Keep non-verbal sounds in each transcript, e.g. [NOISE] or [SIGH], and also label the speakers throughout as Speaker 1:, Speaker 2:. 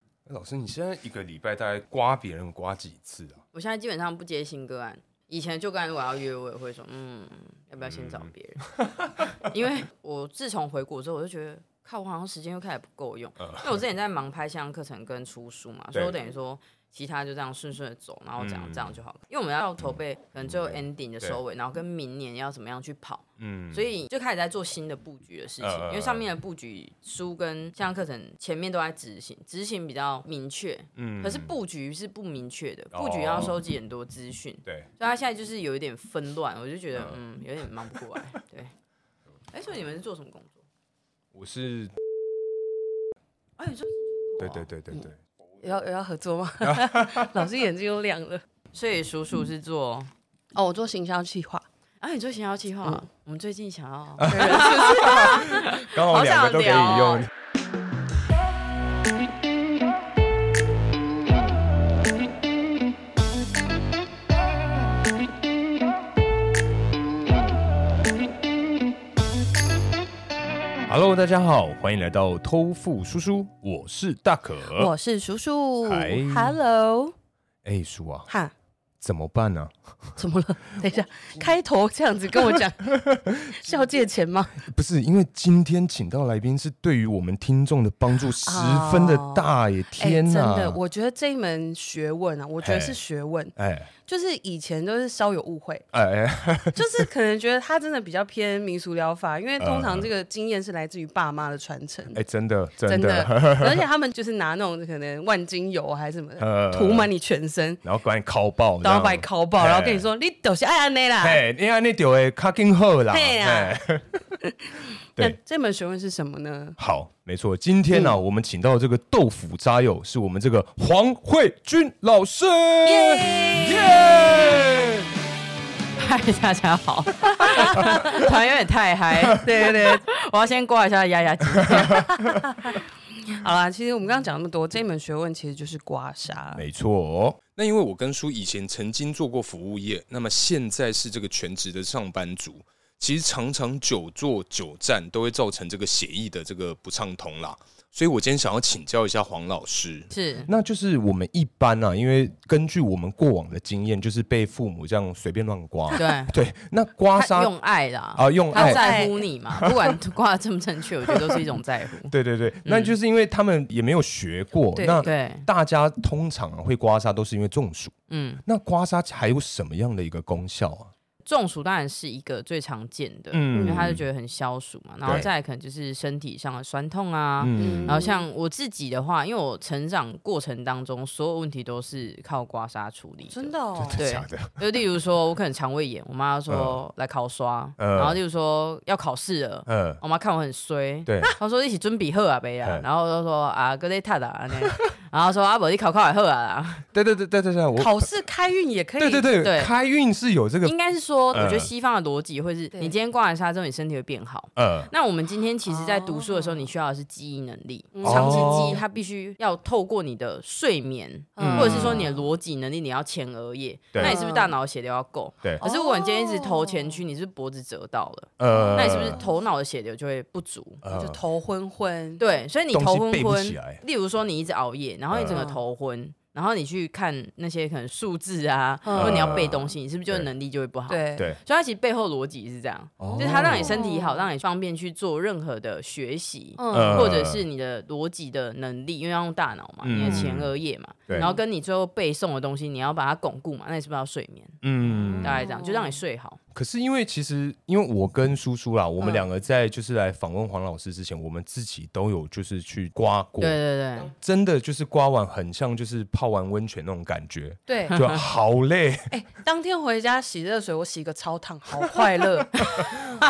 Speaker 1: 哎老师，你现在一个礼拜大概刮别人刮几次啊？
Speaker 2: 我现在基本上不接新个案，以前旧个案如果要约，我也会说，嗯，要不要先
Speaker 1: 嗯
Speaker 2: 找别人？ [LAUGHS] 因为我自从回国之后，我就觉得，靠，我好像时间又开始不够用，
Speaker 1: 嗯
Speaker 2: 因为我之前在忙拍线上课程跟出书嘛，所以我等于说。其他就这样顺顺的走，然后这样、
Speaker 1: 嗯
Speaker 2: 这样就好了。因为我们要筹备，可能最后 ending 的收尾，然后跟明年要怎么样去跑，
Speaker 1: 嗯，
Speaker 2: 所以就开始在做新的布局的事情。
Speaker 1: 嗯嗯嗯
Speaker 2: 因为上面的布局书跟线上课程前面都在执行，执行比较明确，
Speaker 1: 嗯
Speaker 2: 可是布局是不明确的，
Speaker 1: 哦
Speaker 2: 布局要收集很多资讯，
Speaker 1: 对，
Speaker 2: 所以他现在就是有一点纷乱，我就觉得嗯有点忙不过来。对，哎，所以你们是做什么工作？
Speaker 1: 我是
Speaker 2: 哎，你说嗯
Speaker 1: 对对对对对，
Speaker 3: 有要有要合作吗？
Speaker 1: 啊
Speaker 3: [LAUGHS] 老师眼睛又亮了。
Speaker 2: 所以叔叔是做，
Speaker 3: 哦，我做行销企划，
Speaker 2: 哎，嗯你做行销计划啊，我们最近想要。
Speaker 1: 刚好两个都可以
Speaker 2: 好想
Speaker 1: 用
Speaker 2: 聊。哦
Speaker 1: Hello，大家好，欢迎来到偷富叔叔，我是大可。
Speaker 3: 我是叔叔
Speaker 1: 呃嗨
Speaker 3: ，Hello，
Speaker 1: 哎，叔啊，
Speaker 3: 哈，
Speaker 1: 怎么办呢、
Speaker 3: 怎么了？ [LAUGHS] 等一下，开头这样子跟我 [LAUGHS] 讲，是要借钱吗？
Speaker 1: 不是因为今天请到来宾是对于我们听众的帮助十分的大耶！[LAUGHS]
Speaker 3: 哎
Speaker 1: 天
Speaker 3: 真
Speaker 1: 哪，
Speaker 3: 的，我觉得这一门学问啊，我觉得是学问，
Speaker 1: 哎
Speaker 3: 就是以前都是稍有误会，
Speaker 1: 哎哎，
Speaker 3: 就是可能觉得他真的比较偏民俗疗法，因为通常这个经验是来自于爸妈的传承。
Speaker 1: 嗯哎真的真的，
Speaker 3: 真的，
Speaker 1: [LAUGHS]
Speaker 3: 而且他们就是拿那种可能万金油啊还是什么的，
Speaker 1: 呃
Speaker 3: 涂满你全身，
Speaker 1: 然后把你烤爆，
Speaker 3: 然后把你
Speaker 1: 这样。
Speaker 3: 烤爆，然后
Speaker 1: 嘿
Speaker 3: 跟你说你都是爱安内啦。
Speaker 1: 哎，因为那就会卡更好啦。
Speaker 3: 嘿啊
Speaker 1: 哎
Speaker 3: 那
Speaker 1: 对
Speaker 3: 这门学问是什么呢？ [LAUGHS]
Speaker 1: 好，没错，今天
Speaker 3: 嗯
Speaker 1: 呢、我们请到这个豆腐渣友是我们这个黄慧君老师。耶！
Speaker 2: 嗨，大家
Speaker 3: [LAUGHS]
Speaker 2: 好，突然有点太嗨，对对对， [LAUGHS] 我要先挂一下压压惊。
Speaker 3: 好啦，其实我们刚刚讲那么多，这门学问其实就是刮痧。
Speaker 1: 没错、哦，
Speaker 4: 那因为我跟叔以前曾经做过服务业，那么现在是这个全职的上班族，其实常常久坐久站都会造成这个血液的这个不畅通啦。所以我今天想要请教一下黄老师，
Speaker 2: 是，
Speaker 1: 那就是我们一般啊，因为根据我们过往的经验，就是被父母这样随便乱
Speaker 2: [LAUGHS]
Speaker 1: 刮。 [LAUGHS]
Speaker 2: 对，
Speaker 1: 对，那刮
Speaker 2: 他
Speaker 1: 痧
Speaker 2: 用爱啦，
Speaker 1: 啊，用
Speaker 2: 他
Speaker 1: 爱。
Speaker 2: 在乎你嘛，不管挂的正不正确，我觉得都是一种在
Speaker 1: [LAUGHS]
Speaker 2: 乎。
Speaker 1: 对对对，那就是因为他们也没有学过。
Speaker 3: 对
Speaker 1: 那
Speaker 2: 嗯对，
Speaker 1: 大家通常啊会刮痧都是因为中暑。
Speaker 2: 嗯，
Speaker 1: 那刮痧还有什么样的一个功效啊？
Speaker 2: 中暑当然是一个最常见的，
Speaker 1: 嗯
Speaker 2: 因为他就觉得很消暑嘛，然后
Speaker 1: 对
Speaker 2: 再来可能就是身体上的酸痛啊。
Speaker 1: 嗯
Speaker 2: 然后像我自己的话，因为我成长过程当中，所有问题都是靠刮痧处理的，
Speaker 3: 真的哦，
Speaker 2: 对，
Speaker 1: 假的
Speaker 2: 就例如说，我可能肠胃炎，我妈说来烤刷，
Speaker 1: 嗯
Speaker 2: 然后例如说要考试了，
Speaker 1: 嗯，
Speaker 2: 我妈看我很衰，
Speaker 1: 对，
Speaker 2: 她说一起准备好啊，呗啊
Speaker 1: 嗯，
Speaker 2: 然后我就说啊，搁在塔啊，安尼然后说啊，无你考考也好啊啦，
Speaker 1: 对对对对对对，我
Speaker 3: [LAUGHS] 考试开运也可以。
Speaker 1: 对对对，
Speaker 2: 对
Speaker 1: 开运是有这个
Speaker 2: 应该是说，我觉得
Speaker 1: 嗯
Speaker 2: 西方的逻辑会是，
Speaker 3: 对
Speaker 2: 你今天刮完痧之后，你身体会变好。
Speaker 1: 呃，
Speaker 2: 那我们今天其实，在读书的时候，
Speaker 3: 哦
Speaker 2: 你需要的是记忆能力，
Speaker 3: 嗯
Speaker 2: 长期记忆
Speaker 1: 哦
Speaker 2: 它必须要透过你的睡眠，
Speaker 3: 嗯
Speaker 2: 或者是说你的逻辑能力，你要前额叶，
Speaker 1: 对
Speaker 2: 那你是不是大脑的血流要够？
Speaker 1: 对
Speaker 2: 可是如果你今天一直头前屈，你是不是脖子折到了？
Speaker 1: 呃，
Speaker 2: 那你是不是头脑的血流就会不足？
Speaker 3: 就头昏昏。
Speaker 2: 对，所以你
Speaker 1: 东西
Speaker 2: 头昏
Speaker 1: 背不起
Speaker 2: 昏
Speaker 1: 来，
Speaker 2: 例如说你一直熬夜，然后你整个
Speaker 3: 嗯
Speaker 2: 头昏，然后你去看那些可能数字啊，
Speaker 3: 嗯
Speaker 2: 或者你要背东西，你是不是就
Speaker 1: 对
Speaker 2: 能力就会不好？，
Speaker 3: 对
Speaker 1: 对
Speaker 2: 所以它其实背后逻辑是这样，
Speaker 1: 哦
Speaker 2: 就是它让你身体好，
Speaker 3: 哦
Speaker 2: 让你方便去做任何的学习。
Speaker 3: 嗯
Speaker 1: 呃
Speaker 2: 或者是你的逻辑的能力，因为要用大脑嘛，
Speaker 1: 嗯
Speaker 2: 你的前额叶嘛，
Speaker 1: 对
Speaker 2: 然后跟你最后背诵的东西，你要把它巩固嘛，那你是不是要睡眠？
Speaker 1: 嗯
Speaker 2: 大概这样，就让你睡好。
Speaker 1: 可是因为其实因为我跟叔叔啦，我们
Speaker 3: 嗯
Speaker 1: 两个在就是来访问黄老师之前，我们自己都有就是去刮过
Speaker 2: 对，对
Speaker 3: 嗯
Speaker 2: 对，
Speaker 1: 真的就是刮完很像就是泡完温泉那种感觉，
Speaker 3: 对，
Speaker 2: [LAUGHS]
Speaker 1: 就好累，
Speaker 3: 哎，当天回家洗热水，我洗个超烫，好快乐。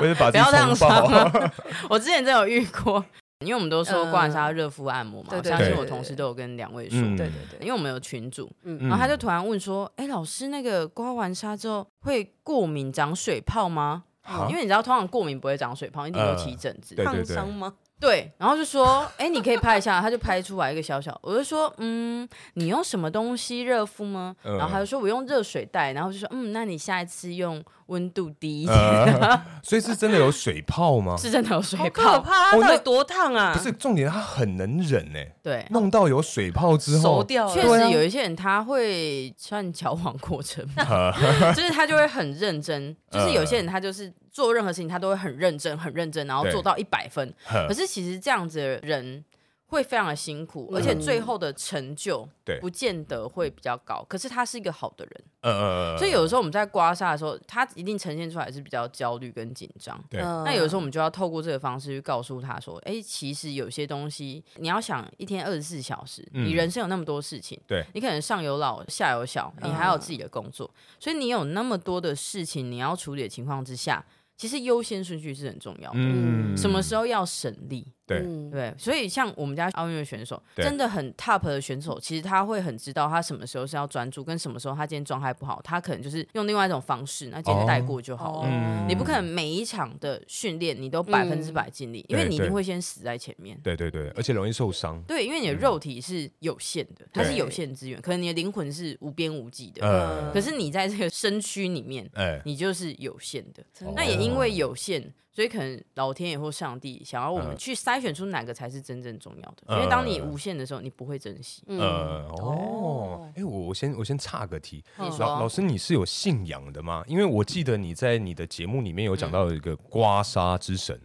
Speaker 1: 我就把自己啊
Speaker 2: 不要这样啊
Speaker 1: 冲
Speaker 2: [LAUGHS]
Speaker 1: 爆。
Speaker 2: 我之前真有遇过，因为我们都说
Speaker 3: 嗯
Speaker 2: 挂痧热敷按摩嘛，
Speaker 3: 对
Speaker 2: 我
Speaker 3: 对
Speaker 2: 相信
Speaker 1: 对
Speaker 2: 我
Speaker 3: 对
Speaker 2: 同事都有跟两位说，
Speaker 1: [LAUGHS] 嗯
Speaker 3: 对对
Speaker 2: 因
Speaker 3: 对，
Speaker 2: 为我们有群主，
Speaker 3: 嗯
Speaker 2: 然后他就突然问说：“哎、老师，那个刮完痧之后会过敏长水泡吗？”
Speaker 1: 啊
Speaker 2: 因为你知道，通常过敏不会长水泡，一定有起疹子。
Speaker 1: 呃对对
Speaker 3: 烫
Speaker 1: 对
Speaker 3: 伤吗？
Speaker 2: 对，然后就说，哎、你可以拍一下，他就拍出来一个小小，我就说，嗯，你用什么东西热敷吗？
Speaker 1: 嗯
Speaker 2: 然后他就说我用热水袋，然后我就说，嗯，那你下一次用温度低一点，
Speaker 1: 呃， [LAUGHS] 所以是真的有水泡吗？
Speaker 2: 是真的有水
Speaker 3: 好可
Speaker 2: 泡，
Speaker 3: 怕，它
Speaker 1: 哦那
Speaker 3: 到底多烫啊？
Speaker 1: 不是，重点他很能忍哎、
Speaker 2: 对。
Speaker 1: 弄到有水泡之
Speaker 3: 熟
Speaker 1: 后，
Speaker 3: 掉了，
Speaker 2: 确
Speaker 1: 对啊
Speaker 2: 实有一些人他会算矫枉过正嘛，
Speaker 1: [LAUGHS]
Speaker 2: [LAUGHS] 就是他就会很认真，就是有些人他就是做任何事情他都会很认真、很认真，然后
Speaker 1: 对
Speaker 2: 做到一百
Speaker 1: [LAUGHS]
Speaker 2: 分。
Speaker 1: 呵
Speaker 2: 可是其实这样子的人会非常的辛苦，而且最后的成就
Speaker 1: 嗯对
Speaker 2: 不见得会比较高。可是他是一个好的人，
Speaker 1: 呃，
Speaker 2: 所以有的时候我们在刮痧的时候，他一定呈现出来是比较焦虑跟紧张。
Speaker 1: 对
Speaker 3: 嗯
Speaker 2: 那有时候我们就要透过这个方式去告诉他说：“哎、其实有些东西，你要想一天二十四小时，
Speaker 1: 嗯
Speaker 2: 你人生有那么多事情，
Speaker 1: 对嗯
Speaker 2: 你可能上有老下有小，你还有自己的工作，所以你有那么多的事情你要处理的情况之下，其实优先顺序是很重要的。
Speaker 1: 嗯
Speaker 2: 什么时候要省力？
Speaker 1: 对
Speaker 3: 嗯
Speaker 2: 对，所以像我们家奥运的选手，
Speaker 1: 对
Speaker 2: 真的很 top 的选手，其实他会很知道他什么时候是要专注，跟什么时候他今天状态不好，他可能就是用另外一种方式，那今天
Speaker 1: 哦
Speaker 2: 带过就
Speaker 3: 哦
Speaker 2: 好了。
Speaker 1: 嗯
Speaker 2: 你不可能每一场的训练你都百分之百尽力，因为
Speaker 1: 对
Speaker 2: 你一定
Speaker 1: 对
Speaker 2: 会先死在前面。
Speaker 1: 对对对，而且容易受伤。
Speaker 2: 对，因为你的肉体是有限的，它是
Speaker 3: 对
Speaker 2: 有限资源，可能你的灵魂是无边无际的，
Speaker 1: 呃，
Speaker 2: 可是你在这个身躯里面，
Speaker 1: 哎、
Speaker 2: 你就是有限的。
Speaker 3: 真的
Speaker 2: 那也因
Speaker 1: 哦
Speaker 2: 为有限，所以可能老天爷或上帝想要我们
Speaker 1: 嗯
Speaker 2: 去筛选出哪个才是真正重要的。
Speaker 1: 嗯
Speaker 2: 因为当你无限的时候，你不会珍惜。
Speaker 3: 嗯
Speaker 1: 呃，哦，哎、我我先我先岔个题，
Speaker 2: 你
Speaker 1: 老老
Speaker 2: 说，
Speaker 1: 师你是有信仰的吗？因为我记得你在你的节目里面有讲到有一个刮痧之
Speaker 2: [LAUGHS]
Speaker 1: 神，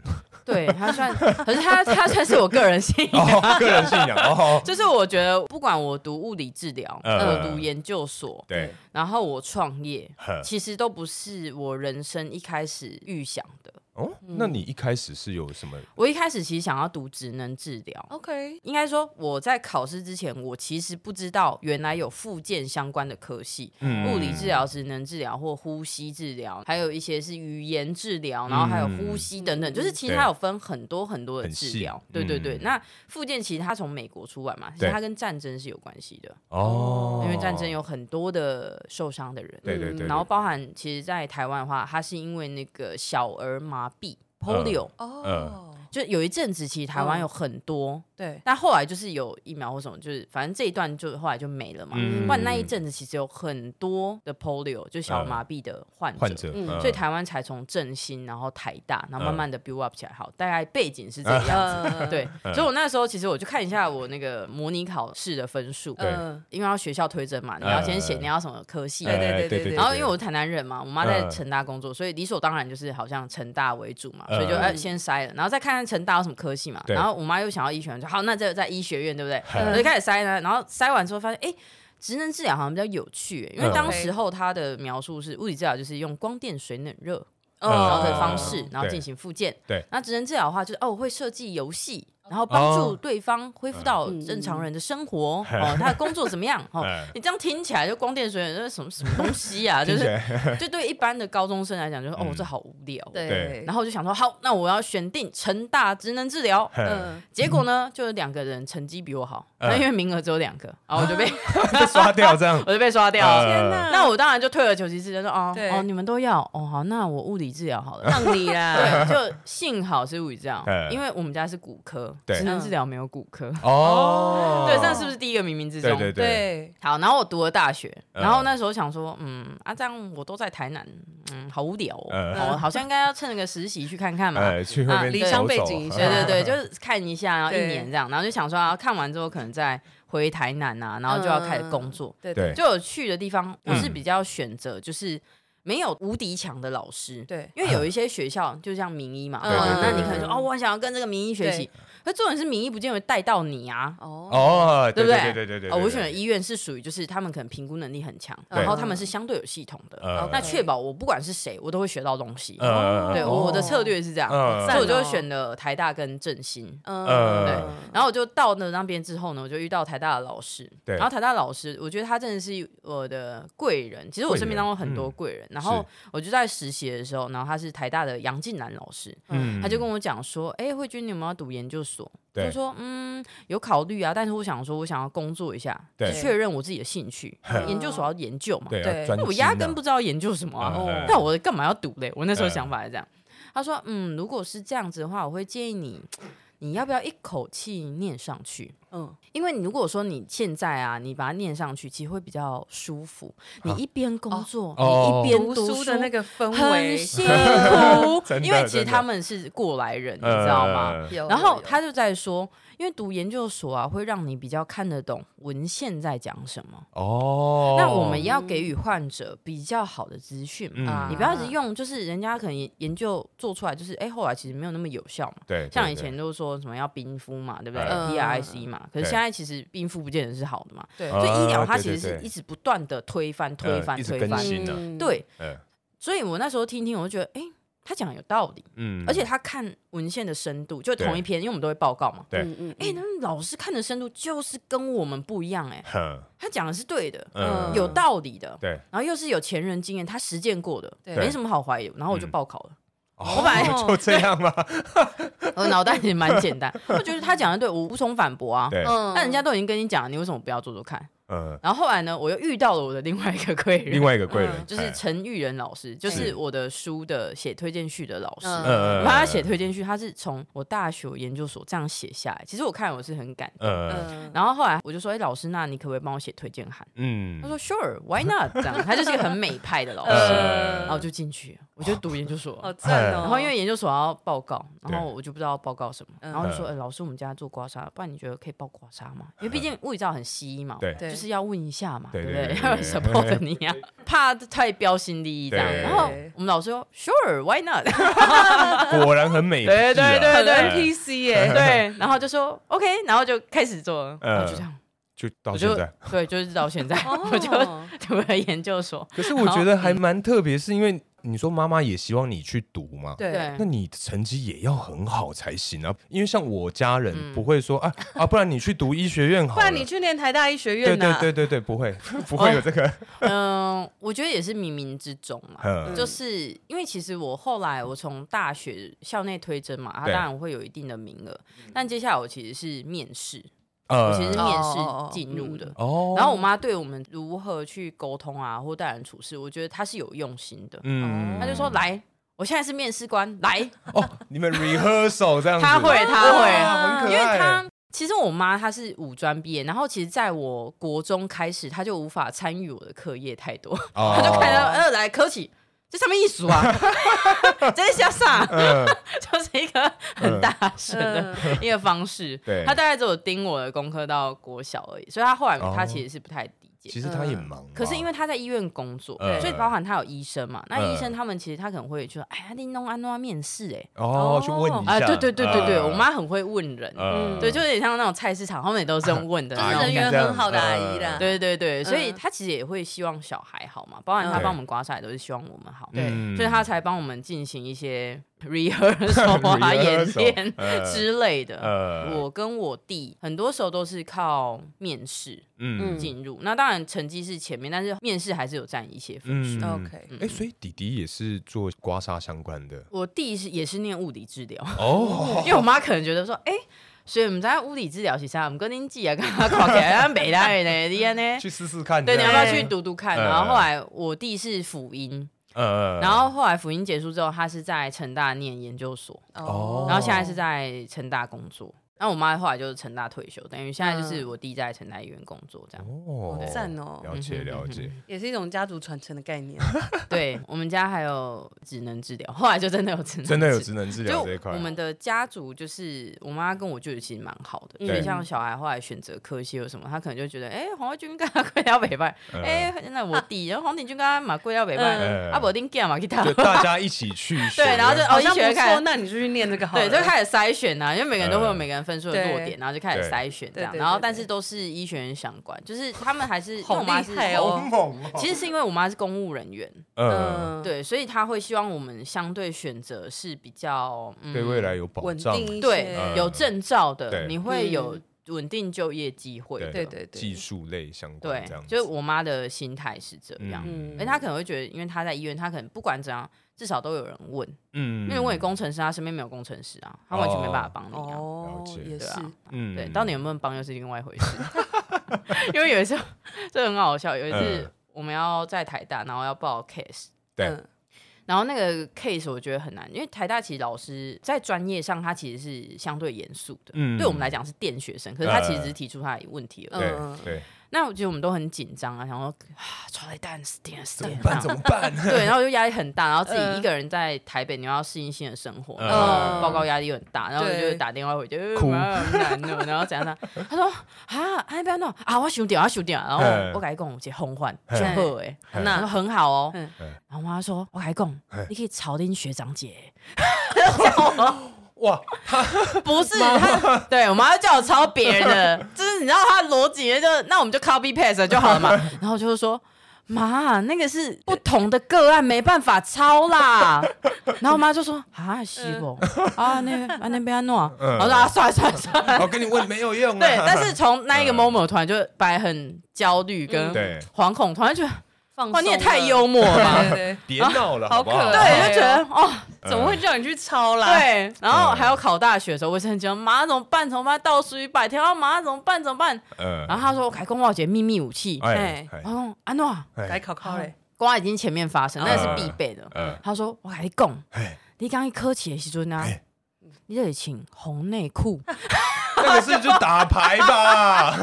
Speaker 2: 对他算，可是他他算是我个人信仰。 [LAUGHS]
Speaker 1: 哦，个人信仰哦，
Speaker 2: 就是我觉得，不管我读物理治疗，
Speaker 1: 嗯
Speaker 2: 我读研究所，
Speaker 1: 对，
Speaker 2: 然后我创业，
Speaker 1: 呵
Speaker 2: 其实都不是我人生一开始预想的。
Speaker 1: 哦，
Speaker 2: 嗯
Speaker 1: 那你一开始是有什么？
Speaker 2: 我一开始其实想要读职能治疗，
Speaker 3: OK，
Speaker 2: 应该说我在考试之前，我其实不知道原来有复健相关的科系，
Speaker 1: 嗯
Speaker 2: 物理治疗、职能治疗或呼吸治疗，还有一些是语言治疗，然后还有呼吸等等，就是其实它有分很多很多
Speaker 1: 嗯
Speaker 2: 的
Speaker 1: 很细
Speaker 2: 治疗。对对对，
Speaker 1: 嗯
Speaker 2: 那复健其实它从美国出来嘛，其
Speaker 1: 对
Speaker 2: 实它跟战争是有关系的，
Speaker 1: 哦，
Speaker 2: 因为战争有很多的受伤的人。
Speaker 1: 对对对
Speaker 3: 嗯
Speaker 1: 对，
Speaker 2: 然后包含其实，在台湾的话，它是因为那个小儿麻
Speaker 1: 嗯
Speaker 2: 痹 （polio），、
Speaker 3: 哦，
Speaker 2: 就有一阵子，其实台湾
Speaker 3: 嗯
Speaker 2: 有很多
Speaker 3: 对，
Speaker 2: 但后来就是有疫苗或什么，就是反正这一段就后来就没了嘛。
Speaker 1: 嗯
Speaker 2: 不然那一阵子其实有很多的 polio，就小儿麻痹的患者，
Speaker 1: 嗯患者，嗯
Speaker 3: 嗯
Speaker 1: 呃
Speaker 2: 所以台湾才从振兴，然后台大，然后慢慢的 build up 起来。好，大概背景是这
Speaker 1: 嗯
Speaker 2: 个样子。
Speaker 3: 呃，
Speaker 2: 对，所以我那时候其实我就看一下我那个模拟考试的分数，
Speaker 1: 对
Speaker 3: 嗯
Speaker 2: 因为要学校推甄嘛，你要先写你要什么科系。啊
Speaker 3: 对对
Speaker 1: 哎
Speaker 3: 对对对
Speaker 2: 然后因为我是台南人嘛，我妈
Speaker 1: 嗯
Speaker 2: 在成大工作，所以理所当然就是好像成大为主嘛，所以就
Speaker 1: 嗯
Speaker 2: 哎先筛了，然后再看看成大有什么科系嘛。
Speaker 1: 对
Speaker 2: 然后我妈又想要医学院，就好，那这个在医学院对不对？
Speaker 1: 嗯
Speaker 2: 我就开始筛呢，然后筛完之后发现，哎。职能治疗好像比较有趣，因为
Speaker 1: 嗯
Speaker 2: 当时候它的描述是物理治疗就是用光电水冷热
Speaker 3: 哦
Speaker 2: 然后的方式，然
Speaker 1: 嗯
Speaker 2: 后
Speaker 1: 对
Speaker 2: 进行复健。
Speaker 1: 对
Speaker 2: 那职能治疗的话就是哦，我会设计游戏，然后帮助
Speaker 1: 哦
Speaker 2: 对方恢复到正常人的生活，哦，他的工作怎
Speaker 1: [LAUGHS]
Speaker 2: 么样？哦
Speaker 1: 嗯，
Speaker 2: 你这样听起来就光电水冷热什么什么东
Speaker 1: [LAUGHS]
Speaker 2: 西啊？就
Speaker 1: 听起
Speaker 2: 是
Speaker 1: 来
Speaker 2: 就对一般的高中生来讲，就是哦
Speaker 1: 嗯，
Speaker 2: 这好无聊哦。
Speaker 1: [LAUGHS] 对
Speaker 3: 对，
Speaker 2: 然
Speaker 3: 后
Speaker 2: 后我就想说，好，那我要选定成大职能治疗。
Speaker 1: 嗯，
Speaker 2: 结果呢，就有两个人成绩比我好，
Speaker 1: 嗯
Speaker 2: 那因为名额只有两个，然后我就被
Speaker 1: 被刷掉这样，
Speaker 2: 我就被刷掉
Speaker 1: 嗯 아.
Speaker 2: 了。
Speaker 3: 天
Speaker 2: [LAUGHS]
Speaker 3: 哪，
Speaker 2: 那我当然就退而求其次，就说哦
Speaker 3: 对
Speaker 2: 哦，你们都要哦，好，那我物理治疗好了。
Speaker 3: 让你
Speaker 2: [LAUGHS]
Speaker 3: 啦，
Speaker 2: 对，就幸好是物理治疗
Speaker 1: 嗯，
Speaker 2: 因为我们家是骨科，
Speaker 1: 对
Speaker 2: 职能治疗没有骨科。
Speaker 1: 어.哦，
Speaker 2: 对，这样是不是第一个冥冥之中？
Speaker 1: 对对对，
Speaker 3: 对，
Speaker 2: 好，然后我读了大学，
Speaker 1: 嗯
Speaker 2: 然后那时候想说，嗯，啊，这样我都在台南，嗯，好无聊哦，
Speaker 1: 嗯
Speaker 2: 哦好像应该要趁那个实习去看看嘛。
Speaker 1: 哎，去那边
Speaker 2: 啊离
Speaker 1: 走
Speaker 3: 乡
Speaker 1: 走
Speaker 3: 背景一下
Speaker 2: [LAUGHS] 对
Speaker 1: [LAUGHS]
Speaker 2: 对对，就是看一下，然后一
Speaker 3: 对
Speaker 2: 年这样，然后就想说，啊，看完之后可能再回台南啊，然后就要开始
Speaker 3: 嗯
Speaker 2: 工作。
Speaker 3: 对
Speaker 1: 对嗯
Speaker 2: 就有去的地方，我是比较选择就是没有无敌强的老师，
Speaker 3: 对
Speaker 2: 因为有一些学校就像名医嘛，
Speaker 3: 嗯
Speaker 2: 哦那
Speaker 1: 对对
Speaker 2: 你
Speaker 1: 对
Speaker 2: 可能说
Speaker 3: 对
Speaker 2: 哦，我想要跟这个名医学习，可重点是名医不见得带到你啊，
Speaker 3: 哦，
Speaker 1: 哦，
Speaker 2: 对
Speaker 1: 对
Speaker 2: 不
Speaker 1: 对对对对
Speaker 2: 哦
Speaker 1: 对，
Speaker 2: 我选的医院是属于就是他们可能评估能力很强，
Speaker 1: 对
Speaker 2: 然后他们是相对有系统的，
Speaker 1: 呃
Speaker 2: 那确保我不管是谁，我都会学到东西。
Speaker 1: 呃
Speaker 2: 对，
Speaker 1: 哦
Speaker 2: 我的策略是这样，
Speaker 1: 嗯
Speaker 2: 所以我就选了台大跟振兴。
Speaker 1: 呃
Speaker 3: 嗯，
Speaker 2: 然后我就到了那边之后呢，我就遇到台大的老师。
Speaker 1: 对
Speaker 2: 然后台大老师，我觉得他真的是我的贵人。其实我身边当中很
Speaker 1: 嗯
Speaker 2: 多贵人。然后我就在实习的时候，然后他是台大的杨静兰老师，
Speaker 1: 嗯
Speaker 2: 他就跟我讲说：“哎、慧君，你有没有要读研究所？”我
Speaker 1: 对
Speaker 2: 就说：“嗯，有考虑啊，但是我想说，我想要工作一下，
Speaker 1: 对
Speaker 2: 去确认我自己的
Speaker 1: [LAUGHS]
Speaker 2: 兴趣。研究所要研究嘛，
Speaker 1: 对
Speaker 3: 对
Speaker 1: 要专
Speaker 2: 那我
Speaker 1: 心
Speaker 2: 压
Speaker 1: 啊
Speaker 2: 根不知道研究什么啊，
Speaker 1: 嗯
Speaker 2: 那我嗯干嘛要读嘞？我那时候想法是这样。他说：“嗯，如果是这样子的话，我会建议你，你要不要一口气念上去？
Speaker 3: 嗯，
Speaker 2: 因为你如果说你现在啊，你把它念上去，其实会比较舒服。你一边工作，
Speaker 1: 哦
Speaker 2: 你一边
Speaker 3: 读书的那
Speaker 2: 个
Speaker 3: 个氛
Speaker 2: 很
Speaker 3: 围，
Speaker 2: 辛
Speaker 1: 真
Speaker 2: 苦，
Speaker 1: 的
Speaker 2: 因为其
Speaker 1: [LAUGHS]
Speaker 2: 实
Speaker 1: 真的
Speaker 2: 他们是过来人，你
Speaker 1: 네.
Speaker 2: 知道吗？
Speaker 1: 呃
Speaker 5: 有
Speaker 2: 然后
Speaker 5: 有
Speaker 2: 他就在说，因为读研究所啊，会让你比较看得懂文献在讲什么。
Speaker 1: 哦，
Speaker 2: 那我们要给予患者比较好的资讯嘛，
Speaker 1: 嗯
Speaker 5: 啊
Speaker 2: 你不要一直用，就是人家可能研研究做出来，就是哎、后来其实没有那么有效嘛。
Speaker 1: 对，对
Speaker 2: 像以
Speaker 1: 对呃
Speaker 2: 前都说什么要冰敷嘛，对不对
Speaker 5: 嗯
Speaker 2: ？E R I C 嘛，可是
Speaker 1: 对
Speaker 2: 现在其实冰敷不见得是好的嘛，
Speaker 5: 对
Speaker 1: 啊
Speaker 2: 所以医疗它
Speaker 1: 对
Speaker 2: 其
Speaker 1: 对
Speaker 2: 实是
Speaker 1: 对
Speaker 2: 一直不断的推翻、推
Speaker 1: 呃
Speaker 2: 翻、
Speaker 1: 一直
Speaker 2: 推
Speaker 1: 更
Speaker 2: 翻。
Speaker 1: 新啊
Speaker 3: 嗯，
Speaker 2: 对，
Speaker 1: 嗯
Speaker 2: 所以我那时候听听，我就觉得，哎、他讲得有道理，
Speaker 1: 嗯
Speaker 2: 而且他看文献的深度，就同
Speaker 1: 对
Speaker 2: 一篇，因为我们都会报告嘛。
Speaker 1: 对
Speaker 3: 嗯嗯，
Speaker 2: 哎、那老师看的深度就是跟我们不一样、哎，
Speaker 1: 哼
Speaker 2: 他讲的是对的，
Speaker 1: 嗯
Speaker 2: 有道理的，
Speaker 1: 对，
Speaker 2: 然后又是有前人经验，他实践过的，
Speaker 3: 对
Speaker 2: 没什么好怀疑。然后我就
Speaker 1: 嗯
Speaker 2: 报考了，
Speaker 1: 我
Speaker 3: 本来
Speaker 1: 就这样吧，
Speaker 2: 我脑袋也蛮简单，我觉得他讲的对，我无从反驳啊。
Speaker 1: 对，
Speaker 5: 嗯
Speaker 2: 那人家都已经跟你讲了，你为什么不要做做看？
Speaker 1: 嗯，
Speaker 2: 然后后来呢，我又遇到了我的另外一个贵人，
Speaker 1: 另外一哎嗯个贵人
Speaker 3: 嗯
Speaker 2: 就是陈玉仁老师，就是
Speaker 1: 是
Speaker 2: 我的书的写推荐序的老师。
Speaker 5: 嗯
Speaker 1: 嗯
Speaker 2: 然后他写推荐序，他是从我大学研究所这样写下来。其实我看我是很感动。
Speaker 1: 呃
Speaker 3: 嗯，
Speaker 2: 然后后来我就说：“哎、老师，那你可不可以帮我写推荐函？”
Speaker 1: 嗯
Speaker 2: 他说：“Sure，Why not？” 这样，他就是一个很美派的老师。
Speaker 1: [LAUGHS] 呃
Speaker 2: 然后我就进去，我就读研
Speaker 1: [LAUGHS]
Speaker 2: 究所。
Speaker 3: 好赞
Speaker 1: 嗯
Speaker 3: 哦。
Speaker 2: 然后因为研究所要报告，
Speaker 1: 对
Speaker 2: 然后我就不知道报告什么，
Speaker 3: 嗯
Speaker 2: 然后就说：“哎、老师，我们家做刮痧，不然你觉得可以报刮痧吗？因为毕竟物理治疗很西医嘛，
Speaker 1: 嗯对
Speaker 3: 对
Speaker 2: 就是要问一下嘛，
Speaker 1: 对
Speaker 2: 对不
Speaker 1: 对
Speaker 2: 对 [LAUGHS]
Speaker 1: 对？
Speaker 2: 要
Speaker 1: 对
Speaker 2: support 你
Speaker 1: [LAUGHS]
Speaker 2: 啊，怕太标新立异这样。
Speaker 1: 对
Speaker 2: 然后我们老师说：“Sure，Why not？”
Speaker 1: 果然很美，
Speaker 2: 对对对
Speaker 3: 很
Speaker 2: 对
Speaker 3: NPC
Speaker 1: [LAUGHS]
Speaker 3: 耶，
Speaker 2: 对，然后就说 OK，然后就开始做了，
Speaker 1: 嗯
Speaker 2: 然后就这样，
Speaker 1: 就到
Speaker 2: 我
Speaker 1: 现
Speaker 2: 就
Speaker 1: 在。
Speaker 2: 对，就是到现在， [LAUGHS]
Speaker 3: [LAUGHS]
Speaker 2: 我就
Speaker 3: 哦
Speaker 2: 读了研究所，
Speaker 1: 可是我觉得还蛮特别，是因为你说妈妈也希望你去读嘛，
Speaker 3: 对
Speaker 2: 对
Speaker 1: 那你成绩也要很好才行啊。因为像我家人
Speaker 2: 嗯
Speaker 1: 不会
Speaker 2: [LAUGHS]
Speaker 1: 说啊啊，不然你去读医学院好了，
Speaker 3: 不然你去念台大医学
Speaker 1: 对
Speaker 3: 院
Speaker 1: 对
Speaker 2: 啊
Speaker 3: 呐，
Speaker 1: 对对对，不会不会有这个，
Speaker 2: 嗯，我觉得也是冥冥之中嘛。
Speaker 1: 嗯
Speaker 2: 就是因为其实我后来我从大学校内推甄嘛，它
Speaker 1: 对
Speaker 2: 当然会有一定的名额，
Speaker 3: 嗯
Speaker 2: 但接下来我其实是面试，我其实是
Speaker 1: 呃
Speaker 2: 面试
Speaker 3: 哦哦哦
Speaker 2: 进入的。
Speaker 1: 哦
Speaker 2: 然后我妈对我们如何去沟通啊，或待人处事，我觉得她是有用心的。
Speaker 1: 嗯
Speaker 2: 哦她就说：“来，我现在是面试官，来，
Speaker 1: 哦，你们 rehearsal 这样子，
Speaker 2: 他会，他会，
Speaker 1: 哇很可
Speaker 2: 因为
Speaker 1: 爱，
Speaker 2: 他其实我妈她是五专毕业，然后其实在我国中开始，她就无法参与我的课业太多，
Speaker 1: 他
Speaker 2: 她就 [LAUGHS] 看
Speaker 1: 哦
Speaker 2: 到呃来科起。这上面艺术啊， [LAUGHS] 这是下啥？
Speaker 1: 嗯
Speaker 2: [LAUGHS] 就是一个很大声的
Speaker 3: 嗯
Speaker 2: 一个方式。
Speaker 1: [LAUGHS] 对
Speaker 2: 她大概只有盯我的功课到国小而已，所以她后来
Speaker 1: 哦
Speaker 2: 她其实是不太理解。
Speaker 1: 其实他也忙吧，啊
Speaker 2: 可是因为他在医院工作，
Speaker 1: 嗯
Speaker 2: 所以包含他有医生嘛。那
Speaker 1: 嗯
Speaker 2: 医生他们其实他可能会就说：“哎，你弄安诺面试哎。
Speaker 1: 哦，去问一”下，
Speaker 2: 啊，对对对对对，
Speaker 1: 呃
Speaker 2: 我妈很会问人，
Speaker 1: 呃
Speaker 2: 对，就有点像那种菜市场，他们也都是
Speaker 1: 嗯
Speaker 2: 这样问的
Speaker 5: 就
Speaker 2: 那
Speaker 1: 啊
Speaker 5: 是
Speaker 2: 种
Speaker 5: 人
Speaker 2: 感觉。
Speaker 5: 缘很好的阿姨啦，
Speaker 2: 对对对，所以
Speaker 3: 嗯
Speaker 2: 他其实也会希望小孩好嘛，包含他
Speaker 1: 嗯
Speaker 2: 帮我们刮痧也都是希望我们好，
Speaker 5: 对
Speaker 1: 嗯
Speaker 2: 所以他才帮我们进行一些 [LAUGHS] rehearsal 啊、
Speaker 1: [LAUGHS]
Speaker 2: 演
Speaker 1: Rehearsal，
Speaker 2: [LAUGHS] 练
Speaker 1: 嗯
Speaker 2: 之类的。
Speaker 1: 呃，
Speaker 2: 我跟我弟很多时候都是靠面试
Speaker 1: 嗯
Speaker 2: 进入，那当然成绩是前面，但是面试还是有占一些分数。
Speaker 1: 嗯
Speaker 3: OK
Speaker 1: 哎，所以弟弟也是做刮痧相关的
Speaker 2: 我弟是也是念物理治疗，
Speaker 1: 哦，
Speaker 2: [LAUGHS] 因为我妈可能觉得说，哎、所以我们在物理治疗是啥？我们跟恁姐啊，跟他 [LAUGHS] 看起来咱北大的呢，你安呢？
Speaker 1: 去试试看，
Speaker 2: [LAUGHS] 对，你
Speaker 1: 这
Speaker 2: 要
Speaker 1: 样
Speaker 2: 不要去读读看？
Speaker 1: 嗯
Speaker 2: 然后后来我弟是辅音，
Speaker 1: 呃，
Speaker 2: 然后后来辅音结束之后，他是在成大念研究所，
Speaker 1: 哦
Speaker 2: 然后现在是在成大工作。那我妈后来就是成大退休，等于现在就是
Speaker 3: 嗯
Speaker 2: 我弟在成大医院工作这样。
Speaker 1: 哦
Speaker 3: 好赞哦
Speaker 1: 了
Speaker 2: 嗯
Speaker 1: 解了解，
Speaker 3: 也是一种家族传承的概 [LAUGHS] 念。
Speaker 2: 对我们家还有职能治疗，后来就真的有职能治，
Speaker 1: 真的有职能治疗
Speaker 2: 就
Speaker 1: 这一块，
Speaker 2: 我们的家族就是我妈跟我舅舅其实蛮好的，所以
Speaker 1: 对
Speaker 2: 像小孩后来选择科系有什么，他可能就觉得，哎、黄慧君跟他贵到北拜，
Speaker 1: 嗯
Speaker 2: 哎、那我弟，然后黄鼎君跟他嘛贵到北啊拜
Speaker 1: 嗯，
Speaker 2: 阿伯丁 g 嘛给他
Speaker 1: 就，大家一起去学，
Speaker 2: [LAUGHS] 对然后就
Speaker 3: 好像
Speaker 2: 医
Speaker 3: 不
Speaker 2: 学看
Speaker 3: 错，那你就去念这个好了。
Speaker 2: 对，就开始筛选啊呐、因为每个人都会有
Speaker 1: 嗯
Speaker 2: 每个人分数的落点，
Speaker 3: 对
Speaker 2: 然后就开始
Speaker 1: 对
Speaker 2: 筛选这样，
Speaker 3: 对对对
Speaker 2: 然后
Speaker 3: 对
Speaker 2: 但是都是医学院相关，就是他们还是因为
Speaker 3: 好
Speaker 2: 我妈是
Speaker 3: 厉害哦
Speaker 1: 好猛 [LAUGHS] 哦，
Speaker 2: 其实是因为我妈是公务人员，
Speaker 1: 嗯，
Speaker 2: 对，所以她会希望我们相对选择是比较、嗯、
Speaker 1: 对未来有保
Speaker 3: 稳
Speaker 1: 障，
Speaker 3: 定一
Speaker 2: 对
Speaker 3: 些，嗯
Speaker 1: 嗯
Speaker 2: 有证照
Speaker 1: 对
Speaker 2: 的，你会有稳定就业机会的。
Speaker 3: 对对
Speaker 1: 技
Speaker 3: 对，
Speaker 1: 术类相关
Speaker 2: 对
Speaker 1: 这样子，
Speaker 2: 就是我妈的心态是这样。
Speaker 1: 嗯
Speaker 2: 而她可能会觉得，因为她在医院，她可能不管怎样，至少都有人问。
Speaker 1: 嗯
Speaker 2: 因为问你工程师，她身边没有工程师啊，她完全没办法帮你啊。
Speaker 3: 哦
Speaker 1: 了解，
Speaker 3: 也
Speaker 2: 对
Speaker 3: 是，
Speaker 2: 啊，
Speaker 1: 嗯
Speaker 2: 对，到底有没有帮又是另外一回事。 [LAUGHS] 因为有一次，这很好笑，有一次
Speaker 1: 嗯
Speaker 2: 我们要在台大，然后要报 case，
Speaker 1: 对
Speaker 3: 嗯
Speaker 2: 然后那个 case 我觉得很难，因为台大其实老师在专业上他其实是相对严肃的，
Speaker 1: 嗯
Speaker 2: 对我们来讲是电学生，可是他其实只是提出他的问题而已。
Speaker 3: 嗯
Speaker 1: 对对，
Speaker 2: 那我觉得我们都很紧张啊，想说啊，超累蛋死定了，死
Speaker 1: 怎
Speaker 2: 定
Speaker 1: 么
Speaker 2: 了，
Speaker 1: 办？怎么办？
Speaker 3: [LAUGHS]
Speaker 2: 对，然后就压力很大，然后自己
Speaker 3: 嗯
Speaker 2: 一个人在台北，你又要适应新的生活，
Speaker 1: 嗯
Speaker 2: 然后报告压力又很大，然后我就
Speaker 3: 对
Speaker 2: 打电话回去，呃
Speaker 1: 哭
Speaker 2: 妈很难哦，然后怎样呢？他说啊，哎不要弄啊，我想点，我想点，然后
Speaker 1: 嘿
Speaker 2: 我改讲，我姐哄唤，
Speaker 1: 嘿
Speaker 2: 就好哎，
Speaker 1: 嘿
Speaker 2: [LAUGHS] 那说很好哦，
Speaker 3: 嗯
Speaker 2: 然后我妈说，我改讲
Speaker 1: 嘿，
Speaker 2: 你可以吵定学长姐，
Speaker 1: [LAUGHS] 哇，
Speaker 2: 不是他，对我妈就叫我抄别人的， [LAUGHS] 就是你知道他的逻辑就那我们就 copy paste 就好了嘛，然后就是说。妈，那个是不同的个案，没办法抄啦。然后我妈就说：“啊，西伯、啊，那啊那边弄啊。”然后说：“啊，算了算
Speaker 1: [LAUGHS]
Speaker 2: 了算了。
Speaker 1: 我跟你问没有用啊。
Speaker 2: 对，但是从那一个 moment 我突然就白很焦虑跟
Speaker 1: [LAUGHS] 嗯对
Speaker 2: 惶恐，突然觉得
Speaker 3: 放
Speaker 2: 哇，
Speaker 3: 松啊
Speaker 2: 你也
Speaker 3: 了
Speaker 2: 太幽默了吧
Speaker 3: 对。 [LAUGHS] 对
Speaker 1: 别闹了，好不好？
Speaker 3: 好可
Speaker 2: 对，
Speaker 3: 爱
Speaker 2: 就觉得哦，
Speaker 3: [LAUGHS] 对，怎么会叫你去抄啦？，
Speaker 2: 对，然后还有考大学的时候，我也是很紧张，马上怎么办？怎么办？倒数一百天，啊，马上怎么办？怎么办？
Speaker 1: [LAUGHS] 嗯
Speaker 2: 然后他说：“我开公报姐秘密武器。”
Speaker 1: 哎
Speaker 2: 然后我安诺，啊
Speaker 1: 哎
Speaker 3: 来考考嘞。
Speaker 2: 瓜已经前面发生，那是必备的。
Speaker 1: 嗯
Speaker 2: 他说：“我跟你讲，
Speaker 1: 哎，
Speaker 2: 你刚一科起的时阵啊
Speaker 1: 哎，
Speaker 2: 你得请红内裤。。
Speaker 1: 那个是就打牌吧。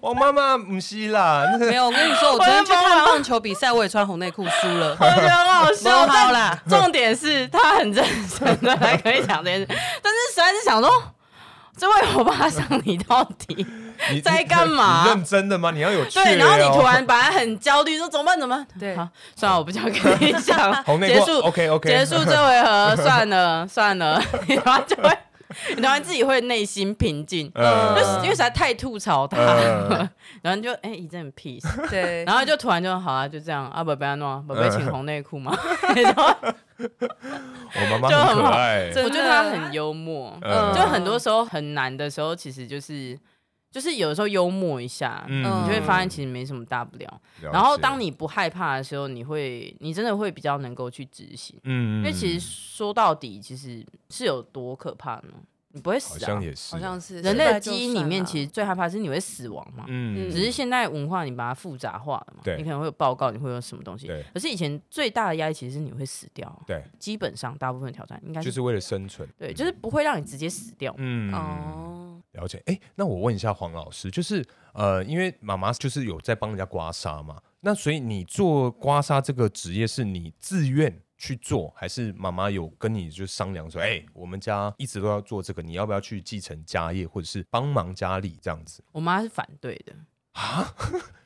Speaker 1: 我妈妈不是啦，那个
Speaker 3: 没有，我跟你 [LAUGHS] 说，我昨天去看棒球比赛，我也穿红内裤输了
Speaker 2: 我觉得很 [LAUGHS] 好
Speaker 3: 不
Speaker 2: 笑，
Speaker 3: 好啦，
Speaker 1: [LAUGHS]
Speaker 2: 但重点是他很认真的来跟你讲这件事，但是实在是想说，这位欧巴桑你到
Speaker 1: [LAUGHS]
Speaker 2: 底
Speaker 1: 你
Speaker 2: 在干嘛
Speaker 1: 你认真的吗？你要有趣哦。
Speaker 2: 对，然后你突然本来很焦虑，说怎么办？怎么办？
Speaker 3: [LAUGHS] 对
Speaker 2: 好，算了，我不想跟你讲
Speaker 1: 红内
Speaker 2: 结
Speaker 1: 裤
Speaker 2: 束
Speaker 1: OK OK
Speaker 2: 结束这回合，
Speaker 1: [LAUGHS]
Speaker 2: 算了算了，你突然就会，你突然自己会内心平静，
Speaker 1: 呃
Speaker 2: 就是因为实在太吐槽他
Speaker 1: 嗯，
Speaker 2: 然后你就哎一阵 peace，
Speaker 1: [LAUGHS]
Speaker 3: [LAUGHS] 对，
Speaker 2: 然后就突然就好啊，就这样啊，不不要弄啊，宝贝，请红内
Speaker 1: [LAUGHS]
Speaker 2: 裤嘛。然后
Speaker 1: 我妈妈很可爱，
Speaker 3: 真的
Speaker 2: 我觉得他很幽默，
Speaker 1: 嗯
Speaker 2: 就很多时候很难的时候，其实就是就是有时候幽默一下，
Speaker 1: 嗯
Speaker 2: 你就会发现其实没什么大不了。
Speaker 1: 了解
Speaker 2: 然后当你不害怕的时候，你会，你真的会比较能够去执行。
Speaker 1: 嗯，
Speaker 2: 因为其实说到底，其实是有多可怕呢？你不会
Speaker 1: 好
Speaker 2: 死啊
Speaker 1: 像！也是，
Speaker 3: 好像是
Speaker 2: 人类的记忆里面，其
Speaker 3: 实
Speaker 2: 实最害怕是你会死亡嘛。
Speaker 1: 嗯
Speaker 3: 嗯
Speaker 2: 只是现在文化你把它复杂化了嘛，
Speaker 1: 对
Speaker 2: 你可能会有报告，你会有什么东西
Speaker 1: 对。
Speaker 2: 可是以前最大的压力其实是你会死掉，啊
Speaker 1: 对，
Speaker 2: 基本上大部分挑战应该
Speaker 1: 就是是为了生存，
Speaker 2: 对，就是不会让你直接死掉。
Speaker 1: 嗯
Speaker 3: 哦，
Speaker 1: 了解，哎，那我问一下黄老师，就是呃，因为妈妈就是有在帮人家刮痧嘛，那所以你做刮痧这个职业是你自愿去做，还是妈妈有跟你就商量说，哎，我们家一直都要做这个，你要不要去继承家业，或者是帮忙家里这样子？
Speaker 2: 我妈是反对的
Speaker 1: [LAUGHS]
Speaker 2: 啊，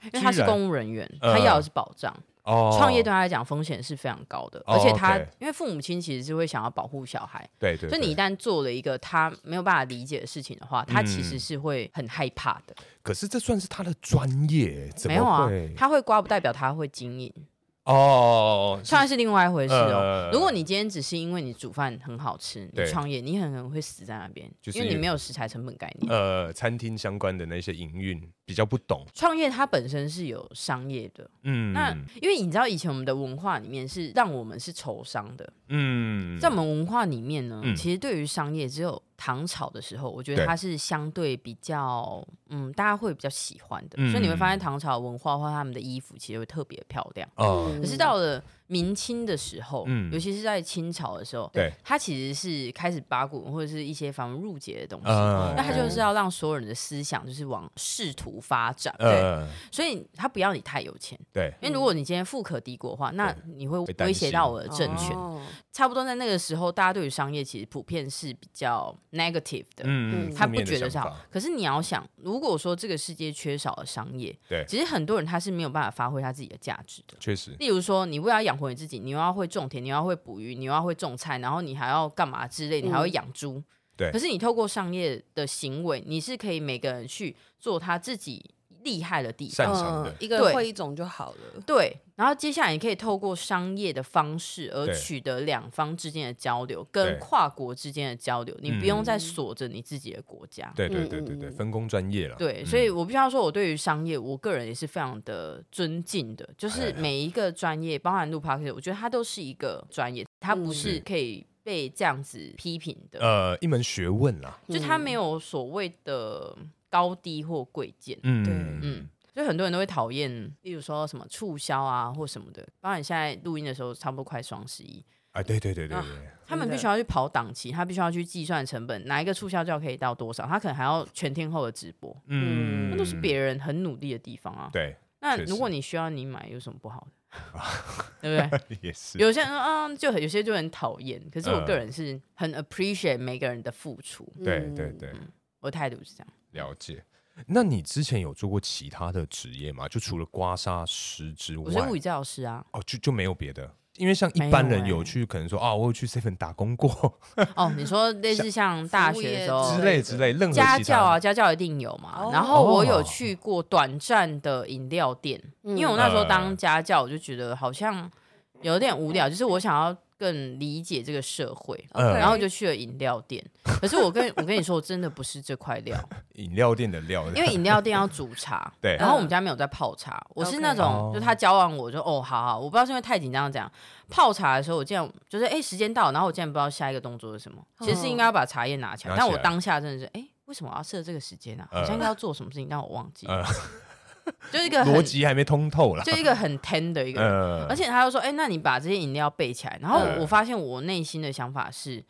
Speaker 2: 因为她
Speaker 1: 居
Speaker 2: 是
Speaker 1: 然
Speaker 2: 公务人员，
Speaker 1: 呃
Speaker 2: 她要的是保障。
Speaker 1: 哦，
Speaker 2: 创业对她来讲风险是非常高的，
Speaker 1: 哦
Speaker 2: 而且她
Speaker 1: OK
Speaker 2: 因为父母亲其实是会想要保护小孩，
Speaker 1: 对对，
Speaker 2: 所以你一
Speaker 1: 对
Speaker 2: 旦做了一个她没有办法理解的事情的话，她其
Speaker 1: 嗯
Speaker 2: 实是会很害怕的。
Speaker 1: 可是这算是他的专业，怎
Speaker 2: 没有啊
Speaker 1: 么会？，
Speaker 2: 她会刮不代表她会经营，
Speaker 1: 哦，是
Speaker 2: 创业是另外一回事哦
Speaker 1: 呃。
Speaker 2: 如果你今天只是因为你煮饭很好吃，你
Speaker 1: 对
Speaker 2: 创业，你很可能会死在那边，
Speaker 1: 就是
Speaker 2: 因为
Speaker 1: 因
Speaker 2: 你
Speaker 1: 为
Speaker 2: 没有食材成本概念。
Speaker 1: 呃，餐厅相关的那些营运比较不懂，
Speaker 2: 创业它本身是有商业的，
Speaker 1: 嗯，
Speaker 2: 那因为你知道以前我们的文化里面是让我们是仇商的，
Speaker 1: 嗯，
Speaker 2: 在我们文化里面呢，
Speaker 1: 嗯
Speaker 2: 其实对于商业只有唐朝的时候，我觉
Speaker 1: 对
Speaker 2: 得它是相对比较嗯大家会比较喜欢的，
Speaker 1: 嗯
Speaker 2: 所以你会发现唐朝文化或他们的衣服其实会特别漂亮。
Speaker 1: 哦，
Speaker 2: 可是到了明清的时候，
Speaker 1: 嗯
Speaker 2: 尤其是在清朝的时候，
Speaker 1: 对，
Speaker 2: 它其实是开始八股文或者是一些反正入节的东西。
Speaker 1: 呃
Speaker 2: 那它就是要让所有人的思想就是往仕途发展，对，
Speaker 1: 呃，
Speaker 2: 所以他不要你太有钱，
Speaker 1: 对，
Speaker 2: 因为如果你今天富可敌国的话，那你会
Speaker 1: 会担
Speaker 2: 威胁
Speaker 1: 心
Speaker 2: 到我的政权。
Speaker 3: 哦
Speaker 2: 差不多在那个时候，大家对于商业其实普遍是比较 negative 的，
Speaker 1: 嗯，
Speaker 2: 他
Speaker 1: 负
Speaker 2: 不
Speaker 1: 面的
Speaker 2: 觉得是
Speaker 1: 想
Speaker 2: 好
Speaker 1: 法。
Speaker 2: 可是你要想，如果说这个世界缺少了商业，
Speaker 1: 对
Speaker 2: 其实很多人他是没有办法发挥他自己的价值的。
Speaker 1: 确实，
Speaker 2: 例如说，你为了要养活你自己，你又要会种田，你又要会捕鱼，你又要会种菜，然后你还要干嘛之类，你还会养猪。
Speaker 1: 对
Speaker 2: 可是你透过商业的行为，你是可以每个人去做他自己厉害的地
Speaker 1: 擅
Speaker 2: 方。
Speaker 1: 长的
Speaker 3: 嗯，一个
Speaker 2: 对
Speaker 3: 会一种就好了。
Speaker 2: 对，然后接下来你可以透过商业的方式而
Speaker 1: 对
Speaker 2: 取得两方之间的交流，
Speaker 1: 对
Speaker 2: 跟跨国之间的交流，你不用再
Speaker 3: 嗯
Speaker 2: 锁着你自己的国家。
Speaker 1: 对嗯对
Speaker 3: 嗯
Speaker 1: 对对对，
Speaker 3: 嗯
Speaker 1: 分工专业了。
Speaker 2: 对，所以我必须要说，我对于商业，我个人也是非常的尊敬的。
Speaker 1: 哎
Speaker 2: 就是每一个专业，包含录 p o d 我觉得它都是一个专业，它不
Speaker 3: 嗯
Speaker 2: 是
Speaker 1: 是
Speaker 2: 可以被这样子批评的，
Speaker 1: 呃，一门学问啦，
Speaker 2: 就它没有所谓的高低或贵贱。
Speaker 1: 嗯
Speaker 3: 对
Speaker 1: 嗯
Speaker 2: 嗯，所以很多人都会讨厌，例如说什么促销啊或什么的。包括你现在录音的时候，差不多快双十一，
Speaker 1: 哎，对对对对
Speaker 2: 啊
Speaker 1: 对，
Speaker 2: 他们必须要去跑档期，他必须要去计算成本，哪一个促销价可以到多少，他可能还要全天候的直播，
Speaker 1: 嗯，
Speaker 2: 那都是别人很努力的地方啊。
Speaker 1: 对， [LAUGHS]
Speaker 2: 那
Speaker 1: 确实
Speaker 2: 如果你需要，你买有什么不好
Speaker 1: [LAUGHS]
Speaker 2: 的？对不对？
Speaker 1: 也是，
Speaker 2: 有些人说啊，就很有些就很讨厌。可是我
Speaker 1: 嗯
Speaker 2: 个人是很 appreciate 每个人的付出，
Speaker 1: 对对
Speaker 2: 嗯
Speaker 1: 对，
Speaker 2: 我态度是这样。
Speaker 1: 了解。那你之前有做过其他的职业吗？就除了刮痧师之
Speaker 2: 我是
Speaker 1: 外
Speaker 2: 物，理治疗师啊，
Speaker 1: 哦，就就没有别的。因为像一
Speaker 2: 没
Speaker 1: 般
Speaker 2: 有
Speaker 1: 人
Speaker 2: 欸
Speaker 1: 有去可能说啊，我有去 seven 打工过
Speaker 2: 哦，你说类似像大学的时
Speaker 1: [LAUGHS]
Speaker 2: 候
Speaker 1: 之。类之类，任何
Speaker 2: 家
Speaker 1: 其
Speaker 2: 教
Speaker 1: 他
Speaker 2: 啊，
Speaker 1: 的，
Speaker 2: 家教一定有嘛。
Speaker 3: 哦
Speaker 2: 然后我有去过短暂的饮料店，
Speaker 3: 嗯
Speaker 2: 因为我那时候
Speaker 1: 呃
Speaker 2: 当家教，我就觉得好像有点无聊，就是我想要更理解这个社会，
Speaker 1: 嗯
Speaker 3: OK
Speaker 2: 然后就去了饮料店。可是我跟我跟你说，我真的不是这块料，
Speaker 1: 饮料店的料，，
Speaker 2: 因为饮料店要煮茶
Speaker 1: [LAUGHS] 对
Speaker 2: 然后我们家没有在泡茶，我是那
Speaker 1: OK
Speaker 2: 种就他教完我就哦，好好，我不知道是因为太紧张这样。泡茶的时候，我竟然就是哎、诶时间到了，然后我竟然不知道下一个动作是什么，其实是应该要把茶叶拿起来，
Speaker 1: 拿起来
Speaker 2: 但我当下真的是哎、诶为什么我要设这个时间啊？好像应该要做什么事情，但我忘记，
Speaker 1: 呃
Speaker 2: 了，就是一个
Speaker 1: 逻
Speaker 2: 很
Speaker 1: 辑还没通透啦。
Speaker 2: 就一个很 ten 的一个人，
Speaker 1: 呃
Speaker 2: 而且他又说，哎、那你把这些饮料备起来。然后
Speaker 1: 嗯
Speaker 2: 我发现我内心的想法是，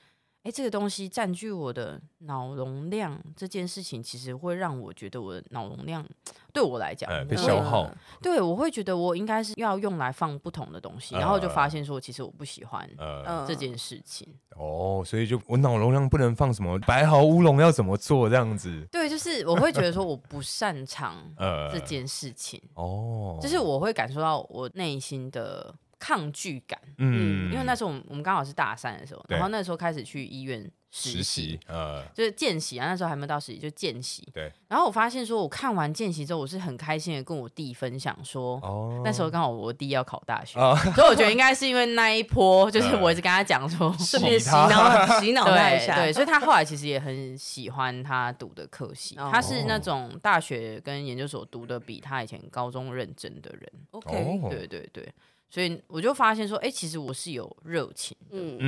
Speaker 2: 哎、这个东西占据我的脑容量这件事情，其实会让我觉得我的脑容量对我来讲、
Speaker 1: 呃
Speaker 2: 我
Speaker 1: 被
Speaker 2: 会
Speaker 1: 消耗，
Speaker 2: 对我会觉得我应该是要用来放不同的东
Speaker 1: 嗯
Speaker 2: 西，然后就发现说，其实我不喜欢
Speaker 1: 呃
Speaker 3: 嗯
Speaker 2: 这件事情。
Speaker 1: 哦，所以就我脑容量不能放什么白毫乌龙要怎么做这样子，
Speaker 2: 对，就是我会觉得说我不擅长
Speaker 1: 呃，
Speaker 2: 这件事情，
Speaker 1: 哦，
Speaker 2: 就是我会感受到我内心的抗拒感。
Speaker 1: 嗯
Speaker 2: 因为那时候我们我们刚好是大三的时候，
Speaker 1: 对
Speaker 2: 然后那时候开始去医院
Speaker 1: 实习
Speaker 2: 实习，
Speaker 1: 呃
Speaker 2: 就是见习啊，那时候还没有到实习，就见习。
Speaker 1: 对，
Speaker 2: 然后我发现说，我看完见习之后，我是很开心的跟我弟分享说，
Speaker 1: 哦
Speaker 2: 那时候刚好我弟要考大学，
Speaker 1: 哦
Speaker 2: [LAUGHS]
Speaker 1: 嗯
Speaker 2: 所以我觉得应该是因为那一波，就是我一直跟他讲
Speaker 3: [LAUGHS]
Speaker 2: 说。
Speaker 3: 顺便
Speaker 1: 洗
Speaker 3: 洗
Speaker 1: 他
Speaker 3: 脑 [LAUGHS] 洗脑他一
Speaker 2: 对
Speaker 3: 下，
Speaker 2: 对，所以他后来其实也很喜欢他读的科系，
Speaker 3: 哦
Speaker 2: 他是那种大学跟研究所读的比他以前高中认真的人，
Speaker 3: ，OK，
Speaker 1: 哦
Speaker 2: 对对对，所以我就发现说，哎、其实我是有热情的，
Speaker 3: 嗯，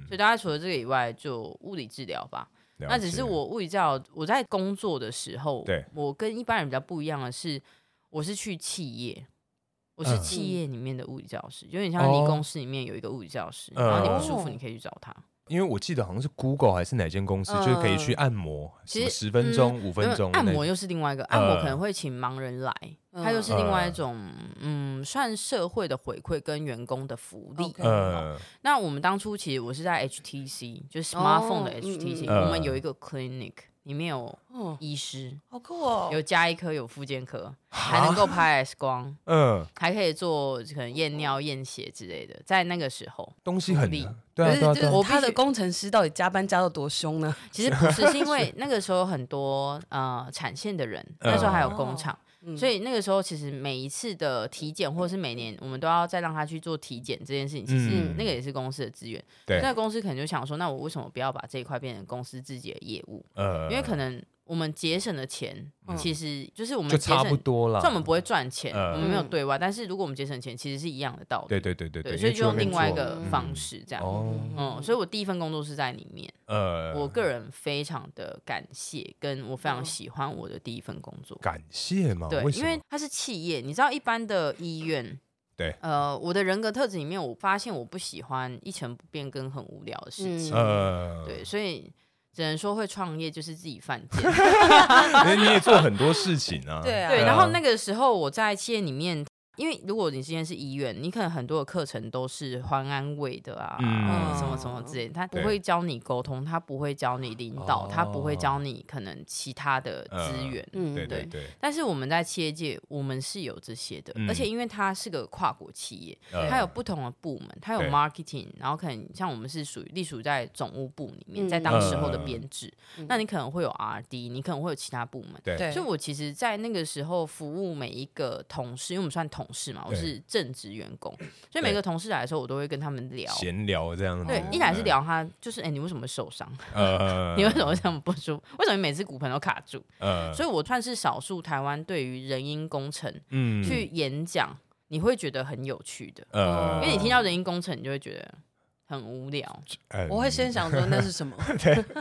Speaker 1: 嗯，
Speaker 2: 所以大家除了这个以外，就物理治疗吧。
Speaker 1: 了
Speaker 2: 那只
Speaker 1: 解
Speaker 2: 是我物理治疗，我在工作的时候，
Speaker 1: 对
Speaker 2: 我跟一般人比较不一样的是，我是去企业，我是
Speaker 1: 嗯
Speaker 2: 企业里面的物理治疗师，有点像你
Speaker 1: 哦
Speaker 2: 公司里面有一个物理治疗师，
Speaker 1: 嗯
Speaker 2: 然后你不舒服
Speaker 3: 哦
Speaker 2: 你可以去找他。
Speaker 1: 因为我记得好像是 Google 还是哪间公司，
Speaker 3: 嗯
Speaker 1: 就是可以去按摩，什
Speaker 2: 其
Speaker 1: 么
Speaker 2: 实
Speaker 1: 十分钟、五、
Speaker 2: 因
Speaker 1: 分
Speaker 2: 为
Speaker 1: 钟
Speaker 2: 按摩
Speaker 1: 那
Speaker 2: 又是另外一个，按摩
Speaker 1: 嗯
Speaker 2: 可能会请盲人来，
Speaker 3: 嗯
Speaker 2: 它又是另外一种，嗯，算社会的回馈跟员工的福利。
Speaker 3: OK
Speaker 1: 呃
Speaker 2: 那我们当初其实我是在 HTC，就是 smartphone 的
Speaker 3: 嗯嗯
Speaker 2: HTC，、
Speaker 1: 嗯
Speaker 2: 我们有一个 clinic，里面有
Speaker 3: 哦，
Speaker 2: 医师，
Speaker 3: 好酷哦，
Speaker 2: 有加一科，有附件科，
Speaker 1: 啊
Speaker 2: 还能够拍 X 光，
Speaker 1: 嗯，
Speaker 2: 还可以做可能验尿、验血之类的。在那个时候，
Speaker 1: 东西很
Speaker 2: 努力
Speaker 1: 对啊对啊
Speaker 3: 可
Speaker 1: 对
Speaker 3: 是
Speaker 1: 啊
Speaker 3: 就
Speaker 2: 我
Speaker 3: 是
Speaker 2: 必
Speaker 3: 他的
Speaker 2: 须
Speaker 3: 工程师到底加班加到多
Speaker 2: [LAUGHS]
Speaker 3: 凶呢？
Speaker 2: 其实不是，是因
Speaker 1: [LAUGHS]
Speaker 2: 为那个时候有很多呃产线的人，那时候还有工厂，
Speaker 1: 哦
Speaker 3: 嗯
Speaker 2: 所以那个时候其实每一次的体检，或者是每年我们都要再让他去做体检这件事情，其实
Speaker 1: 嗯
Speaker 2: 那个也是公司的资源。
Speaker 1: 对
Speaker 2: 那公司可能就想说，那我为什么不要把这一块变成公司自己的业务？
Speaker 1: 呃，嗯
Speaker 2: 因为可能我们节省的钱，其实就是我们
Speaker 1: 就
Speaker 2: 节省，
Speaker 1: 差不
Speaker 2: 虽
Speaker 1: 多啦
Speaker 2: 然。我们不会赚钱，
Speaker 1: 嗯
Speaker 2: 我们没有对外，但是如果我们节省钱，其实是一样的道理。
Speaker 1: 对对对对
Speaker 2: 所以就用另外一
Speaker 1: 因
Speaker 2: 个
Speaker 1: 为去外面做
Speaker 2: 方式这
Speaker 1: 嗯
Speaker 2: 样。
Speaker 1: 哦
Speaker 2: 嗯，所以我第一份工作是在里面，
Speaker 1: 呃，
Speaker 2: 我个人非常的感谢，跟我非常喜欢我的第一份工作。
Speaker 1: 感谢嘛，
Speaker 2: 对，
Speaker 1: 什
Speaker 2: 因
Speaker 1: 么
Speaker 2: 为它是企业，你知道一般的医院，
Speaker 1: 对
Speaker 2: 呃，我的人格特质里面，我发现我不喜欢一成不变跟很无聊的事情，
Speaker 3: 嗯
Speaker 1: 呃，
Speaker 2: 对，所以只能说会创业就是自己犯
Speaker 1: [LAUGHS]
Speaker 2: 贱。
Speaker 1: 因为你也做很多事情啊，
Speaker 3: [LAUGHS] 对啊
Speaker 2: 对，然后那
Speaker 1: 个
Speaker 2: 个时候我在企业里面，因为如果你今天是医院，你可能很多的课程都是环安慰的啊，
Speaker 1: 嗯
Speaker 2: 什么什么之类的，他不
Speaker 1: 对
Speaker 2: 会教你沟通，他不会教你领导，他不会
Speaker 1: 哦
Speaker 2: 教你可能其他的资源。
Speaker 3: 嗯
Speaker 1: 对对
Speaker 2: 对
Speaker 1: 对，
Speaker 2: 但是我们在企业界，我们是有这些的，
Speaker 1: 嗯
Speaker 2: 而且因为它是个跨国企业，
Speaker 1: 呃
Speaker 2: 它有不同的部门，它有
Speaker 1: 对
Speaker 2: marketing，然后可能像我们是属于隶属在总务部里面，
Speaker 3: 嗯
Speaker 2: 在当时候的
Speaker 1: 嗯
Speaker 2: 编制，那你可能会有 RD，你可能会有其他部门，
Speaker 1: 对
Speaker 3: 对
Speaker 2: 所以我其实，在那个时候服务每一个同事，因为我们算同事嘛，我
Speaker 1: 对
Speaker 2: 是正职员工，所以每个同事来的时候，我都会跟他们聊。
Speaker 1: 闲聊嗯这样子，
Speaker 2: 对，一来是聊他，就是哎、你为什么受伤？ [LAUGHS]
Speaker 1: 呃，
Speaker 2: 你为什么这么不舒服？为什么你每次骨盆都卡住？
Speaker 1: 呃，
Speaker 2: 所以我算是少数台湾对于人因工程
Speaker 1: 嗯
Speaker 2: 去演讲，你会觉得很有趣的，
Speaker 1: 呃
Speaker 2: 因为你听到人因工程，你就会觉得很无聊。
Speaker 1: 嗯
Speaker 3: 我会先想说那是什
Speaker 1: [LAUGHS]
Speaker 3: 么，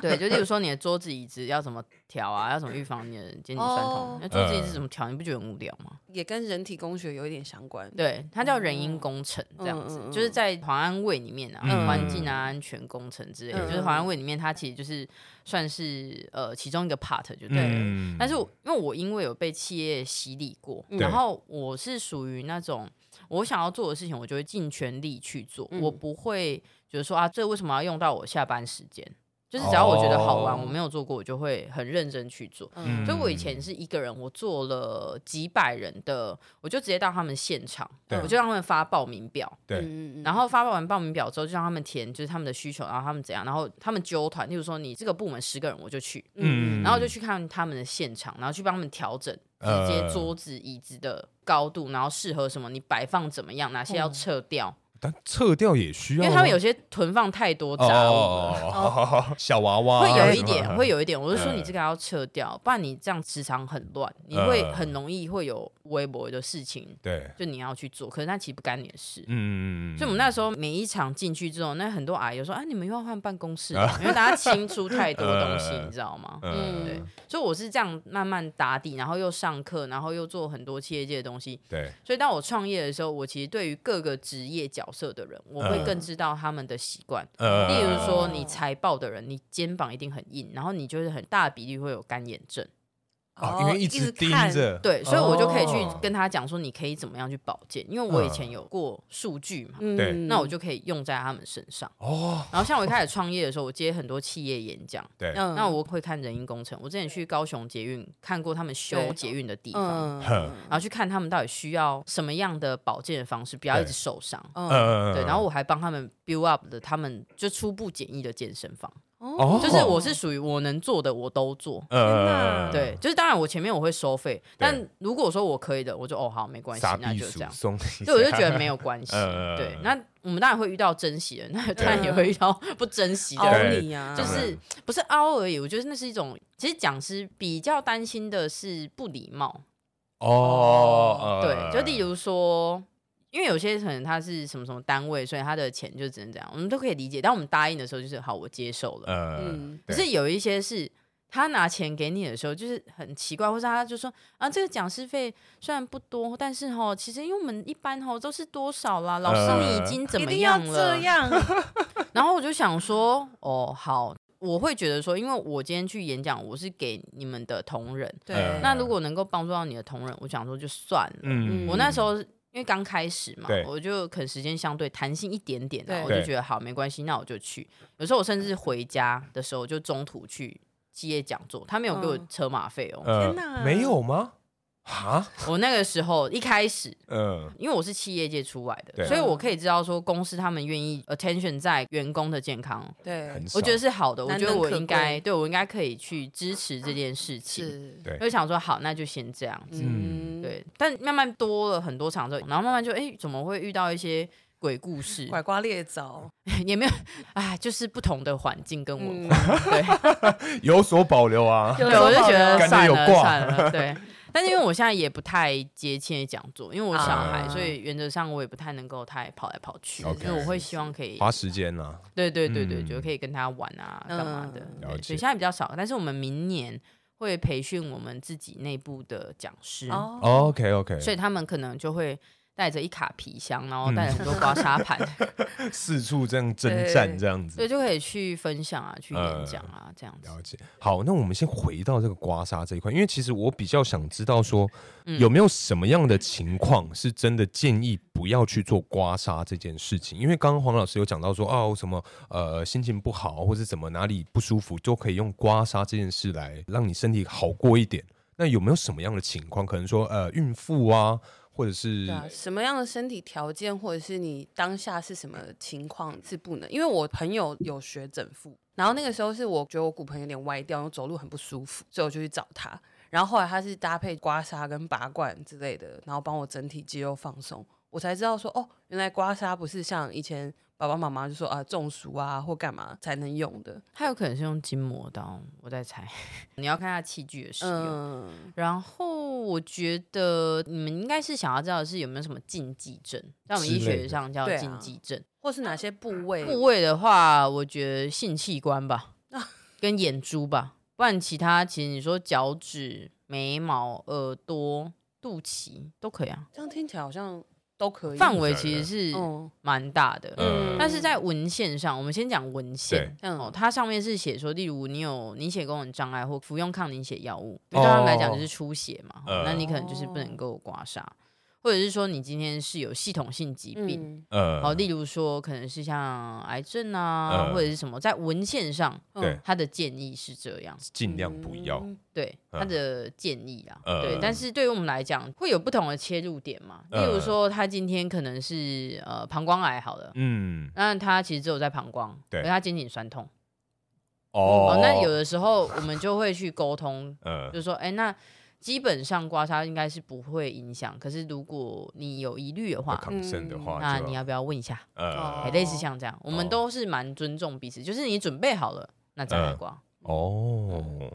Speaker 2: 对，就例如说你的桌子椅子要怎么调啊，要怎么预防你的肩颈酸痛
Speaker 3: 哦，
Speaker 2: 那桌子椅
Speaker 1: 嗯
Speaker 2: 子怎么调，你不觉得很无聊吗？
Speaker 3: 也跟人体工学有一点相关。
Speaker 2: 对，它叫人因工程这样子，
Speaker 3: 哦嗯嗯嗯
Speaker 2: 就是在环安卫里面啊，
Speaker 1: 嗯
Speaker 2: 环境啊、安全工程之类的，
Speaker 3: 嗯
Speaker 2: 就是环安卫里面它其实就是算是呃其中一个 part 就对了。
Speaker 1: 嗯
Speaker 2: 但是我因为我因为有被企业洗礼过，
Speaker 3: 嗯
Speaker 1: 对
Speaker 2: 然后我是属于那种我想要做的事情，我就会尽全力去做，
Speaker 3: 嗯
Speaker 2: 我不会觉得说啊，这为什么要用到我下班时间？就是只要我觉得好玩，
Speaker 1: 哦
Speaker 2: 我没有做过，我就会很认真去做。
Speaker 1: 嗯
Speaker 2: 所以我以前是一个人，我做了几百人的，我就直接到他们现场，
Speaker 1: 对
Speaker 2: 我就让他们发报名表，
Speaker 1: 对
Speaker 3: 嗯
Speaker 2: 然后发完报名表之后，就让他们填就是他们的需求，然后他们怎样，然后他们揪团，例如说你这个部门十个人，我就去，
Speaker 1: 嗯
Speaker 3: 嗯
Speaker 2: 然后就去看他们的现场，然后去帮他们调整
Speaker 1: 呃
Speaker 2: 直接桌子、椅子的高度，然后适合什么，你摆放怎么样，哪些要撤掉，
Speaker 1: 但撤掉也需
Speaker 2: 因
Speaker 1: 要吗，
Speaker 2: 为他们有些囤放太多杂物了。
Speaker 1: 哦，小娃娃
Speaker 2: 会有一
Speaker 1: 什
Speaker 2: 点，
Speaker 1: 么
Speaker 2: 会有一点。我是说，
Speaker 1: 嗯
Speaker 2: 你这个要撤掉，不然你这样职场很乱，你会
Speaker 1: 嗯
Speaker 2: 很容易会有微博的事情，
Speaker 1: 对，
Speaker 2: 就你要去做，可是那其实不干你的事。
Speaker 1: 嗯，
Speaker 2: 所以我们那时候每一场进去之后，那很多阿姨就说：“啊，你们又要换办公室了，因为大家清出太多东西，
Speaker 1: 啊 [LAUGHS] 嗯
Speaker 2: 你知道吗？”
Speaker 1: 嗯
Speaker 2: 对，所以我是这样慢慢打底，然后又上课，然后又做很多企业界的东西。
Speaker 1: 对，
Speaker 2: 所以当我创业的时候，我其实对于各个职业角色的人，我会
Speaker 1: 嗯
Speaker 2: 更知道他们的习惯。
Speaker 1: 呃
Speaker 2: 例如说，你财报的人，你肩膀一定很硬，然后你就是很大比例会有干眼症。
Speaker 1: 哦，因为一直盯
Speaker 3: 看
Speaker 1: 着，
Speaker 2: 对，所以我就可以去
Speaker 1: 哦
Speaker 2: 跟他讲说，你可以怎么样去保健，因为我以前有过数据嘛，
Speaker 3: 嗯
Speaker 1: 对
Speaker 2: 那我就可以用在他们身上。
Speaker 1: 哦，
Speaker 2: 然后像我一开始创业的时候，我接很多企业演讲，
Speaker 1: 对，
Speaker 3: 嗯
Speaker 2: 那我会看人因工程。我之前去高雄捷运看过他们修
Speaker 3: 对
Speaker 2: 捷运的地方，
Speaker 3: 嗯
Speaker 1: 哼
Speaker 2: 然后去看他们到底需要什么样的保健的方式，不要一直
Speaker 1: 对
Speaker 2: 受伤。
Speaker 3: 嗯
Speaker 1: 呃，
Speaker 2: 对，然后我还帮他们 build up 的，他们就初步简易的健身房，
Speaker 1: 哦
Speaker 2: 就是我是属于我能做的我都做。
Speaker 1: 呃，
Speaker 2: 嗯对，，就是当然我前面我会收费，但如果说我可以的，我就哦好没关系
Speaker 1: 傻，
Speaker 2: 那
Speaker 1: 逼
Speaker 2: 就这
Speaker 1: 鼠
Speaker 2: 样。
Speaker 1: 送你，
Speaker 2: 对，我就觉得没有关
Speaker 1: [LAUGHS]
Speaker 2: 系。
Speaker 1: 嗯嗯嗯
Speaker 2: 对
Speaker 1: 嗯，
Speaker 2: 那我们当然会遇到珍惜的，那当然也
Speaker 3: 嗯
Speaker 2: 会遇到不珍惜的
Speaker 3: 凹
Speaker 2: 人。
Speaker 1: 对嗯
Speaker 3: 你呀，
Speaker 2: 就
Speaker 1: 当然
Speaker 2: 是不是凹而已，我觉得那是一种，其实讲师比较担心的是不礼貌，
Speaker 1: 哦，
Speaker 2: 对，就例如说，因为有些可能他是什么什么单位，所以他的钱就只能这样，我们都可以理解。当我们答应的时候，就是好，我接受了。
Speaker 1: 呃，
Speaker 3: 嗯，
Speaker 2: 可
Speaker 1: 对
Speaker 2: 是有一些是他拿钱给你的时候，就是很奇怪，或是他就说啊，这个讲师费虽然不多，但是哈，其实因为我们一般哈都是多少啦，老师你已
Speaker 1: 呃
Speaker 2: 经怎
Speaker 3: 一
Speaker 2: 么
Speaker 3: 定要
Speaker 2: 样
Speaker 3: 这
Speaker 2: 了，
Speaker 3: 样，
Speaker 1: [LAUGHS]
Speaker 2: 然后我就想说，哦，好，我会觉得说，因为我今天去演讲，我是给你们的同仁，
Speaker 1: 呃
Speaker 3: 对，
Speaker 2: 那如果能够帮助到你的同仁，我想说就算了。
Speaker 1: 嗯，
Speaker 2: 我那时候因为刚开始嘛
Speaker 1: 对，
Speaker 2: 我就可能时间相对弹性一点点啊
Speaker 3: 对，
Speaker 2: 我就
Speaker 1: 对
Speaker 2: 觉得好没关系，那我就去。有时候我甚至回家的时候就中途去。企业讲座，他没有给我
Speaker 3: 嗯
Speaker 2: 车马费哦。
Speaker 1: 呃，没有吗？啊，
Speaker 2: 我那个时候一开始
Speaker 1: 嗯，
Speaker 2: 因为我是企业界出来的，
Speaker 1: 对
Speaker 2: 所以我可以知道说公司他们愿意 attention 在员工的健康，
Speaker 3: 对
Speaker 1: 很，少，
Speaker 2: 我觉得是好的，我
Speaker 3: 难
Speaker 2: 觉得
Speaker 3: 能
Speaker 2: 我
Speaker 3: 可
Speaker 2: 应该
Speaker 3: 贵
Speaker 2: 对我应该可以去支持这件事情。
Speaker 3: 是，
Speaker 1: 对
Speaker 2: 就想说好，那就先这样子。
Speaker 1: 嗯，
Speaker 2: 对，但慢慢多了很多场之后，然后慢慢就哎、诶怎么会遇到一些鬼故事？
Speaker 3: 嗯拐瓜裂枣，
Speaker 2: [LAUGHS] 也没有，哎，就是不同的环境跟文
Speaker 3: 嗯
Speaker 2: 化。对，
Speaker 1: 有所保留啊， [LAUGHS]
Speaker 2: 对，我就觉得
Speaker 1: 感觉
Speaker 2: 算
Speaker 1: 有
Speaker 2: 了
Speaker 1: 挂
Speaker 2: 算了。对，但是因为我现在也不太接企业讲座，因为我小孩，
Speaker 1: 啊
Speaker 2: 所以原则上我也不太能够太跑来跑去，
Speaker 1: OK
Speaker 2: 所以我会希望可以
Speaker 1: 花时间啦，
Speaker 2: 对对对对，
Speaker 1: 嗯
Speaker 2: 就可以跟他玩啊，干嘛的。
Speaker 3: 嗯
Speaker 2: 对
Speaker 1: 了解
Speaker 2: 所以现在比较少，但是我们明年会培训我们自己内部的讲
Speaker 1: 嗯
Speaker 2: 师，
Speaker 3: 哦，
Speaker 1: OK OK，
Speaker 2: 所以他们可能就会带着一卡皮箱，然后
Speaker 1: 嗯
Speaker 2: 带着很多刮痧
Speaker 1: [LAUGHS]
Speaker 2: 盘，
Speaker 1: 四处这样征战这样子
Speaker 2: 对，，就可以去分享啊，去演讲啊，这样子。
Speaker 1: 呃了解。好，那我们先回到这个刮痧这一块，因为其实我比较想知道说，
Speaker 2: 嗯
Speaker 1: 有没有什么样的情况是真的建议不要去做刮痧这件事情？因为刚刚黄老师有讲到说，哦，什么呃心情不好或者怎么哪里不舒服，都可以用刮痧这件事来让你身体好过一点。那有没有什么样的情况？可能说呃孕妇啊，或者是
Speaker 3: 对啊，什么样的身体条件，或者是你当下是什么情况是不能？因为我朋友有学整复，然后那个时候是我觉得我骨盆有点歪掉，我走路很不舒服，所以我就去找他。然后后来他是搭配刮痧跟拔罐之类的，然后帮我整体肌肉放松，我才知道说哦，原来刮痧不是像以前爸爸妈妈就说啊中暑啊或干嘛才能用的。
Speaker 2: 他有可能是用筋膜刀，我在猜。 [LAUGHS] 你要看他器具的使用。
Speaker 3: 嗯，
Speaker 2: 然后我觉得你们应该是想要知道的是有没有什么禁忌症，在我们
Speaker 1: 之
Speaker 2: 医
Speaker 1: 类
Speaker 2: 学
Speaker 1: 的啊
Speaker 2: 上叫
Speaker 3: 对啊
Speaker 2: 禁忌症。
Speaker 3: 或是哪些部位？
Speaker 2: 部位的话，我觉得性器官吧， [LAUGHS] 跟眼珠吧，不然其他其实你说脚趾、眉毛、耳朵、肚脐都可以啊，
Speaker 3: 这样听起来好像都
Speaker 1: 嗯
Speaker 3: 可以。
Speaker 2: 范围其实是
Speaker 3: 嗯
Speaker 2: 蛮大的。
Speaker 1: 呃
Speaker 2: 但是在文献上，我们先讲文献
Speaker 3: 对
Speaker 2: 哦，它上面是写说，例如你有凝血功能障碍或服用抗凝血药物，
Speaker 3: 哦
Speaker 2: 对他们来讲就是出血嘛，
Speaker 1: 哦
Speaker 3: 嗯
Speaker 2: 那你可能就是不能够刮痧，或者是说你今天是有系统性疾病，
Speaker 3: 嗯嗯
Speaker 1: 呃
Speaker 2: 好，例如说可能是像癌症啊，
Speaker 1: 呃
Speaker 2: 或者是什么，在文献上
Speaker 1: 对，
Speaker 2: 他的建议是这样，
Speaker 1: 尽量不要。
Speaker 3: 嗯
Speaker 2: 对他的建议啊，
Speaker 1: 呃
Speaker 2: 对，但是对于我们来讲会有不同的切入点嘛，
Speaker 3: 嗯
Speaker 2: 例
Speaker 1: 呃
Speaker 2: 如说他今天可能是呃膀胱癌好了。
Speaker 1: 嗯，
Speaker 2: 那他其实只有在膀胱，
Speaker 1: 对
Speaker 2: 可是他肩颈酸痛。
Speaker 1: 哦，
Speaker 2: 那有的时候我们就会去沟通，
Speaker 1: 呃
Speaker 2: 就是说，哎、那基本上刮痧应该是不会影响，可是如果你有疑虑的话，嗯
Speaker 1: ，concern 的话，
Speaker 2: 那
Speaker 1: 就
Speaker 2: 你要不要问一下？
Speaker 1: 呃
Speaker 2: 哎，类似像这样，我们
Speaker 1: 哦
Speaker 2: 都是蛮尊重彼此，就是你准备好了，那再来
Speaker 1: 嗯
Speaker 2: 刮。
Speaker 1: 哦。
Speaker 2: 嗯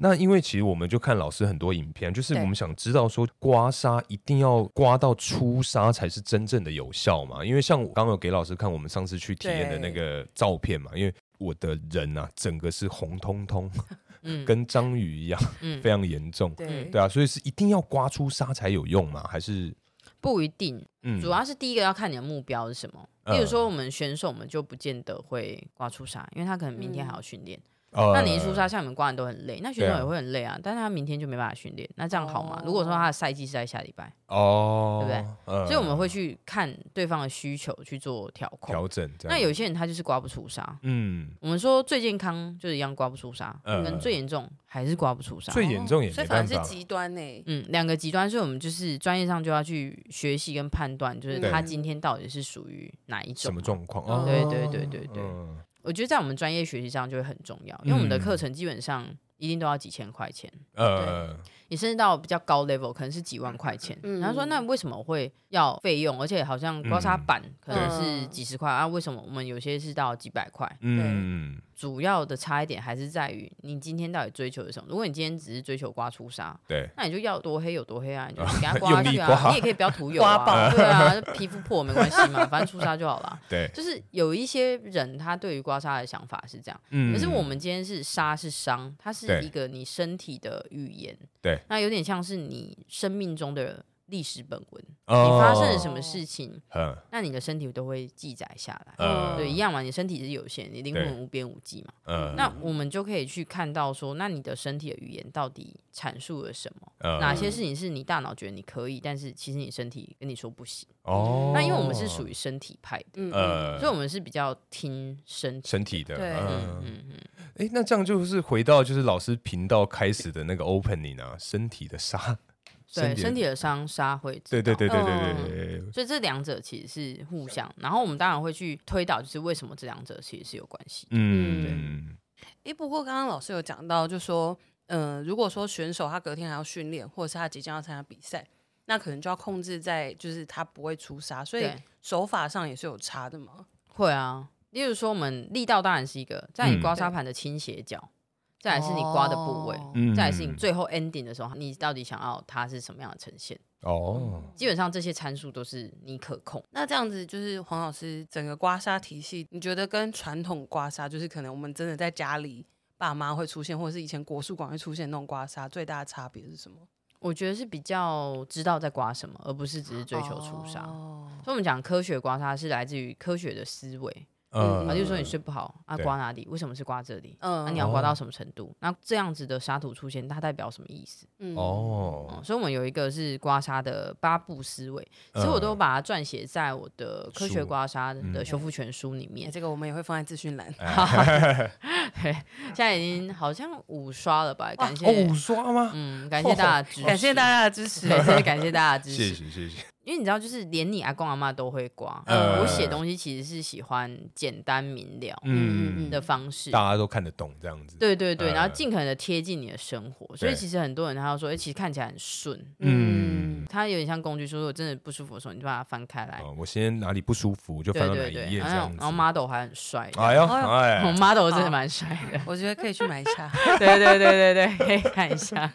Speaker 1: 那因为其实我们就看老师很多影片，就是
Speaker 2: 对
Speaker 1: 我们想知道说刮痧一定要刮到出痧才是真正的有效嘛？因为像我刚刚有给老师看我们上次去体验的那个照片嘛，因为我的人啊，整个是红彤彤，
Speaker 2: 嗯
Speaker 1: 跟章鱼一样，
Speaker 2: 嗯
Speaker 1: 非，常严重。
Speaker 3: 对
Speaker 2: 嗯
Speaker 1: 对啊，所以是一定要刮出痧才有用嘛？还是
Speaker 2: 不一定，
Speaker 1: 嗯，
Speaker 2: 主要是第一个要看你的目标是什么。
Speaker 1: 嗯
Speaker 2: 例如说，我们选手我们就不见得会刮出痧，因为他可能明天还要训练。
Speaker 1: 呃
Speaker 2: 那你一出痧，像你们刮人都很累，那选
Speaker 1: 对
Speaker 2: 手
Speaker 1: 啊
Speaker 2: 也会很累啊，但是他明天就没办法训练，那这样好吗
Speaker 3: 哦？
Speaker 2: 如果说他的赛季是在下礼拜，
Speaker 1: 哦，
Speaker 2: 对
Speaker 1: 不对
Speaker 2: 所以我们会去看对方的需求去做调控。
Speaker 1: 调整这样。
Speaker 2: 那有些人他就是刮不出痧，
Speaker 1: 嗯，
Speaker 2: 我们说最健康就是一样刮不出痧，
Speaker 1: 嗯
Speaker 2: 跟最严重还是刮不出痧。
Speaker 1: 最严重也
Speaker 3: 哦所
Speaker 1: 没
Speaker 3: 以反
Speaker 1: 办
Speaker 3: 而
Speaker 1: 法
Speaker 3: 是，极端呢。
Speaker 2: 嗯，两个极端，所以我们就是专业上就要去学习跟判断，就是
Speaker 1: 对
Speaker 2: 他今天到底是属于哪一
Speaker 1: 什
Speaker 2: 种
Speaker 1: 么
Speaker 2: 嘛。
Speaker 1: 状况？哦
Speaker 2: 对对对对对，
Speaker 1: 嗯
Speaker 2: 我觉得在我们专业学习上就会很重要，因为我们的课程基本上一定都要几千块钱，
Speaker 1: 呃，
Speaker 2: 你甚至到比较高 level 可能是几万块钱。
Speaker 3: 嗯
Speaker 2: 然后说那为什么会要费用？而且好像刮
Speaker 1: 嗯
Speaker 2: 痧板可
Speaker 3: 嗯
Speaker 2: 能是几十块、啊，为什么我们有些是到几百块？
Speaker 1: 嗯，
Speaker 2: 主要的差一点还是在于你今天到底追求的什么。如果你今天只是追求刮出痧，
Speaker 1: 对，
Speaker 2: 那你就要多黑有多黑啊，你就给它刮下去
Speaker 1: 用力
Speaker 2: 啊，
Speaker 1: 刮
Speaker 2: 你也可以不要涂油啊
Speaker 3: [LAUGHS] 刮，爆
Speaker 2: 对啊，皮肤破没关系嘛，反正出痧就好了。
Speaker 1: 对，
Speaker 2: 就是有一些人他对于刮痧的想法是这样，
Speaker 1: 嗯
Speaker 2: 可是我们今天是痧是伤，它
Speaker 1: 对
Speaker 2: 是一个你身体的语言，
Speaker 1: 对，
Speaker 2: 那有点像是你生命中的历史本文，
Speaker 1: 哦
Speaker 2: 你发生了什么事情，
Speaker 1: 嗯
Speaker 2: 那你的身体都会记载下来。
Speaker 1: 呃
Speaker 2: 对，一样嘛，你身体是有限，你灵
Speaker 1: 对
Speaker 2: 魂无边无际嘛。
Speaker 1: 呃
Speaker 2: 那我们就可以去看到说，那你的身体的语言到底阐述了什么？
Speaker 1: 呃
Speaker 2: 哪些事情是你大脑觉得你可以，但是其实你身体跟你说不行？
Speaker 1: 哦，
Speaker 2: 那因为我们是属于身体派的，
Speaker 3: 嗯，
Speaker 1: 呃
Speaker 2: 所以我们是比较听身体。
Speaker 1: 身体的，
Speaker 3: 对
Speaker 2: 嗯
Speaker 1: 嗯，
Speaker 2: 嗯嗯，
Speaker 1: 哎，那这样就是回到就是老师频道开始的那个 opening 啊，身体的沙，
Speaker 2: 对，身体
Speaker 1: 的，
Speaker 2: 的伤杀会知
Speaker 1: 对对
Speaker 2: 道
Speaker 1: 对对对对对，
Speaker 2: 所以这两者其实是互相，然后我们当然会去推导，就是为什么这两者其实是有关系的。
Speaker 1: 嗯，
Speaker 3: 诶，不过刚刚老师有讲到，就说，嗯，如果说选手他隔天还要训练，或者是他即将要参加比赛，那可能就要控制在，就是他不会出痧，所以
Speaker 2: 对
Speaker 3: 手法上也是有差的嘛。
Speaker 2: 会啊，例如说我们力道当然是一个，在你
Speaker 1: 嗯
Speaker 2: 刮痧盘的倾斜角，再来是你刮的部位，
Speaker 3: 哦
Speaker 1: 嗯
Speaker 2: 再来是你最后 ending 的时候，你到底想要它是什么样的呈现？
Speaker 1: 哦，
Speaker 2: 基本上这些参数都是你可控。
Speaker 3: 那这样子就是黄老师整个刮痧体系，你觉得跟传统刮痧，就是可能我们真的在家里爸妈会出现，或者是以前国术馆会出现那种刮痧，最大的差别是什么？
Speaker 2: 我觉得是比较知道在刮什么，而不是只是追求出痧。
Speaker 3: 哦
Speaker 2: 所以我们讲科学刮痧是来自于科学的思维，啊，
Speaker 1: 呃，
Speaker 2: 就是说你睡不好啊，
Speaker 1: 对
Speaker 2: 刮哪里？为什么是刮这里？
Speaker 3: 嗯
Speaker 2: 那、你要刮
Speaker 1: 哦
Speaker 2: 到什么程度？那这样子的沙土出现，它代表什么意思？
Speaker 3: 嗯，
Speaker 2: 哦
Speaker 1: 哦，，
Speaker 2: 所以我们有一个是刮痧的八步思维，
Speaker 1: 呃
Speaker 2: 其实我
Speaker 1: 哦
Speaker 2: 都把它撰写在我的科学
Speaker 1: 书
Speaker 2: 刮痧
Speaker 1: 嗯哎
Speaker 2: 的修复全书里
Speaker 3: 诶
Speaker 2: 面。
Speaker 3: 这个我们也会放在资讯栏。
Speaker 1: [LAUGHS]
Speaker 2: [LAUGHS] 对，现在已经好像五刷了吧？感谢，
Speaker 1: 哦五刷哦吗？
Speaker 2: 嗯，感谢大家的支持，
Speaker 3: [LAUGHS] 感谢大家的支持
Speaker 2: 对，。真的感谢大家的支
Speaker 1: 谢
Speaker 2: 持。
Speaker 1: 谢谢谢，
Speaker 2: 因为你知道，就是连你阿公阿妈都会刮。
Speaker 1: 呃
Speaker 2: 我写东西其实是喜欢简单明了
Speaker 1: 嗯，
Speaker 2: 的方式。
Speaker 1: 大家都看得懂这样子，
Speaker 2: 对对对，
Speaker 1: 呃
Speaker 2: 然后尽可能的贴近你的生活，所以
Speaker 1: 对
Speaker 2: 其实很多人他就说，哎、其实看起来很顺，
Speaker 1: 嗯，
Speaker 2: 它有点像工具书。如果真的不舒服的时候，你就把它翻开来，
Speaker 1: 哦，我先哪里不舒服就
Speaker 2: 嗯对
Speaker 1: 翻到哪
Speaker 2: 对哎
Speaker 1: 一
Speaker 2: 对，
Speaker 1: 页这
Speaker 2: 然后
Speaker 1: 样子，
Speaker 2: 然后 model 还很帅，
Speaker 1: 哎呦，
Speaker 3: 哎呦
Speaker 2: 我
Speaker 1: 哎，
Speaker 3: [LAUGHS]
Speaker 2: model 真的蛮帅的，
Speaker 3: 我觉得可以去买一下。
Speaker 2: 对对对对对，可以看一下。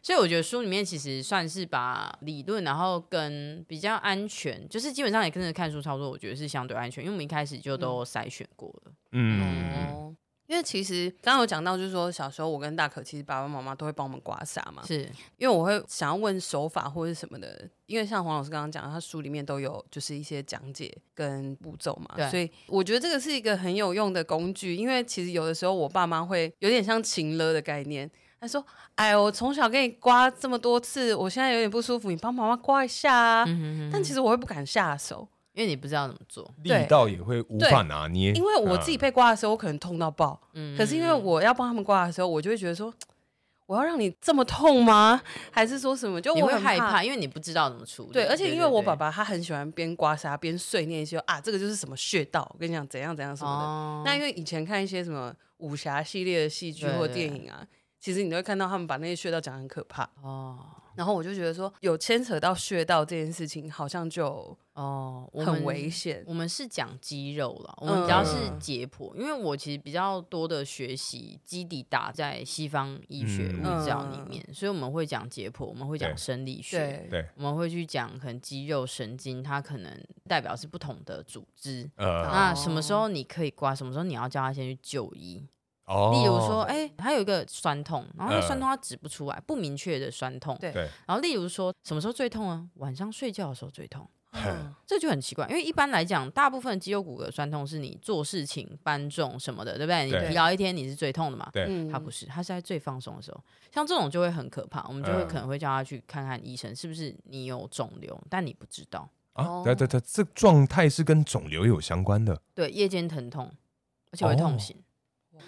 Speaker 2: 所以我觉得书里面其实算是把理论，然后跟比较安全，就是基本上也跟着看书操作，我觉得是相对安全，因为我们一开始就都筛选过了。
Speaker 1: 嗯，
Speaker 3: 哦，因为其实刚刚有讲到，就是说小时候我跟大可其实爸爸妈妈都会帮我们刮痧嘛，
Speaker 2: 是，
Speaker 3: 因为我会想要问手法或者什么的，因为像黄老师刚刚讲，他书里面都有就是一些讲解跟步骤嘛，
Speaker 2: 对
Speaker 3: 所以我觉得这个是一个很有用的工具，因为其实有的时候我爸妈会有点像情勒的概念。他说：“哎，我从小给你刮这么多次，我现在有点不舒服，你帮妈妈刮一下啊。
Speaker 2: 嗯
Speaker 3: 但其实我会不敢下手，
Speaker 2: 因为你不知道怎么做，
Speaker 1: 力道也会无法拿捏，
Speaker 3: 因为我自己被刮的时候，我可能痛到爆。
Speaker 2: 嗯，
Speaker 3: 可是因为我要帮他们刮的时候，我就会觉得说，我要让你这么痛吗？还是说什么？就
Speaker 2: 你
Speaker 3: 我
Speaker 2: 会
Speaker 3: 很
Speaker 2: 害怕，。因为你不知道怎么处理。
Speaker 3: 对，而且因为我爸
Speaker 2: 爸
Speaker 3: 爸他很喜欢边刮痧边碎念一些啊，这个就是什么穴道，我跟你讲怎样怎样什么的。
Speaker 2: 哦，
Speaker 3: 那因为以前看一些什么武侠系列的戏剧或
Speaker 2: 对对
Speaker 3: 电影啊，其实你都会看到他们把那些穴道讲得很可怕。
Speaker 2: 哦
Speaker 3: 然后我就觉得说，有牵扯到穴道这件事情，好像就
Speaker 2: 哦，我
Speaker 3: 很
Speaker 2: 们嗯
Speaker 3: 危险。
Speaker 2: 我们是讲肌肉啦，我们比较是
Speaker 3: 嗯
Speaker 2: 解剖，因为我其实比较多的学习基底打在西方医学
Speaker 1: 嗯
Speaker 2: 物理治疗里面，所以我们会讲解剖，我们会
Speaker 1: 对
Speaker 2: 讲生理学，
Speaker 3: 对，
Speaker 1: 对
Speaker 2: 我们会去讲可能肌肉、神经，它可能代表是不同的组织。
Speaker 1: 呃，
Speaker 2: 那什么时候你可以刮？什么时候你要叫他先去就医？
Speaker 1: 哦，
Speaker 2: 例如说，哎、他有一个酸痛，然后那
Speaker 1: 呃
Speaker 2: 个酸痛他指不出来，不明确的酸痛。
Speaker 3: 对
Speaker 1: 对
Speaker 2: 然后例如说，什么时候最痛啊？晚上睡觉的时候最痛。
Speaker 3: 嗯
Speaker 2: 这就很奇怪，因为一般来讲，大部分肌肉骨骼酸痛是你做事情、搬重什么的，对不对？你
Speaker 1: 对
Speaker 2: 疲劳一天，你是最痛的嘛？
Speaker 1: 对
Speaker 3: 嗯
Speaker 2: 他不是，他是在最放松的时候，像这种就会很可怕，我们就会
Speaker 1: 嗯
Speaker 2: 可能会叫他去看看医生，是不是你有肿瘤，但你不知道。
Speaker 1: 啊，对对对，这状态是跟肿瘤有相关的，
Speaker 2: 对，夜间疼痛，而且会痛醒。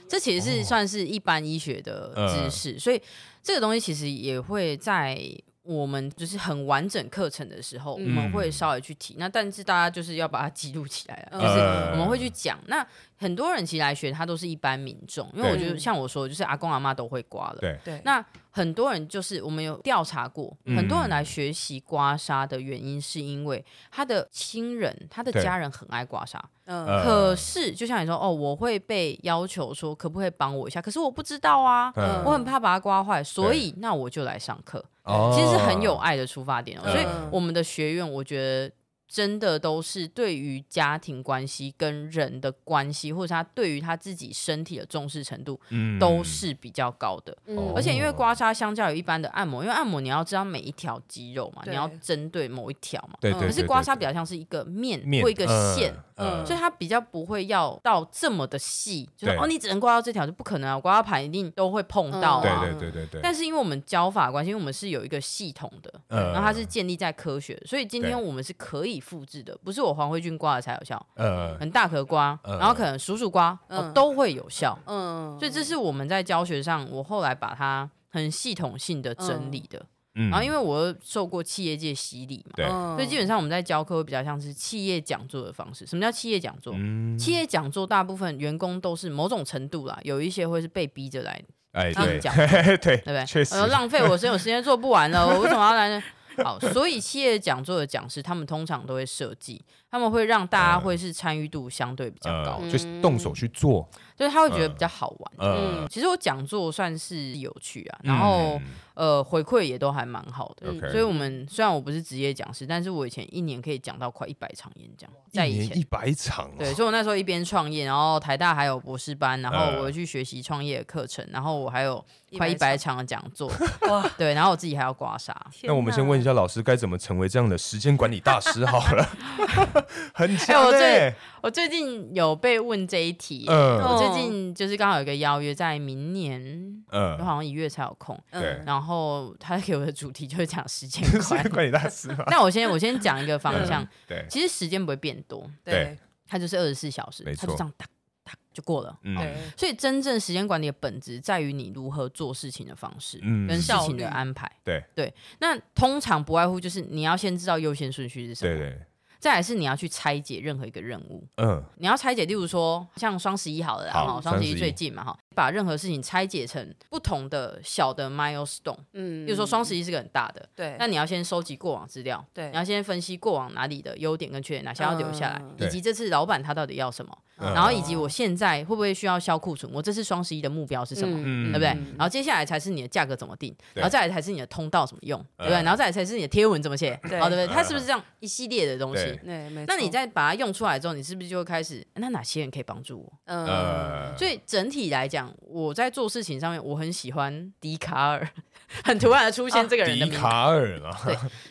Speaker 2: 这其实
Speaker 1: 哦嗯
Speaker 2: 是算是一般医学的知识，所以这个东西其实也会在我们就是很完整课程的时候，
Speaker 3: 嗯
Speaker 2: 我们会稍微去提。那但是大家就是要把它记录起来啊，就是
Speaker 1: 呃
Speaker 2: 我们会去讲。那很多人其实来学，他都是一般民众，因为我觉得
Speaker 3: 对
Speaker 2: 像我说的，就是阿公阿妈都会刮了。
Speaker 1: 对，
Speaker 3: 对，
Speaker 2: 那很多人就是我们有调查过，
Speaker 1: 嗯
Speaker 2: 很多人来学习刮痧的原因，是因为他的亲人、他的
Speaker 1: 对
Speaker 2: 家人很爱刮痧，
Speaker 3: 嗯、
Speaker 1: 呃
Speaker 2: 可是，就像你说，哦，我会被要求说，可不可以帮我一下？可是我不知道啊，
Speaker 1: 嗯
Speaker 2: 我很怕把它刮坏，所以那我就来上课。
Speaker 1: 哦
Speaker 2: 其实是很有爱的出发点哦，
Speaker 1: 嗯
Speaker 2: 所以我们的学院，我觉得真的都是对于家庭关系跟人的关系，或者他对于他自己身体的重视程度，
Speaker 1: 嗯
Speaker 2: 都是比较高的。
Speaker 1: 哦
Speaker 2: 而且因为刮痧相较于一般的按摩，因为按摩你要知道每一条肌肉嘛，
Speaker 3: 对
Speaker 2: 你要针对某一条嘛。
Speaker 1: 对
Speaker 3: 嗯
Speaker 1: 对，
Speaker 2: 可
Speaker 1: 对
Speaker 2: 是刮痧比较像是一个面
Speaker 1: 对面
Speaker 2: 或一个
Speaker 1: 呃
Speaker 2: 线，嗯
Speaker 1: 呃
Speaker 2: 所以它比较不会要到这么的细，就是
Speaker 1: 对
Speaker 2: 哦，你只能刮到这条就不可能啊，刮到盘一定都会碰到
Speaker 3: 嗯
Speaker 2: 啊。
Speaker 1: 对对对对对，
Speaker 2: 但是因为我们教法的关系，因为我们是有一个系统的，
Speaker 1: 嗯
Speaker 2: 然后它是建立在科学，所以今天
Speaker 1: 对
Speaker 2: 我们是可以复制的，不是我黄慧君刮了才有效，
Speaker 1: 呃
Speaker 2: 很大壳刮，
Speaker 1: 嗯
Speaker 2: 然后可能数数刮、哦
Speaker 3: 嗯
Speaker 2: 都会有效，
Speaker 3: 嗯，
Speaker 2: 所以这是我们在教学上，我后来把它很系统性的整理的。
Speaker 1: 嗯，
Speaker 2: 然后因为我又受过企业界洗礼嘛，
Speaker 1: 对
Speaker 3: 嗯
Speaker 2: 所以基本上我们在教课会比较像是企业讲座的方式。什么叫企业讲座？
Speaker 1: 嗯
Speaker 2: 企业讲座大部分员工都是某种程度啦，有一些会是被逼着来，
Speaker 1: 哎
Speaker 2: 他
Speaker 1: 对
Speaker 2: 们讲
Speaker 1: 对
Speaker 2: 对不对？
Speaker 1: 确实
Speaker 2: 我说浪费我所有时间做不完了，我为什么要来呢？好，所以企业讲座的讲师，他们通常都会设计，他们会让
Speaker 1: 嗯
Speaker 2: 大家会是参与度相对比较高，
Speaker 1: 呃就是动
Speaker 2: 嗯
Speaker 1: 手去做，
Speaker 2: 所以他会觉得
Speaker 1: 嗯
Speaker 2: 比较好玩。
Speaker 1: 呃，
Speaker 2: 其实我讲座算是有趣啊，嗯然后、呃回馈也都还蛮好的，
Speaker 1: 嗯 OK，
Speaker 2: 所以我们虽然我不是职业讲师，但是我以前一年可以讲到快一百场演讲，在
Speaker 1: 一
Speaker 2: 以前
Speaker 1: 年一百场哦，
Speaker 2: 对，所以我那时候一边创业，然后台大还有博士班，然
Speaker 1: 呃
Speaker 2: 后我去学习创业的课程，然后我还有快一
Speaker 3: 100
Speaker 2: 百场的讲座，
Speaker 3: 哇，
Speaker 2: 对，然后我自己还要刮痧。
Speaker 1: 那我们先问一下老师，该怎么成为这样的时间管理大师好了， [LAUGHS] 很
Speaker 2: 哎
Speaker 1: 强
Speaker 2: 我最
Speaker 1: 哎，
Speaker 2: 我最近有被问这一题，
Speaker 1: 呃
Speaker 2: 我最近就是刚好有一个邀约，在明年，我
Speaker 1: 呃，
Speaker 2: 好像一月才有空，
Speaker 3: 嗯
Speaker 1: 对，
Speaker 2: 然后他给我的主题就是讲嗯时间
Speaker 1: 时
Speaker 2: 观嗯
Speaker 1: 间。管理大师嘛，嗯
Speaker 2: 但我先我先讲一个方向，
Speaker 1: 对，
Speaker 2: 其实时间不会变多，
Speaker 1: 对
Speaker 3: 对
Speaker 2: 它就是二十四小时
Speaker 1: 没，
Speaker 2: 它就
Speaker 1: 错
Speaker 2: 这样哒哒就过了。
Speaker 1: 嗯
Speaker 3: 对，
Speaker 2: 所以真正时间管理的本质在于你如何做事情的方式，
Speaker 1: 嗯
Speaker 2: 跟事
Speaker 3: 效
Speaker 2: 情的
Speaker 3: 率
Speaker 2: 安排。
Speaker 1: 对
Speaker 2: 对，那通常不外乎就是你要先知道优先顺序是什么，
Speaker 1: 对对，
Speaker 2: 再来是你要去拆解任何一个任务。
Speaker 1: 嗯
Speaker 2: 你要拆解，例如说像双十一好了啦，
Speaker 1: 好
Speaker 2: 哈，双十
Speaker 1: 双十
Speaker 2: 一
Speaker 1: 一
Speaker 2: 最近嘛，哈，把任何事情拆解成不同的小的 milestone。
Speaker 3: 嗯
Speaker 2: 例如说双十一是个很大的，
Speaker 3: 对，
Speaker 2: 那你要先收集过往资料，
Speaker 3: 对
Speaker 2: 你要先分析过往哪里的优点跟缺点，哪些要留下来，
Speaker 3: 嗯
Speaker 2: 以及这次老板他到底要什么，
Speaker 1: 嗯
Speaker 2: 然后以及我现在会不会需要消库存，我这次双十一的目标是什么？
Speaker 1: 嗯
Speaker 2: 对不对？然后接下来才是你的价格怎么定，
Speaker 1: 对
Speaker 2: 然后再来才是你的通道怎么用，对不对？
Speaker 1: 嗯
Speaker 2: 然后再来才是你的贴文怎么写，
Speaker 3: 对
Speaker 2: 好，对不对？它是不是这样一系列的东西
Speaker 1: 对？
Speaker 3: 对，没
Speaker 2: 那你
Speaker 3: 错
Speaker 2: 在把它用出来之后，你是不是就会开始？那哪些人可以帮助我？
Speaker 3: 嗯，
Speaker 1: 呃，
Speaker 2: 所以整体来讲，我在做事情上面，我很喜欢笛卡尔， [LAUGHS] 很突然的出现这个人
Speaker 1: 啊
Speaker 2: 的
Speaker 1: 笛
Speaker 2: 名字。
Speaker 1: 卡尔啦，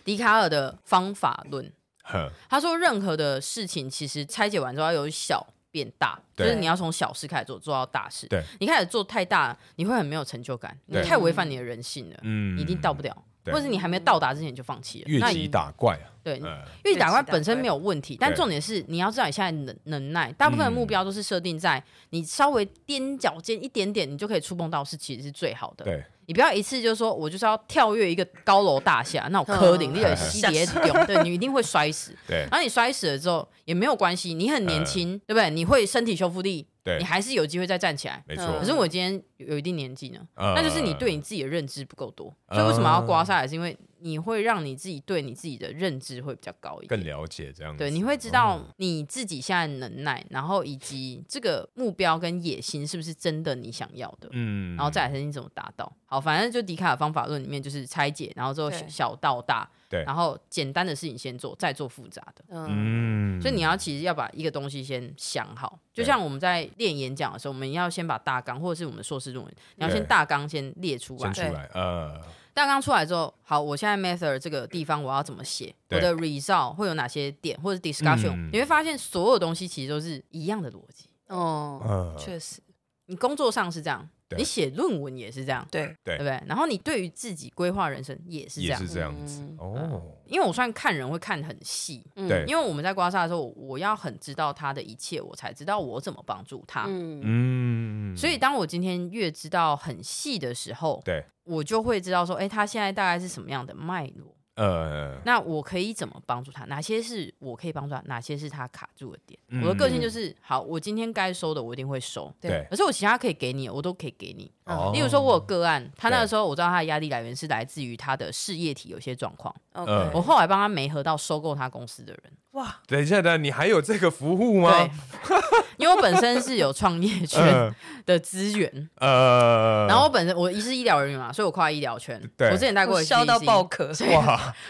Speaker 2: 笛卡尔的方法论，
Speaker 1: 哼
Speaker 2: 他说任何的事情其实拆解完之后要由小变大，就
Speaker 1: 对
Speaker 2: 是你要从小事开始做，做到大事。
Speaker 1: 对，
Speaker 2: 你开始做太大，你会很没有成就感，你
Speaker 1: 对
Speaker 2: 太违反你的人性了，
Speaker 1: 嗯
Speaker 2: 你一定到不了，
Speaker 1: 对
Speaker 2: 或者是你还没到达之前你就放弃了。
Speaker 1: 越
Speaker 2: 那
Speaker 1: 级打怪啊，
Speaker 2: 对，
Speaker 1: 嗯
Speaker 2: 越级打怪
Speaker 3: 越级打怪
Speaker 2: 本身没有问题，但重点是你要知道你现在能能耐，大
Speaker 1: 嗯
Speaker 2: 部分的目标都是设定在你稍微踮脚尖一点点，你就可以触碰到，是其实是最好的。
Speaker 1: 对，
Speaker 2: 你不要一次就说我就是要跳跃一个高楼大厦， [LAUGHS] 那我磕顶，
Speaker 3: 嗯
Speaker 2: 你有吸叠
Speaker 1: [LAUGHS]
Speaker 2: 涌，对你一定会摔死。
Speaker 1: 对
Speaker 2: 然后你摔死了之后也没有关系，你很年轻，对不对？你会身体修复力，
Speaker 1: 嗯对
Speaker 2: 你，还是有机会再站起来。
Speaker 1: 没
Speaker 3: 嗯
Speaker 1: 错
Speaker 2: 可，是我今天有一定年纪呢，
Speaker 1: 呃
Speaker 2: 那就是你对你自己的认知不够多。所以为什么要刮痧，也是因为你会让你自己对你自己的认知会比较高一点
Speaker 1: 更。了解嗯这样子，
Speaker 2: 对，你会知道你自己现在的能耐，然后以及这个目标跟野心是不是真的你想要的，
Speaker 1: 嗯，
Speaker 2: 然后再来是你怎么达到。好，反正就笛卡尔方法论里面就是拆解，然后之后
Speaker 3: 对
Speaker 2: 小到大，
Speaker 1: 对
Speaker 2: 然后简单的事情先做，再做复杂的。
Speaker 3: 嗯
Speaker 1: 嗯，
Speaker 2: 所以你要其实要把一个东西先想好，就像我们在练演讲的时候，我们要先把大纲或者是我们硕士论文，你要先
Speaker 1: 对
Speaker 2: 大纲先列出来
Speaker 1: 先，出来，呃，
Speaker 2: 大纲出来之后，好，我现在 method 这个地方我要怎么写？我
Speaker 1: 对
Speaker 2: 的 result 会有哪些点，或者 discussion？、
Speaker 1: 嗯
Speaker 2: 你会发现所有东西其实都是一样的逻辑。
Speaker 3: 哦，
Speaker 1: 呃，
Speaker 3: 确实
Speaker 2: 你工作上是这样，
Speaker 1: 对
Speaker 2: 你写论文也是这样，
Speaker 3: 对，
Speaker 1: 对
Speaker 2: 对不对？然后你对于自己规划人生也是这
Speaker 1: 也
Speaker 2: 样
Speaker 1: 是。这样子
Speaker 3: 嗯
Speaker 1: 哦，
Speaker 2: 因为我算看人会看很细，
Speaker 3: 嗯
Speaker 1: 对
Speaker 2: 因为我们在刮痧的时候，我要很知道他的一切，我才知道我怎么帮助他。
Speaker 3: 嗯
Speaker 1: 哦嗯，
Speaker 2: 所以，当我今天越知道很细的时候，
Speaker 1: 对，
Speaker 2: 我就会知道说，哎，他现在大概是什么样的脉络。
Speaker 1: 呃，
Speaker 2: 那我可以怎么帮助他？哪些是我可以帮助他？哪些是他卡住的点？
Speaker 1: 嗯
Speaker 2: 我的个性就是，好，我今天该收的我一定会收，
Speaker 1: 对，
Speaker 2: 可是我其他可以给你的，我都可以给你。
Speaker 1: 哦
Speaker 2: 嗯例如说，我有个案，他那个
Speaker 1: 对
Speaker 2: 时候我知道他的压力来源是来自于他的事业体有些状况，
Speaker 1: 呃
Speaker 3: ，OK，
Speaker 2: 我后来帮他媒合到收购他公司
Speaker 1: [LAUGHS]
Speaker 2: 的人，
Speaker 3: 哇，
Speaker 1: 等一下，等一下，你还有这个服务吗 [LAUGHS]
Speaker 2: 对？，因为我本身是有创业圈
Speaker 1: 呃
Speaker 2: 的资源，
Speaker 1: 呃，
Speaker 2: 然后我本身我是医疗人员嘛，所以我跨医疗圈，
Speaker 1: 对
Speaker 2: 我之前待过
Speaker 3: 我笑到
Speaker 2: HTC
Speaker 3: 爆壳，
Speaker 2: 所以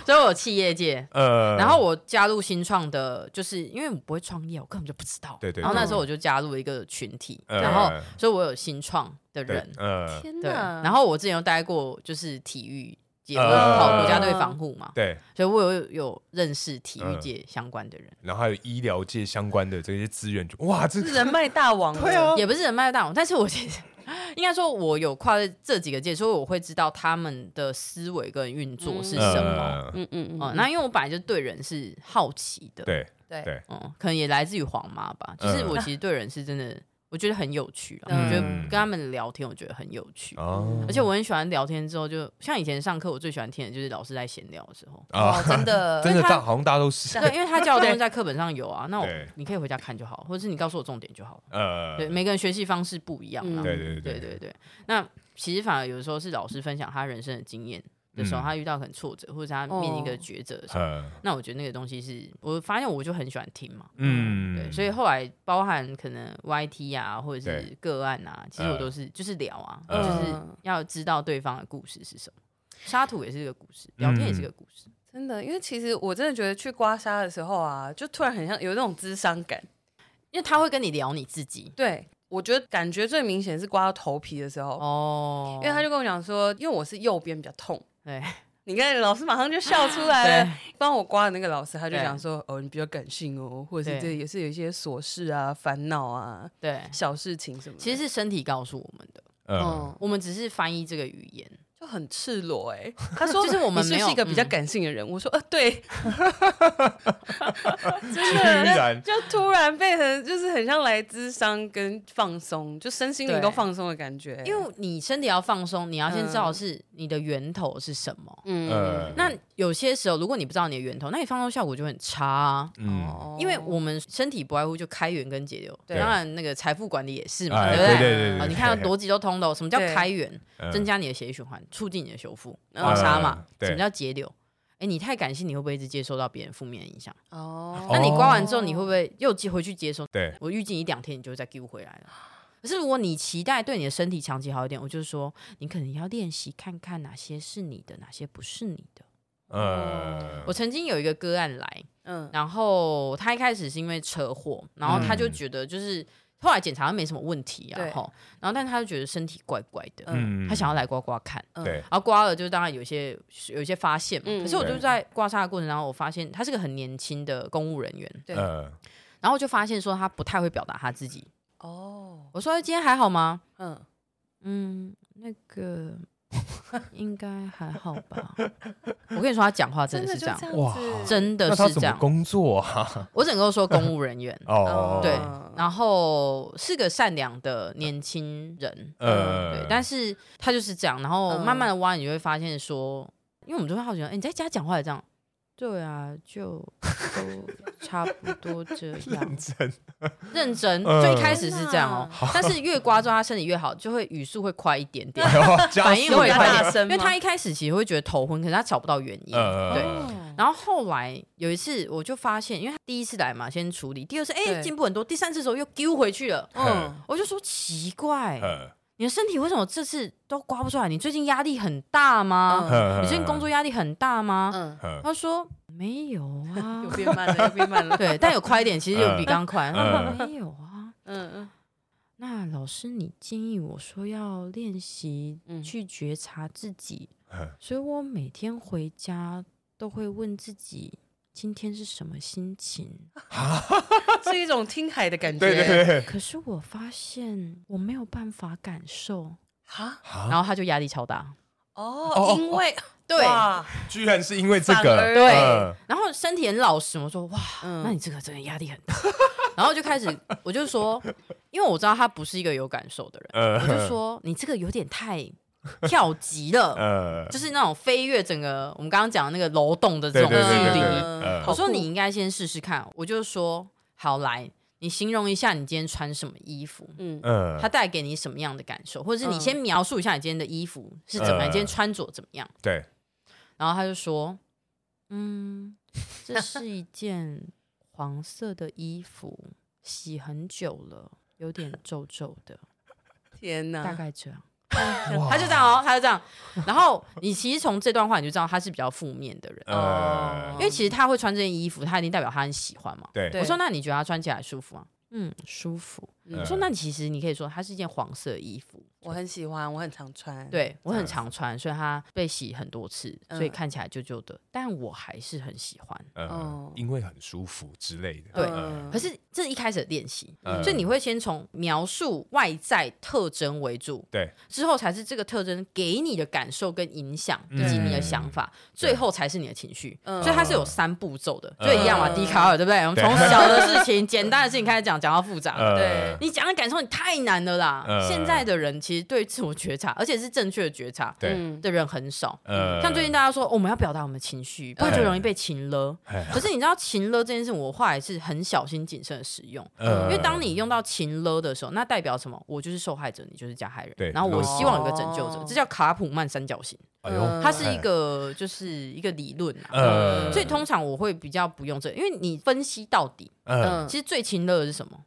Speaker 2: 所以我有企业界，
Speaker 1: 呃，
Speaker 2: 然后我加入新创的，就是因为我不会创业，我根本就不知道。
Speaker 1: 对对
Speaker 2: 然后那
Speaker 1: 对
Speaker 2: 时候我就加入一个群体，
Speaker 1: 呃
Speaker 2: 然后所以我有新创的
Speaker 1: 对
Speaker 2: 人，啊
Speaker 1: 呃，
Speaker 3: 天
Speaker 2: 对。
Speaker 3: 哪，
Speaker 2: 然后我之前有待过就是体育界，我
Speaker 1: 呃
Speaker 2: 有跑国家队防护嘛，
Speaker 1: 对，
Speaker 2: 所以我有有认识体
Speaker 1: 嗯
Speaker 2: 育界相关的人，
Speaker 1: 然后还有医疗界相关的这些资源，哇，这
Speaker 3: 是人脉大王，
Speaker 1: 对啊，
Speaker 2: 也不是人脉大王，但是我其实应该说我有跨这几个界，所以我会知道他们的思维跟运作是什么。
Speaker 1: 呃
Speaker 3: 嗯嗯
Speaker 2: 哦、
Speaker 3: 嗯，
Speaker 2: 那因为我本来就对人是好奇的，
Speaker 1: 对，
Speaker 3: 对
Speaker 1: 对
Speaker 2: 嗯，可能也来自于黄妈吧。
Speaker 1: 嗯
Speaker 2: 就是我其实对人是真的，我觉得很有趣啊。
Speaker 3: 嗯
Speaker 2: 我觉得跟他们聊天，我觉得很有趣。
Speaker 1: 哦
Speaker 2: 而且我很喜欢聊天，之后就像以前上课，我最喜欢听的就是老师在闲聊的时候，
Speaker 1: [LAUGHS]
Speaker 3: 哦，真
Speaker 1: 啊真
Speaker 3: 的，
Speaker 1: 的
Speaker 2: 因为他
Speaker 1: 大好像大家都是
Speaker 2: 对，因为他教的东西在课本上有啊，那我
Speaker 1: 对
Speaker 2: 你可以回家看就好，或者是你告诉我重点就好了。
Speaker 1: 呃，
Speaker 2: 对，每个人学习方式不一样啊。
Speaker 3: 嗯
Speaker 1: 对对对
Speaker 2: 对对对。那其实反而有的时候是老师分享他人生的经验的时候，
Speaker 1: 嗯
Speaker 2: 他遇到很挫折，或者是他面临一个
Speaker 3: 哦
Speaker 2: 抉择的时候，
Speaker 1: 呃，
Speaker 2: 那我觉得那个东西是我发现我就很喜欢听嘛。
Speaker 1: 嗯，
Speaker 2: 对，所以后来包含可能 YT 啊，或者是
Speaker 1: 对
Speaker 2: 个案啊，其实我
Speaker 1: 呃
Speaker 2: 都是、就是聊啊，
Speaker 1: 呃
Speaker 2: 就是要知道对方的故事是什么。沙土也是一个故事，聊天也
Speaker 1: 嗯
Speaker 2: 是一个故事。
Speaker 3: 真的，因为其实我真的觉得去刮痧的时候啊，就突然很像有那种智商感。
Speaker 2: 因为他会跟你聊你自己
Speaker 3: 对，我觉得感觉最明显是刮到头皮的时候，
Speaker 2: 哦
Speaker 3: 因为他就跟我讲说，因为我是右边比较痛。
Speaker 2: 对
Speaker 3: 你看，老师马上就笑出来了。帮我刮的那个老师，他就讲说：“哦，你比较感性哦，或者是
Speaker 2: 对
Speaker 3: 这也是有一些琐事啊、烦恼啊、
Speaker 2: 对，
Speaker 3: 小事情什么的。”
Speaker 2: 其实是身体告诉我们的，
Speaker 1: 嗯
Speaker 3: 嗯，
Speaker 2: 我们只是翻译这个语言。
Speaker 3: 就很赤裸哎、
Speaker 2: [LAUGHS]
Speaker 3: 他说：“
Speaker 2: 就是我们
Speaker 3: 你
Speaker 2: 没
Speaker 3: 是
Speaker 2: 有
Speaker 3: 不是一个比较
Speaker 2: 嗯
Speaker 3: 感性的人。我说：“呃，
Speaker 2: [LAUGHS]
Speaker 3: 对，
Speaker 1: 居然
Speaker 3: 就突然变成就是很像来智商跟放松，就身心灵
Speaker 2: 对
Speaker 3: 都放松的感觉、
Speaker 2: 因为你身体要放松，你要先知道是你的源头是什么。
Speaker 3: 嗯
Speaker 1: 呃，
Speaker 2: 那有些时候，如果你不知道你的源头，那你放松效果就很差、啊。
Speaker 1: 嗯，
Speaker 2: 因为我们身体不外乎就开源跟节流，
Speaker 3: 对
Speaker 2: 当然那个财富管理也是嘛，
Speaker 1: 哎，对
Speaker 2: 对不
Speaker 1: 对
Speaker 2: 对？
Speaker 1: 对
Speaker 2: 啊，
Speaker 1: 对，
Speaker 2: 你看到逻辑都通的哦。什么叫
Speaker 3: 对
Speaker 2: 开源？
Speaker 1: 嗯
Speaker 2: 增加你的血液循环，促进你的修复，
Speaker 3: 嗯
Speaker 2: 刮痧嘛
Speaker 1: 嗯。对
Speaker 2: 什么叫节流？哎，你太感性，你会不会一直接收到别人负面的影响？
Speaker 3: 哦
Speaker 2: 那你刮完之后，你会不会又接回去接收？
Speaker 1: 对，
Speaker 2: 我预计你两天你就会再 Q 回来了。可是如果你期待对你的身体长期好一点，我就是说，你可能要练习看看哪些是你的，哪些不是你的。
Speaker 1: 呃，
Speaker 2: 哦我曾经有一个个案来，
Speaker 3: 嗯
Speaker 2: 然后他一开始是因为车祸，然后他就
Speaker 1: 嗯
Speaker 2: 觉得就是、后来检查没什么问题啊，
Speaker 3: 对
Speaker 2: 吼，然后但他就觉得身体怪怪的，
Speaker 1: 嗯
Speaker 3: 嗯
Speaker 2: 他想要来刮刮看。
Speaker 3: 嗯
Speaker 1: 对，
Speaker 2: 然后刮了，就当然有一些有一些发现嘛。
Speaker 3: 嗯
Speaker 2: 可是我就
Speaker 1: 对
Speaker 2: 在刮痧的过程当中，我发现他是个很年轻的公务人员，
Speaker 3: 对
Speaker 1: 呃，
Speaker 2: 然后我就发现说他不太会表达他自己。
Speaker 3: 哦
Speaker 2: 我说哎今天还好吗？
Speaker 3: 嗯
Speaker 2: 嗯，那个应该还好吧。我跟你说，他讲话真的是这样，
Speaker 3: 真的
Speaker 1: 哇
Speaker 3: 就这样子
Speaker 2: 真
Speaker 1: 那
Speaker 2: 的
Speaker 1: 他
Speaker 2: 是
Speaker 1: 怎
Speaker 2: 这
Speaker 1: 么
Speaker 2: 样。
Speaker 1: 工作啊？
Speaker 2: 我整个都说公务人员，
Speaker 1: 哦，
Speaker 2: 对
Speaker 3: 嗯
Speaker 2: 然后是个善良的年轻人，
Speaker 1: 呃，
Speaker 2: 嗯对，但是他就是这样，然后
Speaker 3: 嗯
Speaker 2: 慢慢的挖，你就会发现说，因为我们都会好奇说，哎、你在家讲话也这样？对啊，就都差不多这样
Speaker 1: 认。真，
Speaker 2: [LAUGHS] 认真，
Speaker 1: 嗯
Speaker 2: 最一开始是这样哦、 [LAUGHS] 但是越刮之后，他身体越好，就会语速会快一点 [LAUGHS] 点，
Speaker 1: 哎
Speaker 2: 反应会
Speaker 3: 有
Speaker 2: 快一
Speaker 3: 加
Speaker 2: 点
Speaker 3: 大。声
Speaker 2: 因
Speaker 3: 吗，
Speaker 2: 为他一开始其实会觉得头昏，可是他找不到原因。
Speaker 1: 呃，
Speaker 2: 对，
Speaker 3: 哦
Speaker 2: 然后后来有一次，我就发现，因为他第一次来嘛，先处理；第二次，哎、
Speaker 3: 对
Speaker 2: 进步很多；第三次的时候又丢回去了。
Speaker 3: 嗯
Speaker 2: 我就说奇怪，
Speaker 1: 呃，
Speaker 2: 你的身体为什么这次都刮不出来？你最近压力很大吗？
Speaker 3: 嗯
Speaker 1: 呃
Speaker 2: 你最近工作，压力很大吗？
Speaker 3: 嗯，
Speaker 1: 呃，
Speaker 2: 他说没有啊
Speaker 3: [LAUGHS] 有，变慢了，有变慢了，
Speaker 2: 对，但有快一点，其实有比刚刚快。他
Speaker 1: 嗯
Speaker 2: 说没有啊。
Speaker 3: 嗯嗯
Speaker 2: 那老师，你建议我说要练习
Speaker 3: 嗯
Speaker 2: 去觉察自己，
Speaker 1: 呃
Speaker 2: 所以我每天回家都会问自己今天是什么心情。
Speaker 3: 啊是一种听海的感觉，
Speaker 1: 对对对，
Speaker 2: 可是我发现我没有办法感受，
Speaker 3: 啊
Speaker 2: 然后他就压力超大。
Speaker 3: 哦，因为
Speaker 2: 对
Speaker 3: 哇
Speaker 1: 居然是因为这
Speaker 3: 反
Speaker 1: 个，
Speaker 3: 而
Speaker 2: 对
Speaker 1: 呃
Speaker 2: 然后身体很老实，我说哇，
Speaker 3: 嗯
Speaker 2: 那你这个真的压力很大。 [LAUGHS] 然后就开始，我就说，因为我知道他不是一个有感受的人，
Speaker 1: 呃，
Speaker 2: 我就说你这个有点太跳级了，
Speaker 1: 呃，
Speaker 2: 就是那种飞跃整个我们刚刚讲的那个楼栋的这种距
Speaker 1: 对对对对
Speaker 2: 离
Speaker 1: 对。
Speaker 3: 嗯
Speaker 1: 呃
Speaker 2: 我说你应该先试试看，我就说好来，你形容一下你今天穿什么衣服。
Speaker 3: 嗯
Speaker 1: 呃，
Speaker 2: 它带给你什么样的感受，或者是你
Speaker 3: 嗯
Speaker 2: 先描述一下你今天的衣服是怎么样，
Speaker 1: 呃
Speaker 2: 你今天穿着怎么样？
Speaker 1: 对，
Speaker 2: 然后他就说：“嗯，这是一件黄色的衣服，洗很久了，有点皱皱
Speaker 3: [LAUGHS]
Speaker 2: 的，
Speaker 3: 天
Speaker 2: 大
Speaker 3: 哪，
Speaker 2: 概这样。”
Speaker 1: 哇
Speaker 2: 他就这样哦，他就这样。然后你其实从这段话你就知道他是比较负面的人，
Speaker 1: 呃
Speaker 2: 因，为其实他会穿这件衣服，他一定代表他很喜欢嘛。
Speaker 1: 对，
Speaker 3: 对
Speaker 2: 我说：“那你觉得他穿起来舒服吗？”嗯，舒服。
Speaker 3: 嗯
Speaker 2: 我说：“那其实你可以说它是一件黄色衣服，
Speaker 3: 我很喜欢，我很常穿，，
Speaker 2: 对我很常穿，所以它被洗很多次，所以
Speaker 3: 嗯嗯
Speaker 2: 看起来旧旧的，但我还是很喜欢。”
Speaker 1: 呃
Speaker 3: 哦，
Speaker 1: 因为很舒服之类的，
Speaker 2: 对
Speaker 1: 呃
Speaker 2: 可是这是一开始的练习，
Speaker 1: 嗯
Speaker 2: 所以你会先从描述外在特征为主，
Speaker 1: 对，
Speaker 2: 之后才是这个特征给你的感受跟影响，以
Speaker 1: 嗯
Speaker 2: 及你的想法，
Speaker 1: 对
Speaker 2: 最后才是你的情绪。
Speaker 3: 嗯
Speaker 2: 所以它是有三步骤的，
Speaker 1: 嗯
Speaker 2: 就一样嘛，
Speaker 3: 嗯
Speaker 2: 笛卡尔对不对？我们
Speaker 1: 对 [LAUGHS]
Speaker 2: 从小的事情、简单的事情开始讲，讲到复杂的。
Speaker 1: 呃，
Speaker 2: 你讲的感受你太难了啦！
Speaker 1: 嗯
Speaker 2: 现在的人其实对自我觉察，而且是正确的觉察
Speaker 1: 对，
Speaker 3: 嗯
Speaker 2: 的人很少。
Speaker 1: 呃，
Speaker 2: 像最近大家说、哦我们要表达我们的情绪，不然就容易被情勒。
Speaker 1: 哎，
Speaker 2: 可是你知道情勒这件事，我后来是很小心谨慎的使用，
Speaker 1: 呃
Speaker 2: 因为当你用到情勒的时候，那代表什么？我就是受害者，你就是加害人。
Speaker 1: 对
Speaker 2: 然后我
Speaker 1: 哦
Speaker 2: 希望有个拯救者，这叫卡普曼三角形，
Speaker 1: 哎呦，
Speaker 3: 嗯
Speaker 2: 它是一个就是一个理论啊。
Speaker 1: 呃，
Speaker 2: 所以通常我会比较不用这个因为你分析到底，
Speaker 1: 呃
Speaker 3: 嗯
Speaker 2: 其实最情勒的是什么？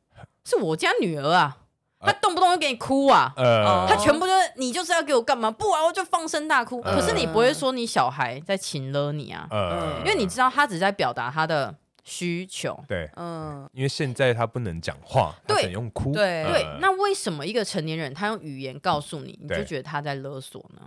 Speaker 2: 是我家女儿啊，她动不动就给你哭啊。
Speaker 1: 呃，
Speaker 2: 她全部就是你就是要给我干嘛？不啊然我就放声大哭。
Speaker 1: 嗯
Speaker 2: 可是你不会说你小孩在情勒你啊，
Speaker 1: 呃，
Speaker 2: 因为你知道他只是在表达他的需求。
Speaker 1: 对，
Speaker 3: 嗯
Speaker 1: 因为现在他不能讲话，他
Speaker 2: 对
Speaker 1: 只能用哭，
Speaker 3: 对
Speaker 2: 对
Speaker 1: 呃，
Speaker 2: 那为什么一个成年人他用语言告诉你，你就
Speaker 1: 对
Speaker 2: 觉得他在勒索呢？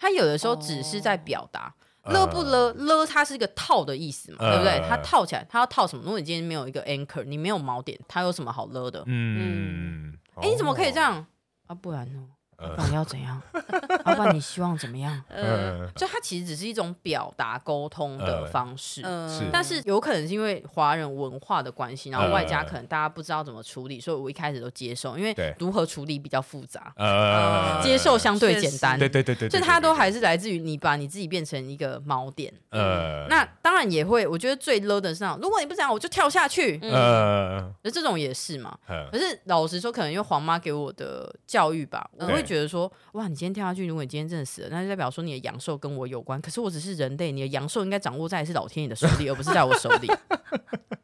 Speaker 2: 他有的时候只是在表达。
Speaker 1: 哦
Speaker 2: 勒不勒？勒它是一个套的意思嘛，
Speaker 1: 呃
Speaker 2: 对不对？它套起来，它要套什么？如果你今天没有一个 anchor，你没有锚点，它有什么好勒的？
Speaker 1: 嗯，
Speaker 2: 哎、你怎么可以这？
Speaker 1: 哦
Speaker 2: 样啊？不然呢？
Speaker 1: 呃
Speaker 2: 不然要怎样？ [LAUGHS] 啊，不然你希望怎么
Speaker 3: 哦
Speaker 2: 样？
Speaker 1: 呃，
Speaker 2: 就它其实只是一种表达沟通的
Speaker 1: 呃
Speaker 2: 方式。
Speaker 3: 嗯
Speaker 1: 是
Speaker 2: 但是有可能是因为华人文化的关系，然后外加可能大家不知道怎么处理，所以我一开始都接受，因为
Speaker 1: 对
Speaker 2: 如何处理比较复杂，
Speaker 1: 呃，
Speaker 2: 接受相对简单。
Speaker 1: 对对对对，
Speaker 2: 所以它都还是来自于你把你自己变成一个锚点。
Speaker 1: 呃，
Speaker 2: 那当然也会，我觉得最 low 的是那种，如果你不讲，我就跳下去。
Speaker 1: 呃，
Speaker 2: 那这种也是嘛。
Speaker 1: 呃
Speaker 2: 可是老实说，可能因为黄妈给我的教育吧，我
Speaker 1: 嗯
Speaker 2: 会觉得说，哇，你今天跳下去，如果你今天真的死了，那就代表说你的阳寿跟我有关。可是我只是人类，你的阳寿应该掌握在是老天爷的手里，而不是在我手
Speaker 1: [LAUGHS]
Speaker 2: 里。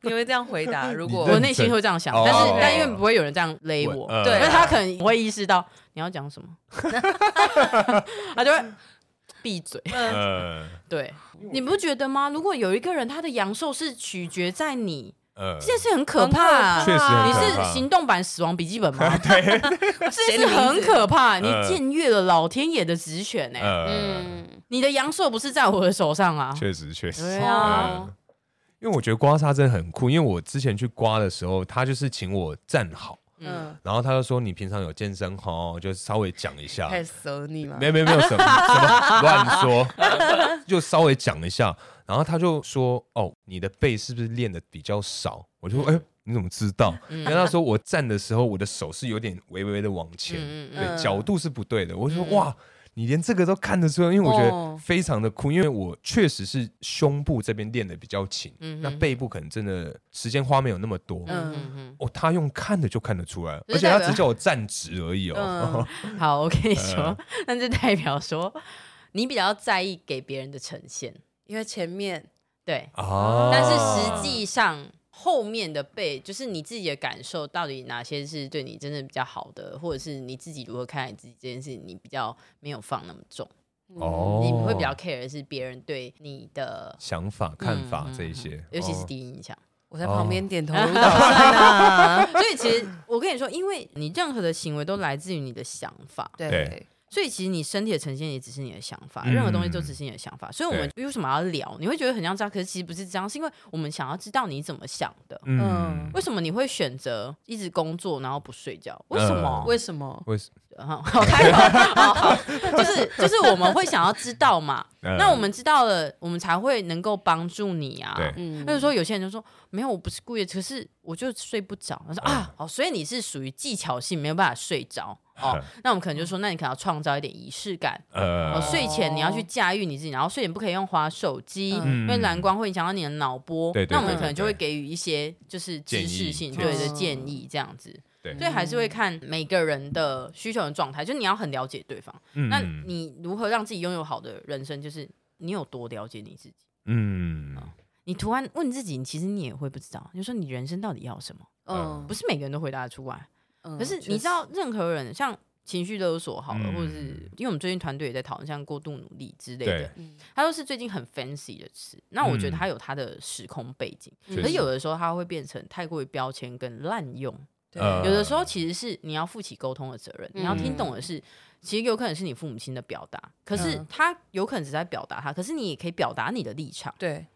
Speaker 3: 你会这样回答？如果
Speaker 1: 你认
Speaker 2: 我内心会这样想，
Speaker 1: 哦
Speaker 2: 但是
Speaker 3: 哦
Speaker 2: 但因为不会有人这样勒我，
Speaker 1: 呃
Speaker 3: 对
Speaker 2: 因为
Speaker 3: 啊
Speaker 2: 他可能不会意识到你要讲什么， [LAUGHS] 他就 [LAUGHS] 会闭嘴。
Speaker 1: 呃
Speaker 2: 对，你不觉得吗？如果有一个人他的阳寿是取决在你，
Speaker 1: 呃，
Speaker 2: 这件事很可怕啊、
Speaker 1: 确实很
Speaker 2: 你
Speaker 1: 可
Speaker 2: 是
Speaker 1: 怕
Speaker 2: 行动版死亡笔记本吗？对，这
Speaker 3: 谁
Speaker 2: 是
Speaker 3: 的名字
Speaker 2: 很可怕，你
Speaker 1: 呃
Speaker 2: 僭越了老天爷的职权呢、
Speaker 1: 呃，
Speaker 3: 嗯，
Speaker 2: 你的阳寿不是在我的手上啊。
Speaker 1: 确实确实
Speaker 2: 对。
Speaker 3: 啊
Speaker 1: 嗯因为我觉得刮痧真的很酷，因为我之前去刮的时候，他就是请我站好，
Speaker 3: 嗯，
Speaker 1: 然后他就说你平常有健身哦，就稍微讲一下，
Speaker 3: 开始搜你嘛
Speaker 1: 没，有没有没有什么什么乱
Speaker 2: [LAUGHS]
Speaker 1: 说，就稍微讲一下。然后他就说：“哦，你的背是不是练的比较少？”我就说：“
Speaker 2: 嗯
Speaker 1: 哎、你怎么知道？”因为他说我站的时候，我的手是有点微微的往前，
Speaker 2: 嗯嗯
Speaker 1: 对，
Speaker 3: 嗯
Speaker 1: 角度是不对的。我就说：“
Speaker 3: 嗯
Speaker 1: 哇，你连这个都看得出来，因为我觉得
Speaker 3: 哦
Speaker 1: 非常的酷，因为我确实是胸部这边练的比较紧，
Speaker 2: 嗯
Speaker 1: 那
Speaker 2: 哼
Speaker 1: 背部可能真的时间花没有那么多。
Speaker 3: 嗯
Speaker 2: 嗯
Speaker 1: 哦，他用看的就看得出来，而
Speaker 2: 就是
Speaker 1: 且他
Speaker 2: 代表
Speaker 1: 只叫我站直而已哦。
Speaker 3: 嗯
Speaker 2: 嗯， [LAUGHS] 好，我跟你说
Speaker 1: 呃，
Speaker 2: [LAUGHS] 那就代表说你比较在意给别人的呈现，
Speaker 3: 因为前面
Speaker 2: 对，
Speaker 1: 啊！
Speaker 2: 但是实际上。后面的背就是你自己的感受，到底哪些是对你真的比较好的，或者是你自己如何看待你自己这件事，情，你比较没有放那么重。
Speaker 1: 哦，
Speaker 2: 嗯你会比较 care 的是别人对你的
Speaker 1: 想法、看法
Speaker 2: 嗯
Speaker 1: 这一些，
Speaker 2: 尤其是
Speaker 1: 哦
Speaker 2: 第一印象。
Speaker 3: 我在
Speaker 1: 哦
Speaker 3: 旁边点头如捣蒜
Speaker 1: [LAUGHS]
Speaker 3: 啊，
Speaker 2: [LAUGHS] 所以其实我跟你说，因为你任何的行为都来自于你的想法，
Speaker 1: 对
Speaker 3: 对，
Speaker 2: 所以其实你身体的呈现也只是你的想法，
Speaker 1: 嗯
Speaker 2: 任何东西都只是你的想法。所以我们为什么要聊？你会觉得很像这样，可是其实不是这样，是因为我们想要知道你怎么想的。
Speaker 1: 嗯，
Speaker 2: 为什么你会选择一直工作然后不睡觉？
Speaker 1: 嗯
Speaker 2: 为什么？
Speaker 3: 为什么？
Speaker 1: 为什
Speaker 2: 然后好
Speaker 1: [LAUGHS]
Speaker 2: 开头，好好， [LAUGHS] 就是就是我们会想要知道嘛。
Speaker 1: 呃
Speaker 2: 那我们知道了，我们才会能够帮助你啊。
Speaker 1: 对。
Speaker 3: 嗯
Speaker 2: 那就说有些人就说没有，我不是故意的，可是我就睡不着。他说啊，哦，所以你是属于技巧性没有办法睡着哦
Speaker 1: [LAUGHS]
Speaker 2: 那我们可能就说，那你可能要创造一点仪式感。哦，
Speaker 1: 呃
Speaker 2: 睡前你要去驾驭你自己，然后睡前不可以用滑手机，
Speaker 3: 嗯
Speaker 2: 因为蓝光会影响到你的脑波。
Speaker 1: 对对
Speaker 2: 那我们
Speaker 1: 对
Speaker 2: 可能
Speaker 1: 对
Speaker 2: 就会
Speaker 1: 对
Speaker 2: 给予一些就是知识性
Speaker 1: 建
Speaker 3: 议
Speaker 2: 对的
Speaker 3: 嗯
Speaker 2: 建议这样子。
Speaker 1: 对
Speaker 2: 所以还是会看每个人的需求和状态，就你要很了解对方。
Speaker 1: 嗯
Speaker 2: 那你如何让自己拥有好的人生？就是你有多了解你自己。
Speaker 1: 嗯
Speaker 2: 你突然问自己，你其实你也会不知道，就说你人生到底要什么，
Speaker 1: 嗯
Speaker 3: 嗯
Speaker 2: 不，是每个人都回答得出来。
Speaker 3: 嗯
Speaker 2: 可是
Speaker 3: 确
Speaker 2: 你
Speaker 3: 实
Speaker 2: 知道，任何人像情绪勒索好了，
Speaker 1: 嗯
Speaker 2: 或者是因为我们最近团队也在讨论像过度努力之类的
Speaker 1: 对，
Speaker 3: 嗯
Speaker 2: 它都是最近很 fancy 的词。那我觉得
Speaker 1: 嗯
Speaker 2: 它有它的时空背景，
Speaker 1: 确
Speaker 2: 嗯可
Speaker 1: 实
Speaker 2: 是有的时候它会变成太过于标签跟滥用。
Speaker 3: 对
Speaker 1: 呃
Speaker 2: 有的时候其实是你要负起沟通的责任，
Speaker 3: 嗯
Speaker 2: 你要听懂的是，其实有可能是你父母亲的表达，可是
Speaker 3: 嗯
Speaker 2: 他有可能只在表达他，可是你也可以表达你的立场。
Speaker 3: 对，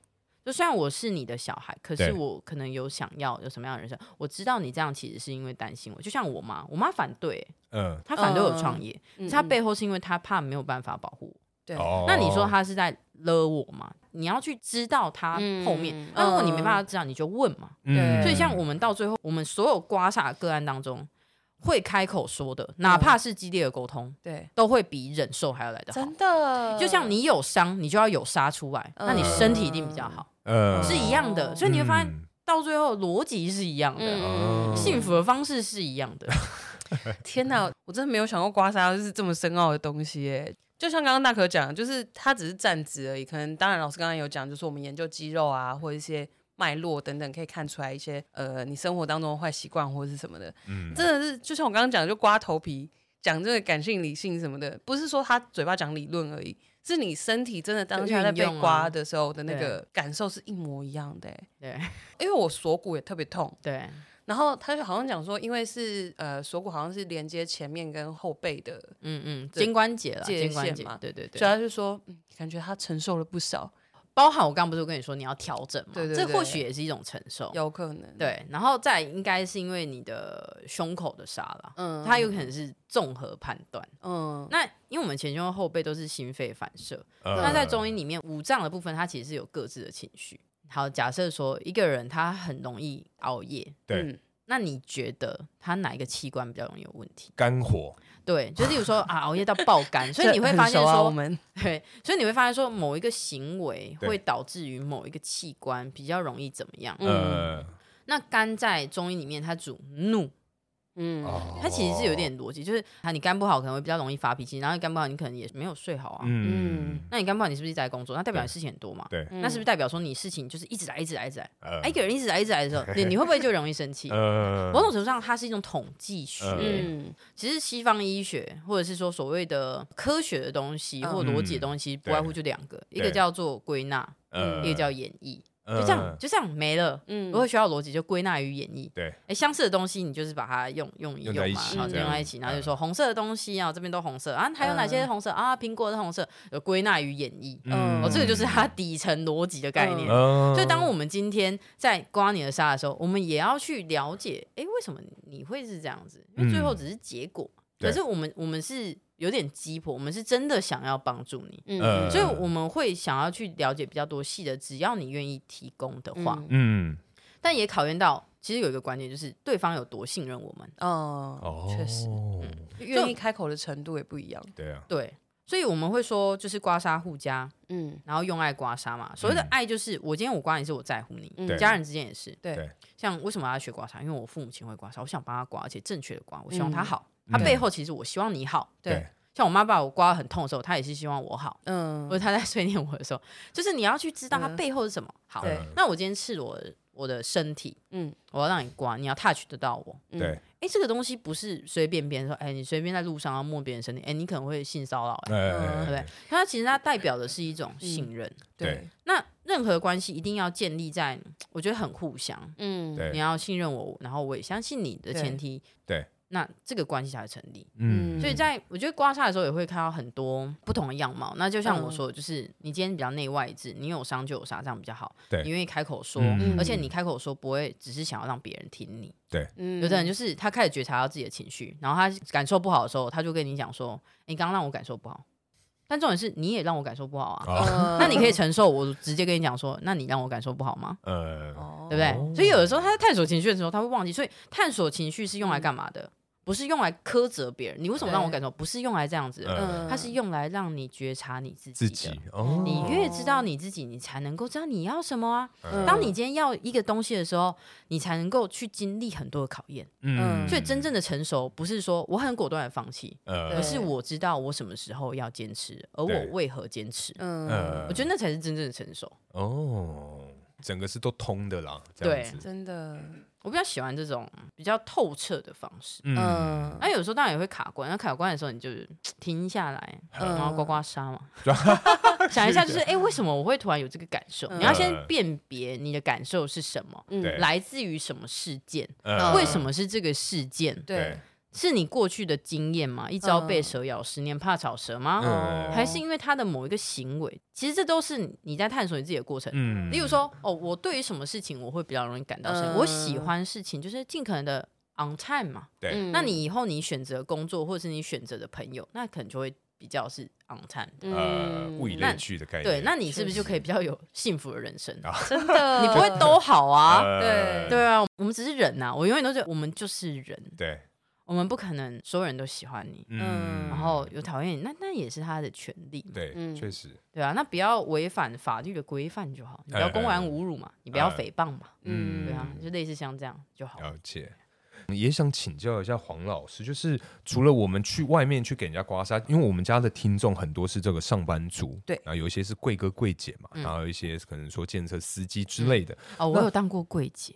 Speaker 2: 就虽然我是你的小孩，可
Speaker 1: 对
Speaker 2: 是我可能有想要有什么样的人生。我知道你这样其实是因为担心我，就像我妈，我妈反对、欸
Speaker 1: 嗯
Speaker 2: 她反对我创业，
Speaker 3: 嗯
Speaker 2: 她
Speaker 3: 嗯
Speaker 2: 背后是因为她怕没有办法保护我。
Speaker 3: 对
Speaker 1: 哦
Speaker 2: 那你说她是在勒我吗？你要去知道她后面
Speaker 3: 嗯。
Speaker 2: 那、如果你没办法知道，你就问嘛。
Speaker 1: 嗯
Speaker 2: 所以像我们到最后，我们所有刮痧的个案当中，会开口说的，哪
Speaker 3: 嗯
Speaker 2: 怕是激烈的沟通，
Speaker 3: 对，
Speaker 2: 都会比忍受还要来得好
Speaker 3: 真。的，
Speaker 2: 就像你有伤，你就要有痧出来，那你身体一定比
Speaker 3: 嗯
Speaker 2: 较好，
Speaker 1: 呃
Speaker 2: 是一样的。所以你会发现，到最后逻辑是一样的，哦
Speaker 1: 嗯
Speaker 2: 幸福的方式是一样的。 [LAUGHS]
Speaker 3: 天哪，我真的没有想过刮痧是这么深奥的东西耶。就像刚刚大可讲，就是他只是站直而已。可能当然，老师刚刚有讲，就是我们研究肌肉啊，或一些脉络等等，可以看出来一些呃，你生活当中的坏习惯或者是什么的。
Speaker 1: 嗯
Speaker 3: 真的是，就像我刚刚讲，就刮头皮，讲这个感性、理性什么的，不是说他嘴巴讲理论而已，是你身体真的当下在被
Speaker 2: 运用啊
Speaker 3: 刮的时候的那个感受是一模一样的耶。
Speaker 2: 对
Speaker 3: 因为我锁骨也特别痛，
Speaker 2: 对，
Speaker 3: 然后他就好像讲说，因为是呃锁骨好像是连接前面跟后背的，
Speaker 2: 嗯嗯，
Speaker 3: 对
Speaker 2: 肩关节了，
Speaker 3: 界
Speaker 2: 肩关
Speaker 3: 限
Speaker 2: 节
Speaker 3: 嘛，
Speaker 2: 对对
Speaker 3: 所以
Speaker 2: 对。
Speaker 3: 他就说，嗯，感觉他承受了不少，
Speaker 2: 包含我刚不是跟你说你要调整嘛，
Speaker 3: 对对
Speaker 2: 这
Speaker 3: 对
Speaker 2: 或许也是一种承受。
Speaker 3: 有可能，
Speaker 2: 哦对，然后再应该是因为你的胸口的痧啦，
Speaker 3: 嗯
Speaker 2: 它有可能是综合判断。
Speaker 3: 嗯，
Speaker 2: 那因为我们前胸和后背都是心肺反射，
Speaker 1: 呃
Speaker 2: 那在中医里面，五脏的部分它其实是有各自的情绪。好，假设说一个人他很容易熬夜，
Speaker 1: 对
Speaker 3: 嗯
Speaker 2: 那你觉得他哪一个器官比较容易有问题？
Speaker 1: 肝火，
Speaker 2: 对，就是例
Speaker 3: [LAUGHS]
Speaker 2: 如说啊，熬夜到爆肝，所以
Speaker 3: 这
Speaker 2: 你会
Speaker 3: 很
Speaker 2: 发现
Speaker 3: 熟
Speaker 2: 说，
Speaker 3: 啊我们
Speaker 2: [LAUGHS] 对，所以你会发现说，某一个行为
Speaker 1: 对
Speaker 2: 会导致于某一个器官比较容易怎么样？
Speaker 3: 嗯
Speaker 1: 呃，
Speaker 2: 那肝在中医里面它主怒，
Speaker 3: 嗯，
Speaker 1: 哦
Speaker 2: 它其实是有，点逻辑，就是啊，你肝不好可能会比较容易发脾气，然后你肝不好你可能也没有睡好啊。
Speaker 1: 嗯，
Speaker 2: 那你肝不好，你是不是一直在工作？那代表
Speaker 1: 对
Speaker 2: 你事情很多嘛？
Speaker 1: 对，
Speaker 3: 嗯
Speaker 2: 那是不是代表说你事情就是一直来，一直来，一直来？
Speaker 1: 呃
Speaker 2: 哎，一个人一直来，一直来的时候，你你会不会就容易生气？
Speaker 1: 呃
Speaker 2: 某种程度上，它是一种统计学。
Speaker 1: 嗯
Speaker 3: 嗯
Speaker 2: 其实西方医学，或者是说所谓的科学的东西
Speaker 3: 嗯
Speaker 2: 或逻辑的东西，不
Speaker 1: 对
Speaker 2: 外乎就两个，一个
Speaker 1: 对
Speaker 2: 叫做归纳，
Speaker 1: 呃
Speaker 2: 一个叫演绎。
Speaker 1: 就
Speaker 2: 就这
Speaker 1: 呃
Speaker 2: 样，，就这样没了。
Speaker 3: 嗯
Speaker 2: 如果需要逻辑，就归纳于演绎。
Speaker 1: 对，
Speaker 2: 哎，相似的东西你就是把它用用一
Speaker 1: 用
Speaker 2: 用
Speaker 1: 在一
Speaker 2: 嘛，
Speaker 1: 起
Speaker 2: 然后
Speaker 3: 这
Speaker 2: 就用
Speaker 3: 样
Speaker 2: 在一起，然后就
Speaker 1: 嗯
Speaker 2: 说红色的东西啊，这边都红色啊，还有哪些红色啊？苹果是红色，有归纳于演绎。
Speaker 3: 嗯
Speaker 2: 哦，这个就是它底层逻辑的概念。
Speaker 1: 嗯
Speaker 2: 所以，当我们今天在刮你的痧的时候，我们也要去了解，哎，为什么你会是这样子？因为最后
Speaker 1: 嗯
Speaker 2: 只是结果嘛。
Speaker 1: 对
Speaker 2: 可是我们我们是有点鸡婆，我们是真的想要帮助你。
Speaker 1: 呃
Speaker 2: 所以我们会想要去了解比较多细的，只要你愿意提供的话，
Speaker 3: 嗯
Speaker 1: 嗯
Speaker 2: 但也考验到其实有一个关键，就是对方有多信任我们。
Speaker 3: 哦
Speaker 1: 哦，，
Speaker 3: 确实，
Speaker 2: 嗯
Speaker 3: 愿意开口的程度也不一样。
Speaker 1: 对啊，
Speaker 2: 对，所以我们会说就是刮痧护家，
Speaker 3: 嗯，
Speaker 2: 然后用爱刮痧嘛。所谓的爱就是我今天我刮你是我在乎你，
Speaker 3: 对
Speaker 2: 家人之间也是。
Speaker 3: 嗯对
Speaker 1: 对
Speaker 2: 像为什么要学刮痧？因为我父母亲会刮痧，我想帮他刮，而且正确的刮，我希望他
Speaker 3: 嗯
Speaker 2: 好。他
Speaker 1: 嗯
Speaker 2: 背后其实我希望你好。
Speaker 1: 对，
Speaker 2: 像我妈把我刮得很痛的时候，她也是希望我好。
Speaker 3: 嗯
Speaker 2: 或者他在碎念我的时候，就是你要去知道他
Speaker 3: 嗯
Speaker 2: 背后是什么。好
Speaker 1: 对，
Speaker 2: 那我今天赤裸我的身体，
Speaker 3: 嗯
Speaker 2: 嗯，我要让你刮，你要 touch 得到我。
Speaker 3: 嗯
Speaker 1: 对，
Speaker 2: 哎、这个东西不是随便别人说，哎、你随便在路上要摸别人身体，哎、你可能会性骚扰、哎对不
Speaker 1: 呃
Speaker 3: 嗯
Speaker 2: 对？可它其实它代表的是一种信任。
Speaker 1: 对，
Speaker 2: 那任何关系一定要建立在，我觉得很互相，
Speaker 3: 嗯
Speaker 1: 对
Speaker 2: 你要信任我，然后我也相信你的
Speaker 3: 对
Speaker 2: 前提，
Speaker 1: 对，
Speaker 2: 那这个关系才会成立。
Speaker 1: 嗯
Speaker 2: 所以在我觉得刮痧的时候也会看到很多不同的样貌。那就
Speaker 1: 嗯
Speaker 2: 像我说的，就是你今天比较内外置，你有伤就有伤，这样比较好。
Speaker 1: 对
Speaker 2: 你愿意开口说，
Speaker 1: 嗯
Speaker 2: 而且你开口说不会只是想要让别人听你。
Speaker 3: 嗯
Speaker 2: 有的人就是他开始觉察到自己的情绪，然后他感受不好的时候，他就跟你讲说：“你刚刚让我感受不好。”但重点是你也让我感受不好啊。
Speaker 1: 啊 [LAUGHS]
Speaker 2: [LAUGHS]
Speaker 3: 嗯
Speaker 2: 那你可以承受，我直接跟你讲说：“那你让我感受不好吗？”
Speaker 1: 呃
Speaker 3: 哦
Speaker 2: 对不对？
Speaker 1: 哦
Speaker 2: 所以有的时候他在探索情绪的时候，他会忘记。所以探索情绪是用来干嘛的？不是用来苛责别人。你为什么让我感受？不是用来这样子的，
Speaker 1: 呃
Speaker 3: 嗯
Speaker 2: 它是用来让你觉察你自己
Speaker 1: 自
Speaker 2: 的。
Speaker 1: 己哦，
Speaker 2: 你越知道你自己，你才能够知道你要什么啊。
Speaker 1: 嗯
Speaker 2: 当你今天要一个东西的时候，你才能够去经历很多的考验。
Speaker 1: 嗯，
Speaker 2: 所以真正的成熟，不是说我很果断的放弃，
Speaker 1: 呃
Speaker 2: 而是我知道我什么时候要坚持，而我
Speaker 1: 对
Speaker 2: 为何坚持。
Speaker 3: 嗯，
Speaker 1: 呃，
Speaker 2: 我觉得那才是真正的成熟。
Speaker 1: 得哦，整个是都通的啦，这
Speaker 2: 对
Speaker 1: 样子，
Speaker 3: 真的，
Speaker 2: 我比较喜欢这种比较透彻的方式。
Speaker 1: 嗯，
Speaker 3: 嗯
Speaker 2: 那有时候当然也会卡关，那卡关的时候你就是停下来，
Speaker 3: 嗯
Speaker 2: 然后刮刮痧嘛，想一下就是哎、诶为什么我会突然有这个感受？
Speaker 3: 嗯
Speaker 2: 你要先辨别你的感受是什么，
Speaker 3: 嗯
Speaker 1: 对
Speaker 2: 来自于什么事件，
Speaker 1: 呃
Speaker 2: 为什么是这个事件？
Speaker 1: 对
Speaker 3: 对，
Speaker 2: 是你过去的经验吗？一朝被
Speaker 3: 嗯
Speaker 2: 蛇咬，十年怕草蛇吗？
Speaker 3: 哦
Speaker 1: 嗯
Speaker 2: 还是因为他的某一个行为？其实这都是你在探索你自己的过程。
Speaker 1: 嗯
Speaker 2: 例如说，哦，我对于什么事情我会比较容易感到生气，
Speaker 3: 嗯
Speaker 2: 我喜欢事情就是尽可能的 on time 嘛。
Speaker 3: 嗯
Speaker 1: 对
Speaker 2: 那你以后你选择工作，或者是你选择的朋友，那可能就会比较是 on time 的。
Speaker 1: 呃
Speaker 3: 嗯
Speaker 1: 物以类聚的概念，
Speaker 2: 嗯对，那你是不是就可以比较有幸福的人生？
Speaker 3: 真的，
Speaker 2: 你不会都好啊？
Speaker 1: 啊呃
Speaker 3: 对
Speaker 2: 对啊，我们只是人呐、我永远都觉得我们就是人，
Speaker 1: 对，
Speaker 2: 我们不可能所有人都喜欢你，
Speaker 1: 嗯，
Speaker 2: 然后有讨厌你，那那也是他的权利嘛，
Speaker 1: 对，哎
Speaker 3: 嗯
Speaker 1: 确实，
Speaker 2: 对啊，那不要违反法律的规范就好，你不要公然侮辱嘛，你不要诽谤嘛，
Speaker 3: 嗯
Speaker 2: 对啊，就类似像这样就好。
Speaker 1: 哎了解。也想请教一下黄老师，就是除了我们去外面去给人家刮痧，因为我们家的听众很多是这个上班族，
Speaker 3: 对
Speaker 1: 然后有一些是贵哥贵姐嘛，
Speaker 2: 嗯
Speaker 1: 然后有一些可能说建设司机之类的，
Speaker 2: 哦，我有当过柜姐，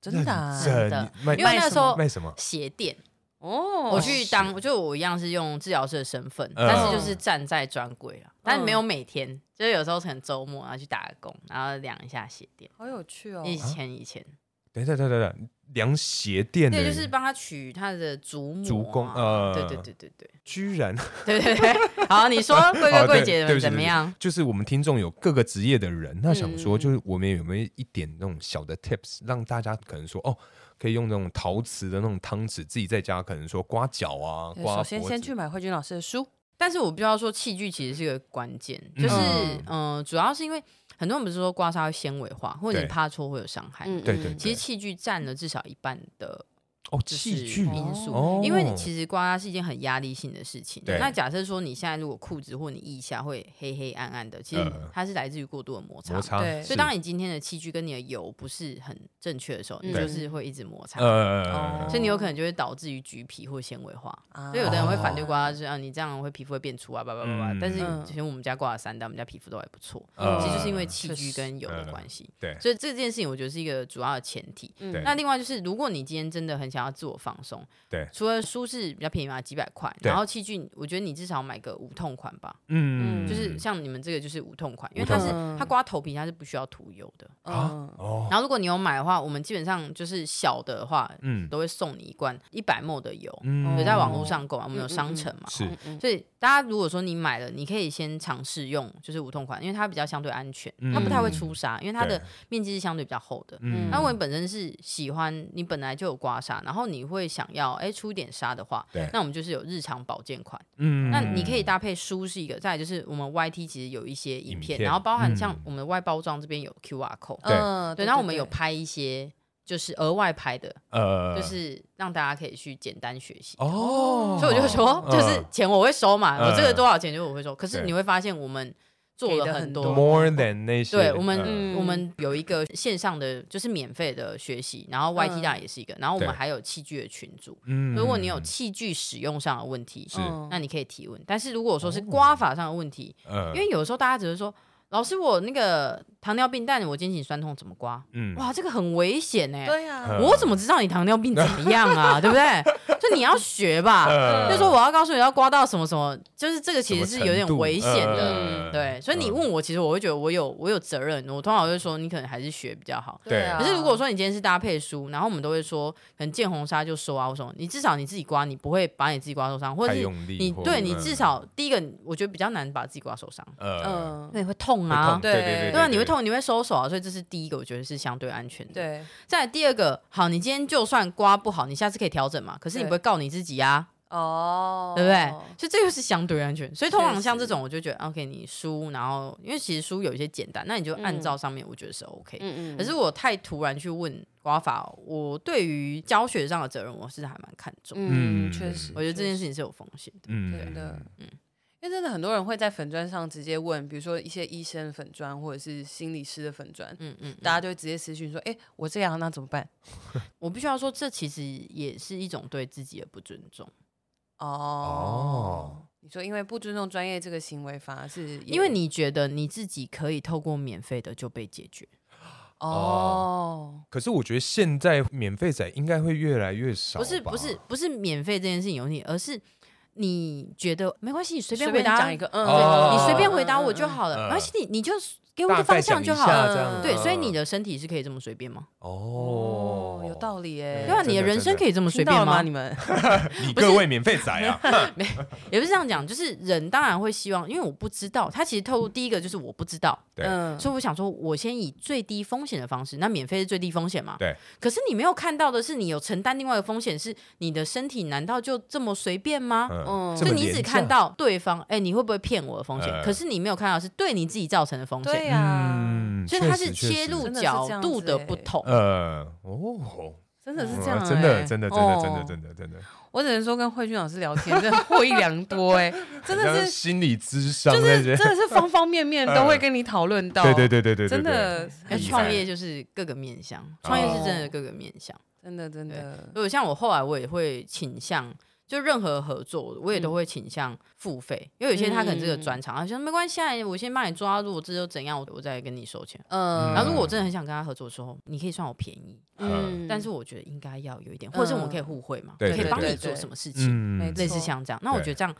Speaker 3: 真的啊
Speaker 1: 认
Speaker 2: 真的
Speaker 1: 真卖
Speaker 2: 因为那时候
Speaker 1: 卖什么？
Speaker 2: 鞋店，
Speaker 3: 哦，
Speaker 2: 我去当，就我一样是用治疗师的身份，
Speaker 1: 嗯
Speaker 2: 但是就是站在专柜啊，但没有每天，就是有时候可能周末然后去打个工，然后量一下鞋垫。
Speaker 3: 好有趣哦，
Speaker 2: 以前以前，
Speaker 1: 等一下，等一下，等一下，凉鞋店啊的
Speaker 2: 对，就是帮他取他的足母、啊，
Speaker 1: 足弓呃
Speaker 2: 对对对对对 [LAUGHS]
Speaker 1: 居然 [LAUGHS]
Speaker 2: 对对对。好，你说贵
Speaker 1: 哦对
Speaker 2: 贵贵姐
Speaker 1: 对不
Speaker 2: 们
Speaker 1: 起
Speaker 2: 怎么样？
Speaker 1: 就是我们听众有各个职业的人，那想说
Speaker 3: 嗯
Speaker 1: 就是我们有没有一点那种小的 tips，让大家可能说哦，可以用那种陶瓷的那种汤匙，自己在家可能说刮脚啊，
Speaker 3: 对
Speaker 1: 刮
Speaker 3: 首先
Speaker 1: 脖
Speaker 3: 先
Speaker 1: 子
Speaker 3: 去买慧君老师的书，
Speaker 2: 但是我必须要说，器具其实是个关键，就是
Speaker 1: 嗯
Speaker 2: 嗯、呃主要是因为很多人不是说刮痧会纤维化，或者你
Speaker 1: 对
Speaker 2: 趴搓会有伤害。
Speaker 3: 嗯
Speaker 1: 对对
Speaker 2: 其实器具占了至少一半的
Speaker 1: 哦，
Speaker 2: 就是
Speaker 1: 器具
Speaker 2: 因素，
Speaker 1: 哦
Speaker 2: 因为你其实刮痧是一件很压力性的事情。
Speaker 1: 对
Speaker 2: 那假设说你现在如果裤子或你腋下会黑黑暗暗的，其实
Speaker 1: 呃
Speaker 2: 它是来自于过度的摩擦。
Speaker 1: 摩擦，
Speaker 3: 对
Speaker 2: 所
Speaker 1: 是
Speaker 2: 以当你今天的器具跟你的油不是很正确的时候，你
Speaker 3: 对
Speaker 2: 就是会一直摩擦。
Speaker 1: 呃，
Speaker 2: 哦所以你有可能就会导致于橘皮或纤维化，
Speaker 3: 啊
Speaker 2: 所以有的人会反对刮痧，就是啊你这样会皮肤会变粗啊，叭叭叭叭
Speaker 1: 哦嗯。
Speaker 2: 但是
Speaker 3: 嗯
Speaker 2: 其实我们家刮了三代，我们家皮肤都还不错，
Speaker 1: 呃
Speaker 2: 其实就是因为器
Speaker 3: 确
Speaker 2: 具
Speaker 3: 实
Speaker 2: 跟油的
Speaker 1: 嗯
Speaker 2: 关系。
Speaker 1: 对
Speaker 2: 所以这件事情我觉得是一个主要的前提。
Speaker 3: 嗯
Speaker 1: 对
Speaker 2: 那另外就是，如果你今天真的很想要自我放松，
Speaker 1: 对
Speaker 2: 除了舒适比较便宜嘛，几百块，
Speaker 1: 对
Speaker 2: 然后器具，我觉得你至少买个无痛款吧，
Speaker 1: 嗯，
Speaker 2: 就是像你们这个就是无痛款，因为
Speaker 1: 无痛
Speaker 2: 它是
Speaker 3: 款
Speaker 2: 它刮头皮它是不需要涂油的。
Speaker 1: 啊
Speaker 3: 嗯，
Speaker 1: 哦，
Speaker 2: 然后如果你有买的话，我们基本上就是小的话
Speaker 1: 嗯
Speaker 2: 都会送你一罐一百 ml 的油，
Speaker 1: 嗯
Speaker 2: 有
Speaker 3: 对
Speaker 2: 在网络上购哦买，我们有
Speaker 3: 嗯嗯
Speaker 2: 商城嘛，
Speaker 1: 是
Speaker 3: 嗯
Speaker 2: 所以大家如果说你买了，你可以先尝试用，就是无痛款，因为它比较相对安全，它不太会出痧，因为它的
Speaker 1: 对
Speaker 2: 面积是相对比较厚的。
Speaker 1: 嗯
Speaker 2: 那如果你本身是喜欢，你本来就有刮痧，然后你会想要哎出一点痧的话
Speaker 1: 对，
Speaker 2: 那我们就是有日常保健款，
Speaker 1: 嗯
Speaker 2: 那你可以搭配书是一个，再来就是我们 YT 其实有一些影
Speaker 1: 影
Speaker 2: 片，
Speaker 1: 片
Speaker 2: 然后包含像
Speaker 1: 嗯
Speaker 2: 我们外包装这边有 QR code，
Speaker 1: 对
Speaker 3: 嗯
Speaker 2: 对，然后我们有拍一些就是额外拍的，
Speaker 1: 呃，
Speaker 2: 就是让大家可以去简单学习。
Speaker 1: 哦，
Speaker 2: 所以我就说， [LAUGHS] 就是钱我会收嘛，
Speaker 1: 嗯
Speaker 2: 我这个多少钱就我会收。可是
Speaker 1: 对
Speaker 2: 你会发现，我们做了很
Speaker 3: 给的很
Speaker 2: 多
Speaker 3: 多。
Speaker 1: 嗯 more than 那些，
Speaker 2: 对我们，
Speaker 1: 嗯
Speaker 2: 我们有一个线上的就是免费的学习，然后 YT
Speaker 3: 嗯
Speaker 2: 大也是一个，然后我们
Speaker 1: 对
Speaker 2: 还有器具的群组。
Speaker 1: 嗯
Speaker 2: 如果你有器具使用上的问题，
Speaker 1: 是
Speaker 3: 嗯
Speaker 2: 那你可以提问。但是如果说
Speaker 1: 哦
Speaker 2: 是刮法上的问题，
Speaker 1: 呃，
Speaker 2: 因为有的时候大家只是说，老师我那个糖尿病，但我肩颈酸痛怎么刮？
Speaker 1: 嗯
Speaker 2: 哇，这个很危险呢。
Speaker 3: 对啊，
Speaker 1: 嗯
Speaker 2: 我怎么知道你糖尿病怎么样
Speaker 1: [LAUGHS]
Speaker 2: 啊？对不对？就你要学吧。
Speaker 1: 呃
Speaker 2: 就说我要告诉你要刮到什么什么，就是这个其实是有点危险的。嗯
Speaker 1: 的
Speaker 2: 对，所以
Speaker 1: 嗯
Speaker 2: 你问我，其实我会觉得我有我有责任。我通常会说你可能还是学比较好。
Speaker 1: 对
Speaker 3: 啊
Speaker 2: 可是如果说你今天是搭配书，然后我们都会说，可能见红纱就收啊，或什么，你至少你自己刮，你不会把你自己刮受伤，或者
Speaker 1: 太
Speaker 2: 是
Speaker 1: 用力，
Speaker 2: 你
Speaker 1: 或
Speaker 2: 对
Speaker 1: 嗯
Speaker 2: 你至少第一个，我觉得比较难把自己刮受伤，
Speaker 1: 呃
Speaker 3: 嗯，
Speaker 2: 对，会痛
Speaker 1: 会
Speaker 2: 啊
Speaker 1: 痛，对对
Speaker 2: 对啊，你会，痛，你会收手啊，所以这是第一个，我觉得是相对安全的。，
Speaker 3: 对，
Speaker 2: 再来第二个，好，你今天就算刮不好，你下次可以调整嘛，可是你
Speaker 3: 对
Speaker 2: 不会告你自己啊。
Speaker 3: 哦，
Speaker 2: 对不对？所以这就是相对安全。所以通
Speaker 3: 确
Speaker 2: 常
Speaker 3: 实
Speaker 2: 像这种，我就觉得啊 OK，你书，然后因为其实书有一些简单，那你就按照上面，我觉得是 OK。
Speaker 3: 嗯嗯嗯，
Speaker 2: 可是我太突然去问刮法，我对于教学上的责任，我是还蛮看重。
Speaker 1: 嗯
Speaker 3: 嗯，确实，
Speaker 2: 我觉得这件事
Speaker 3: 情
Speaker 2: 情是有风险的。
Speaker 1: 嗯
Speaker 3: 真的，
Speaker 2: 嗯
Speaker 3: 因为真的很多人会在粉砖上直接问，比如说一些医生粉砖或者是心理师的粉砖，
Speaker 2: 嗯嗯，
Speaker 3: 大家就会直接私讯说：“哎、我这样那怎么办
Speaker 2: 我必须要说，这其实也是一种对自己的不尊重，？”
Speaker 3: 哦，你说因为不尊重专业这个行为，反而是也
Speaker 2: 因为你觉得你自己可以透过免费的就被解决。
Speaker 3: 哦，
Speaker 1: 可是我觉得现在免费仔应该会越来越少吧，
Speaker 2: 不是不是不是免费这件事情有问题，而是你觉得没关系，随
Speaker 3: 随
Speaker 2: 便回答啊
Speaker 3: 讲一个，嗯，
Speaker 1: 哦
Speaker 2: 对你随便回答我就好
Speaker 1: 嗯嗯
Speaker 2: 了，
Speaker 1: 嗯
Speaker 2: 而且你你就给我一
Speaker 1: 大
Speaker 2: 个
Speaker 1: 概讲
Speaker 2: 方向
Speaker 1: 一
Speaker 2: 就
Speaker 1: 下
Speaker 2: 好
Speaker 3: 了
Speaker 1: 这样，
Speaker 2: 对，
Speaker 1: 嗯
Speaker 2: 所以你的身体是可以这么随便吗？
Speaker 1: 哦
Speaker 3: 哦，，有道理耶，
Speaker 2: 对啊，
Speaker 1: 真的
Speaker 2: 你的人生可以这么随
Speaker 3: 听
Speaker 2: 便
Speaker 3: 到了
Speaker 2: 吗
Speaker 3: 吗？你？们
Speaker 1: 你
Speaker 2: 不是
Speaker 1: 各位免费仔啊， [LAUGHS]
Speaker 2: 也不是这样讲，就是人当然会希望，因为我不知道，他其实透露第一个就是我不知道，
Speaker 1: 对
Speaker 3: 嗯
Speaker 2: 所以我想说，我先以最低风险的方式，那免费是最低风险嘛？
Speaker 1: 对。
Speaker 2: 可是你没有看到的是，你有承担另外一个风险，是你的身体难道就这么随便吗？
Speaker 1: 嗯，[LAUGHS]
Speaker 3: 嗯
Speaker 1: 这
Speaker 2: 就
Speaker 1: 么
Speaker 2: 你只
Speaker 1: 廉价
Speaker 2: 看到对方，哎、你会不会骗我的风险？
Speaker 1: 呃
Speaker 2: 可是你没有看到是对啊你自己造成的风险。
Speaker 3: 对呀，
Speaker 1: 嗯
Speaker 2: 所以它是
Speaker 1: 确实
Speaker 2: 切入
Speaker 3: 真的是这
Speaker 2: 角
Speaker 3: 样
Speaker 2: 度
Speaker 3: 子
Speaker 2: 的
Speaker 3: 欸
Speaker 2: 不同。
Speaker 1: 呃哦，
Speaker 3: 真的是这样
Speaker 1: 哇
Speaker 3: 欸，
Speaker 1: 真的真的真
Speaker 2: 哦
Speaker 1: 的真的
Speaker 3: 的，
Speaker 1: 真的真的，
Speaker 3: 我只能说跟慧君老师聊天，真的获益良多
Speaker 1: [LAUGHS]
Speaker 3: 哎，真
Speaker 1: 好像
Speaker 3: 的是
Speaker 1: 心理智商
Speaker 3: 就
Speaker 1: 那
Speaker 3: 是
Speaker 1: 些
Speaker 3: 真，
Speaker 1: [LAUGHS]
Speaker 3: 的是方方面面都会跟你讨论到，
Speaker 1: 对对对对对，对
Speaker 3: 真的
Speaker 2: 那
Speaker 1: 对
Speaker 3: 很
Speaker 1: 厉害
Speaker 2: 创业就是各个面向，创业是真
Speaker 1: 哦
Speaker 2: 的各个面向。
Speaker 3: 真的真的，
Speaker 2: 所以像我后来我也会倾向，就任何合作我也
Speaker 3: 嗯
Speaker 2: 都会倾向付费，因为有些他可能这个专长，他说没关系，啊，我先帮你抓住，这又怎样，我我再跟你收钱。
Speaker 3: 嗯
Speaker 2: 然后如果我真的很想跟他合作的时候，你可以算我便宜，
Speaker 1: 嗯
Speaker 2: 但是我觉得应该要有一点，或者是我们
Speaker 3: 嗯
Speaker 2: 可以互惠嘛，
Speaker 1: 对
Speaker 2: 可以
Speaker 1: 对
Speaker 2: 帮
Speaker 1: 对
Speaker 2: 你做
Speaker 3: 对
Speaker 2: 什么事情，
Speaker 1: 嗯
Speaker 3: 没错
Speaker 2: 类似像这样。那我
Speaker 1: 对
Speaker 2: 觉得这样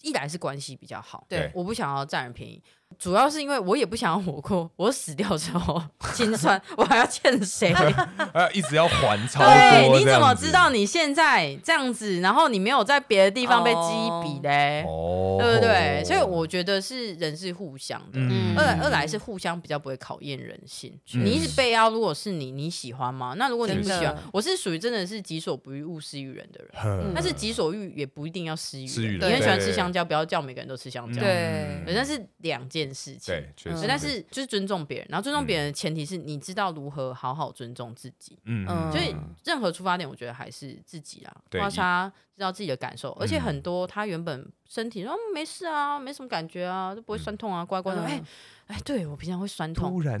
Speaker 2: 一来是关系比较好，
Speaker 1: 对
Speaker 2: 我不想要占人便宜。主要是因为我也不想要活过，我死掉之后心酸，我还要欠谁？
Speaker 1: 啊，一直要还超
Speaker 2: 对，
Speaker 1: 多，
Speaker 2: 你
Speaker 1: 这
Speaker 2: 怎
Speaker 1: 样
Speaker 2: 么
Speaker 1: 子
Speaker 2: 知道你现在这样子，然后你没有在别的地方被激比嘞？
Speaker 1: 哦，
Speaker 2: 对不对？所以我觉得是人是互相的，
Speaker 1: 嗯
Speaker 2: 二来二来是互相比较不会考验人性。
Speaker 1: 确
Speaker 2: 你一
Speaker 1: 实
Speaker 2: 直被邀，如果是你，你喜欢吗？那如果你不喜
Speaker 3: 真的
Speaker 2: 欢，我是属于真的是己所不欲，勿施于人的人。
Speaker 1: 嗯
Speaker 2: 但是己所欲也不一定要施于
Speaker 1: 施于人
Speaker 2: 人。你很喜欢
Speaker 1: 对嗯
Speaker 2: 吃香蕉，不要叫每个人都吃香蕉。
Speaker 3: 对
Speaker 2: 对，那是两件事情。
Speaker 1: 对，嗯确
Speaker 3: 嗯
Speaker 1: 实，
Speaker 2: 对但是就是尊重别人，然后尊重别人的前提是你知道如何好好尊重自己。
Speaker 1: 嗯，嗯
Speaker 3: 嗯
Speaker 2: 所以任何出发点，我觉得还是自己啦。
Speaker 1: 对嗯
Speaker 2: 花莎知道自己的感受，而且很多他原本身体说、哦、没事啊，没什么感觉啊，都不会
Speaker 1: 嗯
Speaker 2: 酸痛啊，乖乖的。
Speaker 3: 嗯
Speaker 2: 哎哎，对我平常会酸痛
Speaker 1: 突，然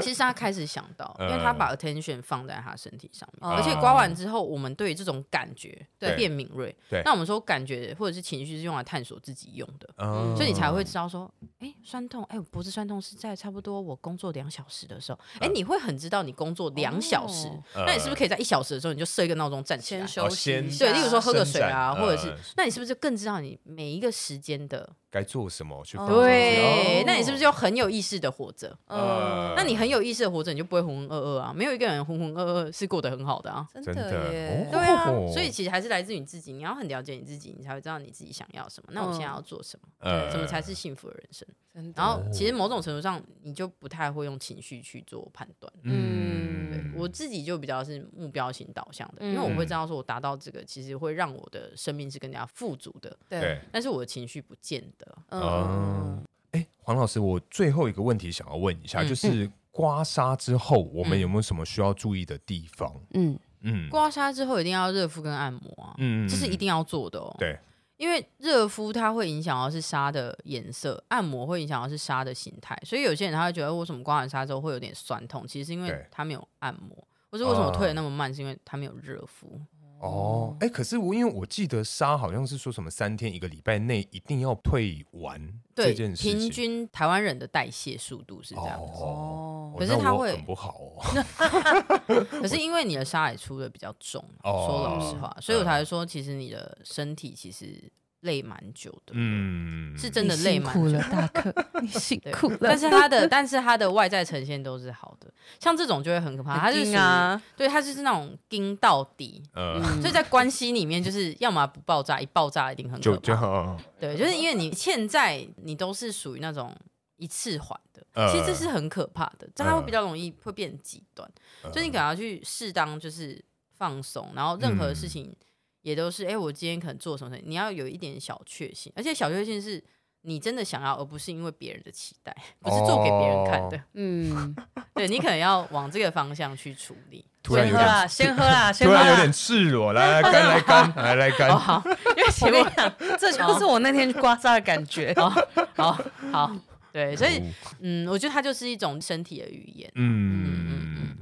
Speaker 2: 其实他开始想到，因
Speaker 1: 嗯
Speaker 2: 为他把 attention 放在他身体上面，
Speaker 3: 哦
Speaker 2: 而且刮完之后，我们对这种感觉
Speaker 1: 对
Speaker 2: 变敏锐
Speaker 1: 对。
Speaker 2: 那我们说感觉或者是情绪是用来探索自己用的。
Speaker 1: 嗯
Speaker 2: 所以你才会知道说，哎、酸痛，哎、我脖子酸痛是在差不多我工作两小时的时候，哎、
Speaker 1: 嗯
Speaker 2: 你会很知道你工作两小时，
Speaker 3: 哦
Speaker 2: 那你是不是可以在一小时的时候你就设一个闹钟站起来
Speaker 3: 先？休息一
Speaker 1: 呃哦先
Speaker 3: 下，
Speaker 2: 对，例如说喝个水啊，
Speaker 1: 伸展
Speaker 2: 或者是
Speaker 1: 呃，
Speaker 2: 那你是不是就更知道你每一个时间的？
Speaker 1: 该做什么去放松自己？
Speaker 2: 对
Speaker 1: 哦，
Speaker 2: 那你是不是就很有意识的活着？
Speaker 1: 呃
Speaker 2: 那你很有意识的活着，你就不会浑浑噩噩啊。没有一个人浑浑噩噩是过得很好的啊。
Speaker 3: 真
Speaker 1: 真
Speaker 3: 的
Speaker 1: 的
Speaker 3: 耶，
Speaker 2: 对啊
Speaker 1: 哦，
Speaker 2: 所以其实还是来自于你自己，你要很了解你自己，你才会知道你自己想要什么。那我
Speaker 1: 嗯
Speaker 2: 现在要做什么？
Speaker 1: 呃
Speaker 2: 什么才是幸福的人生？
Speaker 3: 真的
Speaker 2: 然
Speaker 1: 哦
Speaker 2: 后其实某种程度上，你就不太会用情绪去做判断。
Speaker 1: 嗯，
Speaker 2: 我自己就比较是目标型导向的，
Speaker 3: 嗯
Speaker 2: 因为我会知道说我达到这个，其实会让我的生命是更加富足的，
Speaker 1: 对
Speaker 3: 对，，
Speaker 2: 但是我的情绪不见得。
Speaker 3: 嗯
Speaker 1: 哦，哎，黄老师，我最后一个问题想要问一下，
Speaker 2: 嗯
Speaker 1: 就是刮痧之后，我们有没有什么需要注意的地方？
Speaker 3: 嗯
Speaker 1: 嗯
Speaker 2: 刮痧之后一定要热敷跟按摩啊，
Speaker 1: 嗯
Speaker 2: 这是一定要做的哦。
Speaker 1: 对，
Speaker 2: 因为热敷它会影响到是沙的颜色，按摩会影响到是沙的形态，所以有些人他会觉得为什么刮完痧之后会有点酸痛，其实是因
Speaker 1: 对
Speaker 2: 为他没有按摩，或者为什么
Speaker 1: 哦
Speaker 2: 退的那么慢，是因为他没有热敷。
Speaker 1: 哦，哎，可是我因为我记得痧好像是说什么三天一个礼拜内一定要退完这
Speaker 2: 对，
Speaker 1: 件事情，
Speaker 2: 平均台湾人的代谢速度是这样子，
Speaker 1: 哦。
Speaker 3: 哦，
Speaker 2: 可是
Speaker 1: 那我
Speaker 2: 它会
Speaker 1: 很不好哦，
Speaker 2: [LAUGHS] 可是因为你的沙也出的比较重啊，
Speaker 1: 哦
Speaker 2: 说老实话，所以我才会说，其实你的身体其实累蛮久的，
Speaker 1: 嗯，
Speaker 2: [LAUGHS] 是真的累蛮
Speaker 3: 苦
Speaker 2: 久
Speaker 3: 了
Speaker 2: 的。，
Speaker 3: [LAUGHS] 大可，你辛
Speaker 2: 对
Speaker 3: [LAUGHS] 苦了，，
Speaker 2: 但是它的但是它的外在呈现都是好的，像这种就会很可怕，它就是
Speaker 3: 很
Speaker 2: 属
Speaker 3: 硬
Speaker 2: 于，
Speaker 3: 啊，
Speaker 2: 对，它就是那种盯到底，
Speaker 1: 呃，
Speaker 3: 嗯
Speaker 2: 所以在关系里面就是要么不爆炸，一爆炸一定
Speaker 1: [LAUGHS]
Speaker 2: 很
Speaker 1: 就
Speaker 2: [LAUGHS] 可
Speaker 1: 就哦
Speaker 2: 怕，对，就是因为你欠债，你都是属于那种一次还的，
Speaker 1: 呃
Speaker 2: 其实这是很可怕的，但它会比较容易会变极端，所以你可能要去适当就是放松，然后任何事情也都是，哎、我今天可能做什么事情，你要有一点小确幸，而且小确幸是你真的想要，而不是因为别人的期待，不是做给别人看的，
Speaker 3: 嗯，
Speaker 2: 对你可能要往这个方向去处理。
Speaker 1: 突然有点，
Speaker 3: 先喝 [LAUGHS] 啦，先
Speaker 1: 突然有点赤裸，来来干来
Speaker 2: [LAUGHS]
Speaker 1: 干来来
Speaker 2: 哦，
Speaker 1: 干，
Speaker 2: 好，因为
Speaker 3: 我
Speaker 2: 前
Speaker 3: 跟
Speaker 2: 面
Speaker 3: 你讲，这就是我那天去刮痧的感 [LAUGHS] 觉。
Speaker 2: 好好好，对，所
Speaker 1: 哦
Speaker 2: 以嗯，我觉得它就是一种身体的语言。
Speaker 1: 嗯，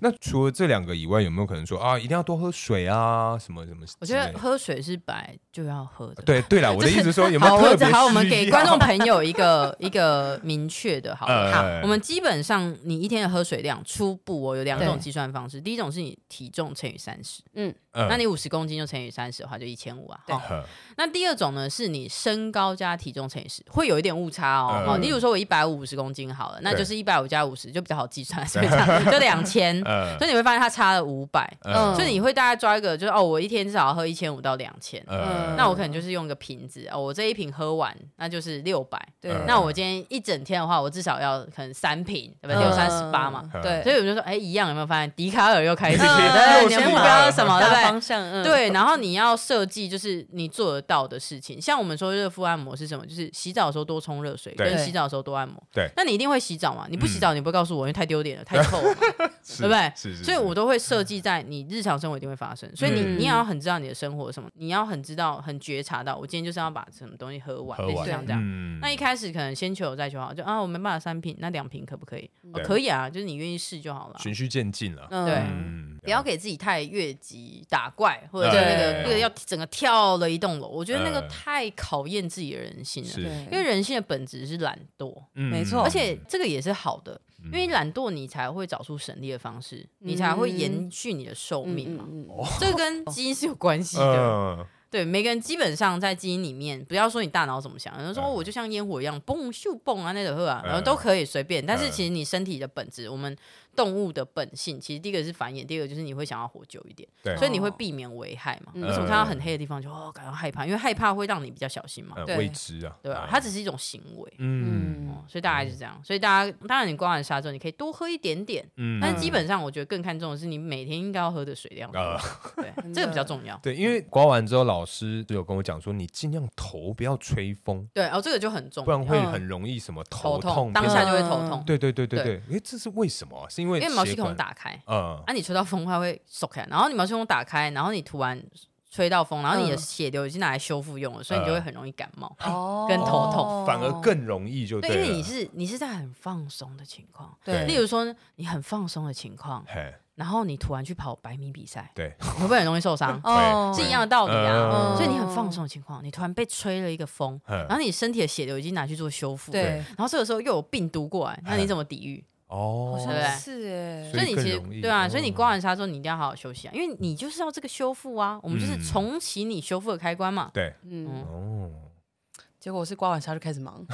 Speaker 1: 那除了这两个以外，有没有可能说啊，一定要多喝水啊，什么什么之类的？
Speaker 2: 我觉得喝水是本来就要喝的。
Speaker 1: 对对了，
Speaker 2: [LAUGHS]
Speaker 1: 我的意思是说有没
Speaker 2: 好，
Speaker 1: 有特
Speaker 2: 我
Speaker 1: 别需要？
Speaker 2: 好，我们
Speaker 1: [LAUGHS]
Speaker 2: 给观众朋友一个 [LAUGHS] 一个明确的，好了，
Speaker 1: 呃
Speaker 2: 好，我们基本上你一天的喝水量，初步我、有两种
Speaker 3: 对
Speaker 2: 计算方式，第一种是你体重乘以三十，
Speaker 1: 呃，
Speaker 2: 那你五十公斤就乘以三十的话，就一千五啊。
Speaker 3: 对
Speaker 2: 哦那第二种呢，是你身高加体重乘以十，会有一点误差哦。
Speaker 1: 嗯
Speaker 2: 哦，例如说我一百五十公斤好了，那
Speaker 1: 对
Speaker 2: 就是一百五加五十就比较好
Speaker 1: [LAUGHS]
Speaker 2: 计算，所以这样就两千。
Speaker 1: 呃
Speaker 2: [LAUGHS] 所以你会发现它差了五百，
Speaker 1: 呃
Speaker 2: 所以你会大概抓一个，就是哦，我一天至少要喝一千五到两千。
Speaker 1: 呃，
Speaker 2: 那我可能就是用个瓶子哦，我这一瓶喝完，那就是六百。
Speaker 3: 对
Speaker 1: 嗯
Speaker 2: 那我今天一整天的话，我至少要可能三瓶，对不对？
Speaker 1: 嗯
Speaker 2: 六三十八嘛。
Speaker 1: 嗯
Speaker 3: 对，
Speaker 2: 所以我就说，哎，一样有没有发现？迪卡尔又
Speaker 3: [LAUGHS]
Speaker 2: 开 [LAUGHS] 始，
Speaker 3: 嗯
Speaker 2: 对，
Speaker 3: 我
Speaker 2: 你
Speaker 3: 先
Speaker 2: 的目
Speaker 3: 把
Speaker 2: 标是什么？对不
Speaker 3: 大
Speaker 2: 对？
Speaker 3: 方向，嗯，
Speaker 2: [LAUGHS] 对，然后你要设计就是你做得到的事情，像我们说热敷按摩是什么？就是洗澡的时候多冲热水，
Speaker 1: 对
Speaker 2: 跟洗澡的时候多按摩。
Speaker 1: 对
Speaker 2: 那你一定会洗澡嘛？你不洗澡，你不会告诉我，因为太丢脸
Speaker 1: [LAUGHS]
Speaker 2: 了，太臭了嘛，
Speaker 1: 是
Speaker 2: 对不对？
Speaker 1: 是是，
Speaker 2: 所以
Speaker 1: 是
Speaker 2: 我都会设计在你日常生活一定会发生，所以你
Speaker 1: 嗯
Speaker 2: 你也要很知道你的生活什么，你要很知道很觉察到，我今天就是要把什么东西喝完，
Speaker 1: 喝
Speaker 2: 类似
Speaker 1: 完
Speaker 2: 像这样。
Speaker 1: 嗯
Speaker 2: 那一开始可能先求再求好，就啊我没办法三瓶，那两瓶可不可以？哦
Speaker 1: 对
Speaker 2: 可以啊，就是你愿意试就好了啊。
Speaker 1: 循序渐进了，
Speaker 3: 嗯
Speaker 2: 对
Speaker 1: 嗯，
Speaker 2: 不要给自己太越级打怪，或者是
Speaker 1: 对
Speaker 2: 那个那个要整个跳了一栋楼，我觉得那个
Speaker 1: 嗯
Speaker 2: 太考验自己的人性了。
Speaker 1: 是，
Speaker 3: 对，嗯
Speaker 2: 因为人性的本质是懒惰，
Speaker 1: 嗯
Speaker 3: 没错
Speaker 2: 而且这个也是好的，因为懒惰你才会找出省力的方式，你才会延续你的寿命嘛。
Speaker 3: 嗯嗯嗯嗯
Speaker 2: 这个跟基因是有关系的。
Speaker 1: 嗯
Speaker 2: 对，每个人基本上在基因里面，不要说你大脑怎么想，有人说、
Speaker 1: 嗯
Speaker 2: 哦我就像烟火一样蹦咻蹦啊那种喝啊，
Speaker 1: 嗯
Speaker 2: 然后都可以随便。但是
Speaker 1: 嗯
Speaker 2: 其实你身体的本质，我们动物的本性，其实第一个是繁衍，第二个就是你会想要活久一点，
Speaker 1: 对
Speaker 2: 所以你会避免危害嘛。
Speaker 3: 嗯
Speaker 2: 为什么看到很黑的地方就哦感到害怕？因为害怕会让你比较小心嘛，
Speaker 1: 呃
Speaker 3: 对
Speaker 1: 未知啊，
Speaker 2: 对吧、
Speaker 1: 嗯
Speaker 2: 它只是一种行为。
Speaker 1: 嗯
Speaker 3: 嗯，
Speaker 2: 哦所以大概是这样，所以大家当然你刮完痧之后，你可以多喝一点点，
Speaker 1: 嗯
Speaker 2: 但是基本上我觉得更看重的是你每天应该要喝的水量，
Speaker 1: 呃， [LAUGHS]
Speaker 2: 对，
Speaker 3: 的
Speaker 2: 这个比较重要。
Speaker 1: 对，因为刮完之后，老师就有跟我讲说，你尽量头不要吹风，
Speaker 2: 对哦，这个就很重要，
Speaker 1: 不然会
Speaker 3: 嗯
Speaker 1: 很容易什么
Speaker 2: 头
Speaker 1: 痛。
Speaker 2: 当下就会
Speaker 3: 嗯
Speaker 2: 头痛，
Speaker 1: 对对对对
Speaker 2: 对
Speaker 1: 对，诶，这是为什么啊？是因为
Speaker 2: 因为毛
Speaker 1: 血
Speaker 2: 细孔
Speaker 1: 管，
Speaker 2: 打开，
Speaker 1: 嗯
Speaker 2: 啊，你吹到风它会缩开，然后你毛细孔打开，然后你突然吹到风，然后你的
Speaker 3: 嗯
Speaker 2: 血流已经拿来修复用了，所以你就
Speaker 1: 呃
Speaker 2: 会很容易感冒。
Speaker 3: 哦
Speaker 2: 跟头痛
Speaker 1: 反而更容易就
Speaker 2: 对，因为
Speaker 1: 了
Speaker 2: 你是你是在很放松的情况，
Speaker 1: 对
Speaker 2: 例如说你很放松的情况，
Speaker 1: 嘿，
Speaker 2: 然后你突然去跑百米比赛，
Speaker 1: 对，
Speaker 2: 你会不会很容易受伤？
Speaker 3: 哦
Speaker 2: 是一样的道理啊。
Speaker 1: 嗯
Speaker 2: 所以你很放松的情况，你突然被吹了一个风，
Speaker 1: 嗯
Speaker 2: 然后你身体的血流已经拿去做修复，
Speaker 3: 对，
Speaker 2: 然后这个时候又有病毒过来，那你怎么抵御？
Speaker 1: 哦，
Speaker 2: 对不对
Speaker 3: 是哎
Speaker 1: 哎所
Speaker 2: 所
Speaker 1: 以
Speaker 2: 以你其
Speaker 1: 更容
Speaker 2: 实
Speaker 1: 易
Speaker 2: 对啊，
Speaker 1: 嗯
Speaker 2: 所以你刮完痧之后，你一定要好好休息啊，因为你就是要这个修复啊，我们就是
Speaker 1: 嗯
Speaker 2: 重启你修复的开关嘛。
Speaker 1: 对，
Speaker 3: 嗯，
Speaker 1: 哦，
Speaker 3: 结果我是刮完痧就开始忙，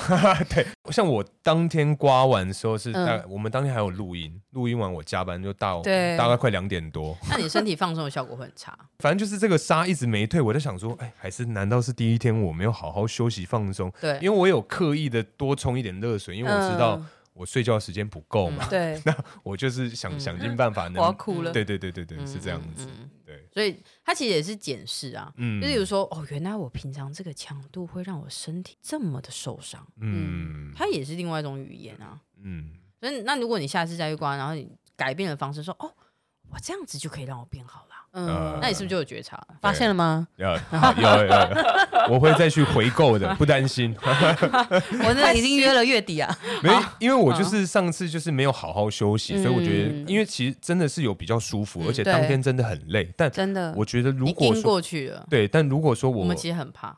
Speaker 1: 像我当天刮完的时候是
Speaker 3: 嗯
Speaker 1: 大，我们当天还有录音，录音完我加班就到
Speaker 3: 对
Speaker 1: 大概快两点多，
Speaker 2: 那你身体放松的效果会很差。
Speaker 1: 反正就是这个沙一直没退，我在想说，哎，还是难道是第一天我没有好好休息放松？
Speaker 2: 对，
Speaker 1: 因为我有刻意的多冲一点热水，因为我知道
Speaker 3: 嗯
Speaker 1: 我睡觉时间不够嘛，
Speaker 3: [LAUGHS] 对，
Speaker 1: [LAUGHS] 我就是想
Speaker 2: 嗯
Speaker 1: 想尽办法
Speaker 3: 我要
Speaker 1: 能。
Speaker 3: 哭了。
Speaker 1: 对对对 [LAUGHS] 对对，
Speaker 2: 嗯
Speaker 1: 是这样子。
Speaker 2: 嗯嗯嗯
Speaker 1: 对，
Speaker 2: 所以它其实也是检视啊，
Speaker 1: 嗯
Speaker 2: 就例如说，哦，原来我平常这个强度会让我身体这么的受伤，
Speaker 1: 嗯
Speaker 2: 它也是另外一种语言啊。
Speaker 1: 嗯，
Speaker 2: 所以那如果你下次再去刮，然后你改变的方式说，哦，我这样子就可以让我变好啦，
Speaker 1: 呃
Speaker 3: 嗯，
Speaker 2: 那你是不是就有觉察了？
Speaker 3: 发现了吗？
Speaker 1: 要要要， [LAUGHS] 我会再去回购的，不担心。
Speaker 3: 我那已经约了月底啊。
Speaker 1: [LAUGHS] 没，因为我就是上次就是没有好好休息，所以我觉得，因为其实真的是有比较舒服，
Speaker 2: 嗯
Speaker 1: 而且当天真的很累。但
Speaker 3: [LAUGHS] 真的， [LAUGHS]
Speaker 1: 我觉得如
Speaker 2: 你
Speaker 1: 果
Speaker 2: 盯
Speaker 1: 说
Speaker 2: 过去了，
Speaker 1: 对，但如果说
Speaker 2: 我
Speaker 1: 我
Speaker 2: 们其实很怕，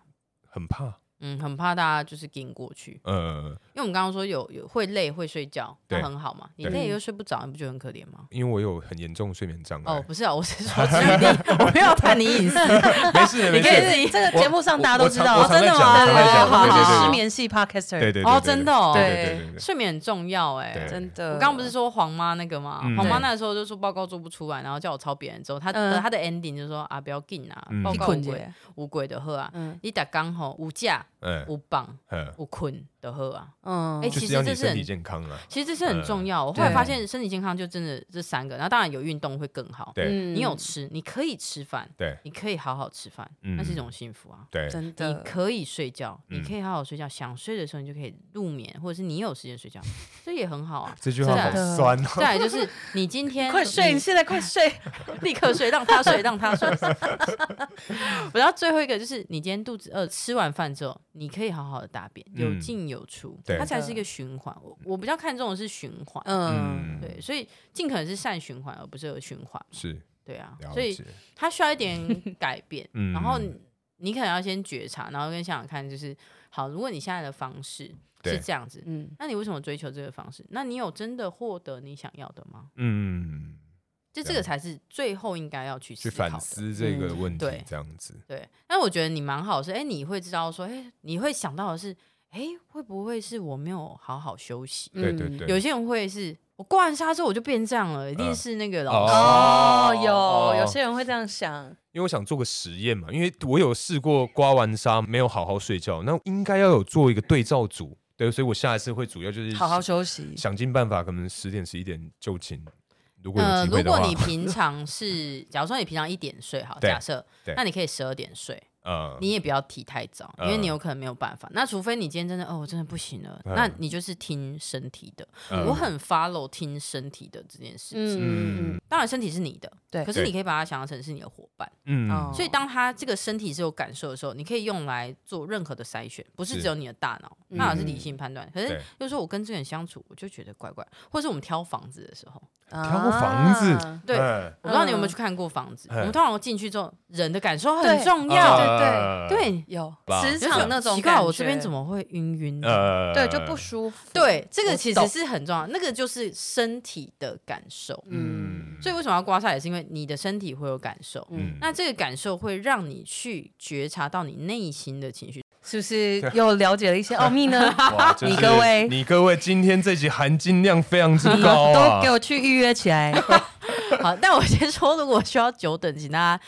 Speaker 1: 很怕，
Speaker 2: 嗯，很怕大家就是盯过去，
Speaker 1: 呃，
Speaker 2: 因为我们刚刚说有有会累会睡觉，
Speaker 1: 对
Speaker 2: 那很好嘛，你
Speaker 1: 对
Speaker 2: 累又睡不着，你不觉得很可怜吗？
Speaker 1: 因为我有很严重的睡眠障
Speaker 2: 哦
Speaker 1: 碍，，
Speaker 2: 不是啊，我是说举例，我没有看你隐私，
Speaker 1: [LAUGHS] 没事没
Speaker 3: [LAUGHS] 你可
Speaker 1: 事，
Speaker 3: 以这个节目上大家都知
Speaker 1: 我
Speaker 3: 道，
Speaker 1: 我常
Speaker 3: 真
Speaker 1: 我
Speaker 3: 的
Speaker 1: 常在讲
Speaker 3: 吗？
Speaker 2: 我常在讲
Speaker 3: 我
Speaker 2: 对对
Speaker 3: 们
Speaker 2: 对
Speaker 3: 是
Speaker 2: 对
Speaker 3: 失眠系 podcaster，
Speaker 1: 对对
Speaker 2: 哦真的哦
Speaker 1: 对对对对对，
Speaker 2: 睡眠很重要哎、
Speaker 1: 对
Speaker 3: 真的。
Speaker 2: 我刚刚不是说黄妈那个吗？
Speaker 1: 嗯
Speaker 2: 黄妈那时候就说报告做不出来，然后叫我抄别人之后，她
Speaker 3: 嗯
Speaker 2: 的她的 ending 就说啊不要紧啊
Speaker 1: 嗯，
Speaker 2: 报
Speaker 3: 你
Speaker 2: 告
Speaker 3: 困
Speaker 2: 有
Speaker 3: 觉，
Speaker 2: 鬼有鬼的喝啊，
Speaker 3: 嗯
Speaker 2: 你打刚吼有假
Speaker 1: 嗯
Speaker 2: 有棒
Speaker 1: 嗯，
Speaker 2: 有困的喝啊，
Speaker 3: 嗯
Speaker 2: 哎，
Speaker 1: 就
Speaker 2: 其
Speaker 1: 是
Speaker 2: 实
Speaker 1: 要你
Speaker 2: 这是
Speaker 1: 身体
Speaker 2: 很
Speaker 1: 健康啊，
Speaker 2: 其实这是很重要。
Speaker 1: 嗯
Speaker 2: 我后来发现身体健康就真的这三个，然后当然有运动会更好。
Speaker 1: 对
Speaker 2: 你有吃，你可以吃饭，
Speaker 1: 对
Speaker 2: 你可以好好吃饭，
Speaker 1: 嗯
Speaker 2: 那是一种幸福啊。
Speaker 1: 对，
Speaker 3: 真
Speaker 2: 你
Speaker 3: 的
Speaker 2: 可以睡觉，
Speaker 1: 嗯。
Speaker 2: 你可以好好睡觉，想睡的时候你就可以入眠，或者是你有时间睡觉，这也很好啊
Speaker 1: 这句话好酸哦，
Speaker 2: 再来就是你今天
Speaker 3: 快睡， [LAUGHS] 你
Speaker 2: 你
Speaker 3: 现在快睡。
Speaker 2: 立刻睡，让他睡，让他睡。 [LAUGHS] 我要最后一个就是你今天肚子饿，吃完饭之后你可以好好的大便，有
Speaker 1: 嗯
Speaker 2: 进有出，
Speaker 1: 对
Speaker 2: 它才是一个循环。我我比较看重的是循环，
Speaker 3: [LAUGHS] 嗯，
Speaker 2: 对，所以尽可能是善循环，而不是恶循环。
Speaker 1: 是
Speaker 2: 对啊，
Speaker 1: 了
Speaker 2: 所以
Speaker 1: 解，
Speaker 2: 它需要一点改变。
Speaker 1: 嗯
Speaker 2: 然后你你可能要先觉察，然后跟想想看，就是好，如果你现在的方式
Speaker 1: 对
Speaker 2: 是这样子，
Speaker 3: 嗯，
Speaker 2: 那你为什么追求这个方式？那你有真的获得你想要的吗？
Speaker 1: 嗯，
Speaker 2: 就这
Speaker 1: 了
Speaker 2: 个才是最后应该要去
Speaker 1: 去
Speaker 2: 思考
Speaker 1: 反
Speaker 2: 的。嗯
Speaker 1: 思这个问题
Speaker 2: 对，
Speaker 1: 这样子，
Speaker 2: 对，但我觉得你蛮好的是，哎，你会知道说，哎，你会想到的是，哎，会不会是我没有好好休息？
Speaker 1: 对对对，
Speaker 2: 嗯有些人会是我挂完纱之后我就变这样了，一定
Speaker 1: 嗯
Speaker 2: 是那个老师。
Speaker 3: 哦，有有
Speaker 1: 哦
Speaker 3: 些人会这样想，
Speaker 1: 因为我想做个实验嘛，因为我有试过刮完痧没有好好睡觉，那应该要有做一个对照组，对，所以我下一次会主要就是
Speaker 3: 好好休息。
Speaker 1: 想尽办法，可能十点十一点就寝，如果有
Speaker 2: 呃，
Speaker 1: 机
Speaker 2: 如
Speaker 1: 会的
Speaker 2: 果
Speaker 1: 话
Speaker 2: 你，平常是，假如说你平常一点睡好，
Speaker 1: [LAUGHS] 对
Speaker 2: 假设
Speaker 1: 对，
Speaker 2: 那你可以十二点睡，
Speaker 1: 呃，
Speaker 2: 你也不要提太早，因
Speaker 1: 嗯
Speaker 2: 为你有可能没有办法。那除非你今天真的哦，我真的不行了，
Speaker 1: 嗯
Speaker 2: 那你就是听身体的。
Speaker 1: 嗯
Speaker 2: 我很 follow 听身体的这件事情。
Speaker 3: 嗯嗯
Speaker 2: 当然，身体是你的，
Speaker 3: 对
Speaker 2: 可是
Speaker 1: 对
Speaker 2: 你可以把它想象成是你的伙伴。
Speaker 1: 嗯
Speaker 3: 哦
Speaker 2: 所以，当他这个身体是有感受的时候，你可以用来做任何的筛选，不
Speaker 1: 是
Speaker 2: 是只有你的大脑，
Speaker 3: 嗯
Speaker 2: 大脑是理性判断。可是
Speaker 1: 对，
Speaker 2: 有时候我跟这个人相处，我就觉得怪怪，或是我们挑房子的时候，
Speaker 1: 挑房子
Speaker 3: 嗯啊
Speaker 2: 对
Speaker 1: 哎
Speaker 2: 我不知道你有没有去看过房子，
Speaker 1: 嗯
Speaker 2: 我们通常进去之后，人的感受很
Speaker 3: 对
Speaker 2: 重
Speaker 3: 啊
Speaker 2: 要。
Speaker 1: 呃
Speaker 2: 对，
Speaker 3: 有
Speaker 1: 吧
Speaker 3: 职
Speaker 2: 就是
Speaker 3: 场那种
Speaker 2: 奇怪，
Speaker 3: 感
Speaker 2: 我这边
Speaker 3: 觉
Speaker 2: 怎么会晕晕的？
Speaker 1: 呃
Speaker 3: 对就不舒服？
Speaker 2: 对，这个
Speaker 3: 我
Speaker 2: 其实
Speaker 3: 懂
Speaker 2: 是很重要，那个就是身体的感受。
Speaker 3: 嗯
Speaker 2: 所以为什么要刮痧，也是因为你的身体会有感受。
Speaker 1: 嗯
Speaker 3: 嗯，
Speaker 2: 那这个感受会让你去觉察到你内心的情绪，
Speaker 3: 是不是
Speaker 1: 啊
Speaker 3: 又了解了一些奥秘
Speaker 1: [LAUGHS]
Speaker 3: 呢？
Speaker 1: 哇，真
Speaker 3: 你
Speaker 1: 是
Speaker 3: 各位
Speaker 1: 你各位今天这集含金量非常之高
Speaker 3: 都
Speaker 1: 啊
Speaker 3: 给！我去预约起来。
Speaker 2: 好，但我先说，如果需要久等，请大家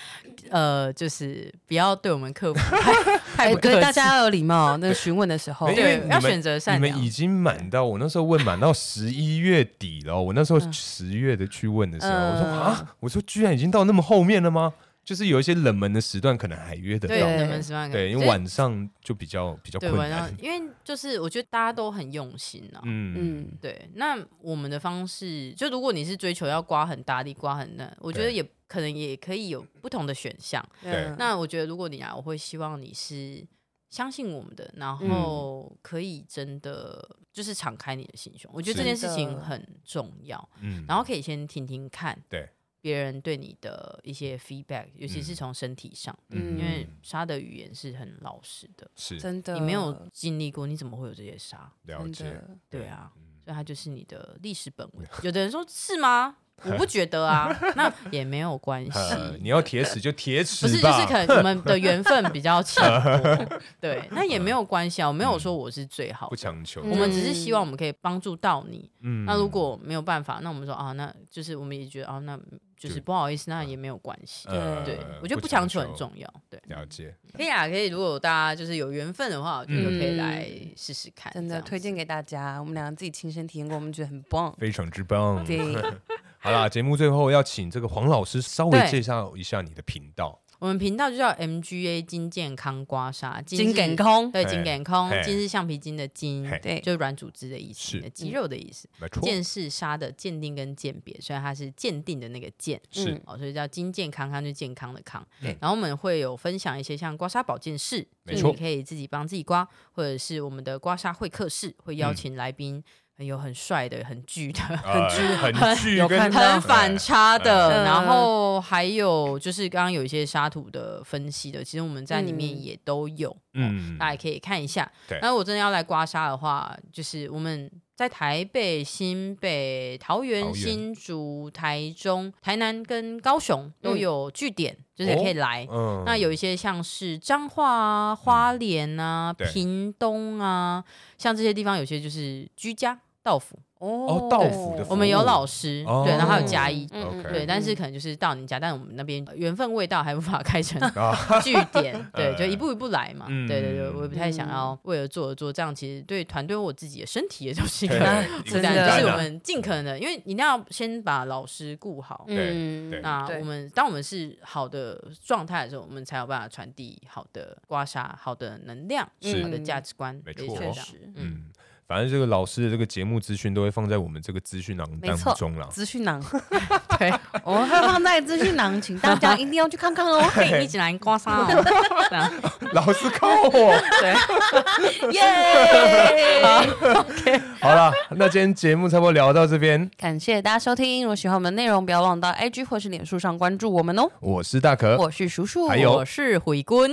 Speaker 2: 呃，就是不要对我们客服
Speaker 3: [LAUGHS]
Speaker 2: 太太
Speaker 3: 哎，
Speaker 2: 不客气
Speaker 3: 对，大家要有礼貌。那个询问的时候
Speaker 1: 没，因为
Speaker 2: 对
Speaker 1: 你
Speaker 2: 要
Speaker 1: 们
Speaker 2: 选择
Speaker 1: 你
Speaker 2: 善良
Speaker 1: 们。已经满到我那时候问满到十一月底了哦，我那时候
Speaker 2: 嗯
Speaker 1: 十月的去问的时候，
Speaker 3: 嗯
Speaker 1: 我说啊，我说居然已经到那么后面了吗？就是有一些冷门的时段可能还约得
Speaker 2: 对，
Speaker 1: 到，
Speaker 2: 你们十万个
Speaker 1: 对，因为晚上就比较比较
Speaker 2: 对
Speaker 1: 困
Speaker 2: 晚
Speaker 1: 难
Speaker 2: 上，，因为就是我觉得大家都很用心啊。
Speaker 1: 嗯
Speaker 3: 嗯，
Speaker 2: 对，那我们的方式，就如果你是追求要刮很大力、刮很嫩，我觉得
Speaker 1: 对
Speaker 2: 也可能也可以有不同的选项。
Speaker 1: 对
Speaker 2: 那我觉得，如果你来，啊我会希望你是相信我们的，然
Speaker 1: 嗯
Speaker 2: 后可以真的就是敞开你的心胸。我觉得这件事
Speaker 3: 真
Speaker 2: 情
Speaker 3: 的
Speaker 2: 很重要，
Speaker 1: 嗯，
Speaker 2: 然后可以先听听看，
Speaker 1: 对
Speaker 2: 别人对你的一些 feedback，尤其是从身体上，
Speaker 1: 嗯
Speaker 2: 因为沙的语言是很老实的，
Speaker 1: 是
Speaker 3: 真的
Speaker 2: 你没有经历过，你怎么会有这些沙？
Speaker 1: 了
Speaker 3: 真
Speaker 1: 解
Speaker 3: 的，
Speaker 2: 对啊，
Speaker 1: 嗯
Speaker 2: 所以它就是你的历史本位。有的人说是吗？我
Speaker 1: [LAUGHS]
Speaker 2: 不觉得啊，那也没有关系。 [LAUGHS]
Speaker 1: 呃，你要铁齿就铁齿
Speaker 2: 不是，就
Speaker 1: 吧，
Speaker 2: 是可能你们的缘分比较浅
Speaker 1: [LAUGHS]
Speaker 2: 薄，对，那也没有关系啊，我没有说我是最好
Speaker 1: 不
Speaker 2: 的，
Speaker 1: 强求，
Speaker 2: 我们只是希望我们可以帮助到你。
Speaker 1: 嗯
Speaker 2: 那如果没有办法，那我们说啊，那就是我们也觉得啊，那就是
Speaker 1: 就
Speaker 2: 不好意思，那也没有关系。
Speaker 1: 呃
Speaker 2: 对，我觉得不强求很，重要。对，
Speaker 1: 了解，
Speaker 2: 可以啊，可以。如果大家就是有缘分的话，我觉
Speaker 1: 嗯
Speaker 2: 得可以来试试看。
Speaker 3: 真的
Speaker 2: 这样子
Speaker 3: 推荐给大家，我们两个自己亲身体验过，我们觉得很棒。
Speaker 1: 非常之棒。
Speaker 3: 对，
Speaker 1: [LAUGHS] 好啦，节目最后要请这个黄老师稍微
Speaker 2: 对
Speaker 1: 介绍一下你的频道。
Speaker 2: 我们频道就叫 MGA 金健康刮痧，
Speaker 3: 金
Speaker 2: 健
Speaker 3: 梗空，
Speaker 2: 对
Speaker 1: 嘿
Speaker 2: 金健康
Speaker 1: 嘿，
Speaker 2: 金是橡皮筋的筋
Speaker 1: 嘿，
Speaker 3: 对
Speaker 2: 就是软组织的意思，
Speaker 1: 是
Speaker 2: 你的肌肉的意思。
Speaker 1: 没错，
Speaker 2: 鉴识沙的鉴定跟鉴别，虽然它是鉴定的那个鉴，
Speaker 1: 是
Speaker 3: 嗯
Speaker 2: 哦，所以叫金健康康就健康的康。
Speaker 1: 对
Speaker 2: 然后我们会有分享一些像刮痧保健室，
Speaker 1: 没
Speaker 2: 就是
Speaker 1: 错
Speaker 2: 你可以自己帮自己刮，或者是我们的刮痧会客室会邀请来宾，有很帅的、很巨
Speaker 1: [LAUGHS]
Speaker 2: 的。
Speaker 1: 呃很
Speaker 2: 很
Speaker 1: 剧
Speaker 3: 有
Speaker 1: 跟
Speaker 3: 看到
Speaker 2: 很反差的，
Speaker 3: 嗯
Speaker 2: 呃然后还有就是刚刚有一些沙土的分析的，其实我们在里面
Speaker 3: 嗯
Speaker 2: 也都有，
Speaker 1: 嗯
Speaker 2: 大家也可以看一下
Speaker 1: 对。
Speaker 2: 那如果真的要来刮痧的话，就是我们在台北、新北、桃
Speaker 1: 桃
Speaker 2: 园、
Speaker 1: 园
Speaker 2: 新竹、台中、台南跟高雄都
Speaker 3: 嗯
Speaker 2: 有据点，
Speaker 1: 哦
Speaker 2: 就是也可以来。
Speaker 1: 嗯
Speaker 2: [LAUGHS] 那有一些像是彰化啊、花莲啊、
Speaker 1: 嗯对
Speaker 2: 屏东啊，像这些地方，有些就是居家道府，
Speaker 1: 哦道府的服务
Speaker 2: 我们有老师，
Speaker 1: 哦
Speaker 2: 对，然后还有嘉义。
Speaker 3: 嗯嗯嗯
Speaker 2: 对，但是可能就是到你家，但我们那边缘分未到，还无法
Speaker 1: [LAUGHS]
Speaker 2: 开成
Speaker 1: 啊，
Speaker 2: 据
Speaker 1: [LAUGHS]
Speaker 2: 点，对，就一步一步来嘛。
Speaker 1: 嗯
Speaker 2: 对对对，我也不太想要为了做而做，这样其实对团队我自己的身体也就是一个负
Speaker 1: 真
Speaker 2: 担，
Speaker 3: 的
Speaker 2: 就是我们尽可能的，因为你一定要先把老师顾好。
Speaker 3: 嗯
Speaker 1: 对对
Speaker 2: 那
Speaker 3: 对
Speaker 2: 我们当我们是好的状态的时候，我们才有办法传递好的刮痧、好的能量、
Speaker 1: 是
Speaker 2: 好的价值观，
Speaker 1: 没
Speaker 2: 也
Speaker 1: 错
Speaker 2: 是
Speaker 3: 确
Speaker 2: 这样
Speaker 1: [LAUGHS]
Speaker 3: 实，
Speaker 2: 嗯，
Speaker 1: 嗯，反正这个老师的这个节目资讯都会放在我们这个资讯栏
Speaker 3: 没错
Speaker 1: 当中啦。
Speaker 3: 资讯囊，
Speaker 2: 哦对，
Speaker 3: 我们会放在资讯囊，请大家一定要去看看
Speaker 2: [LAUGHS]
Speaker 3: 哦。
Speaker 2: 可以一起来刮痧哦。这样
Speaker 1: 老师靠我，
Speaker 2: 对，
Speaker 3: [LAUGHS] 耶！ [LAUGHS]
Speaker 1: 好啦，那今天节目差不多聊到这边，
Speaker 3: 感谢大家收听，如果喜欢我们的内容，不要忘到 IG 或是脸书上关注我们哦。
Speaker 1: 我是大可，
Speaker 3: 我是叔
Speaker 1: [LAUGHS]
Speaker 3: 叔，
Speaker 1: 还有 [LAUGHS]
Speaker 2: 我是回棍，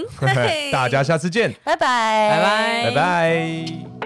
Speaker 1: 大家下次见，
Speaker 3: 拜拜，
Speaker 2: 拜拜
Speaker 1: 拜拜。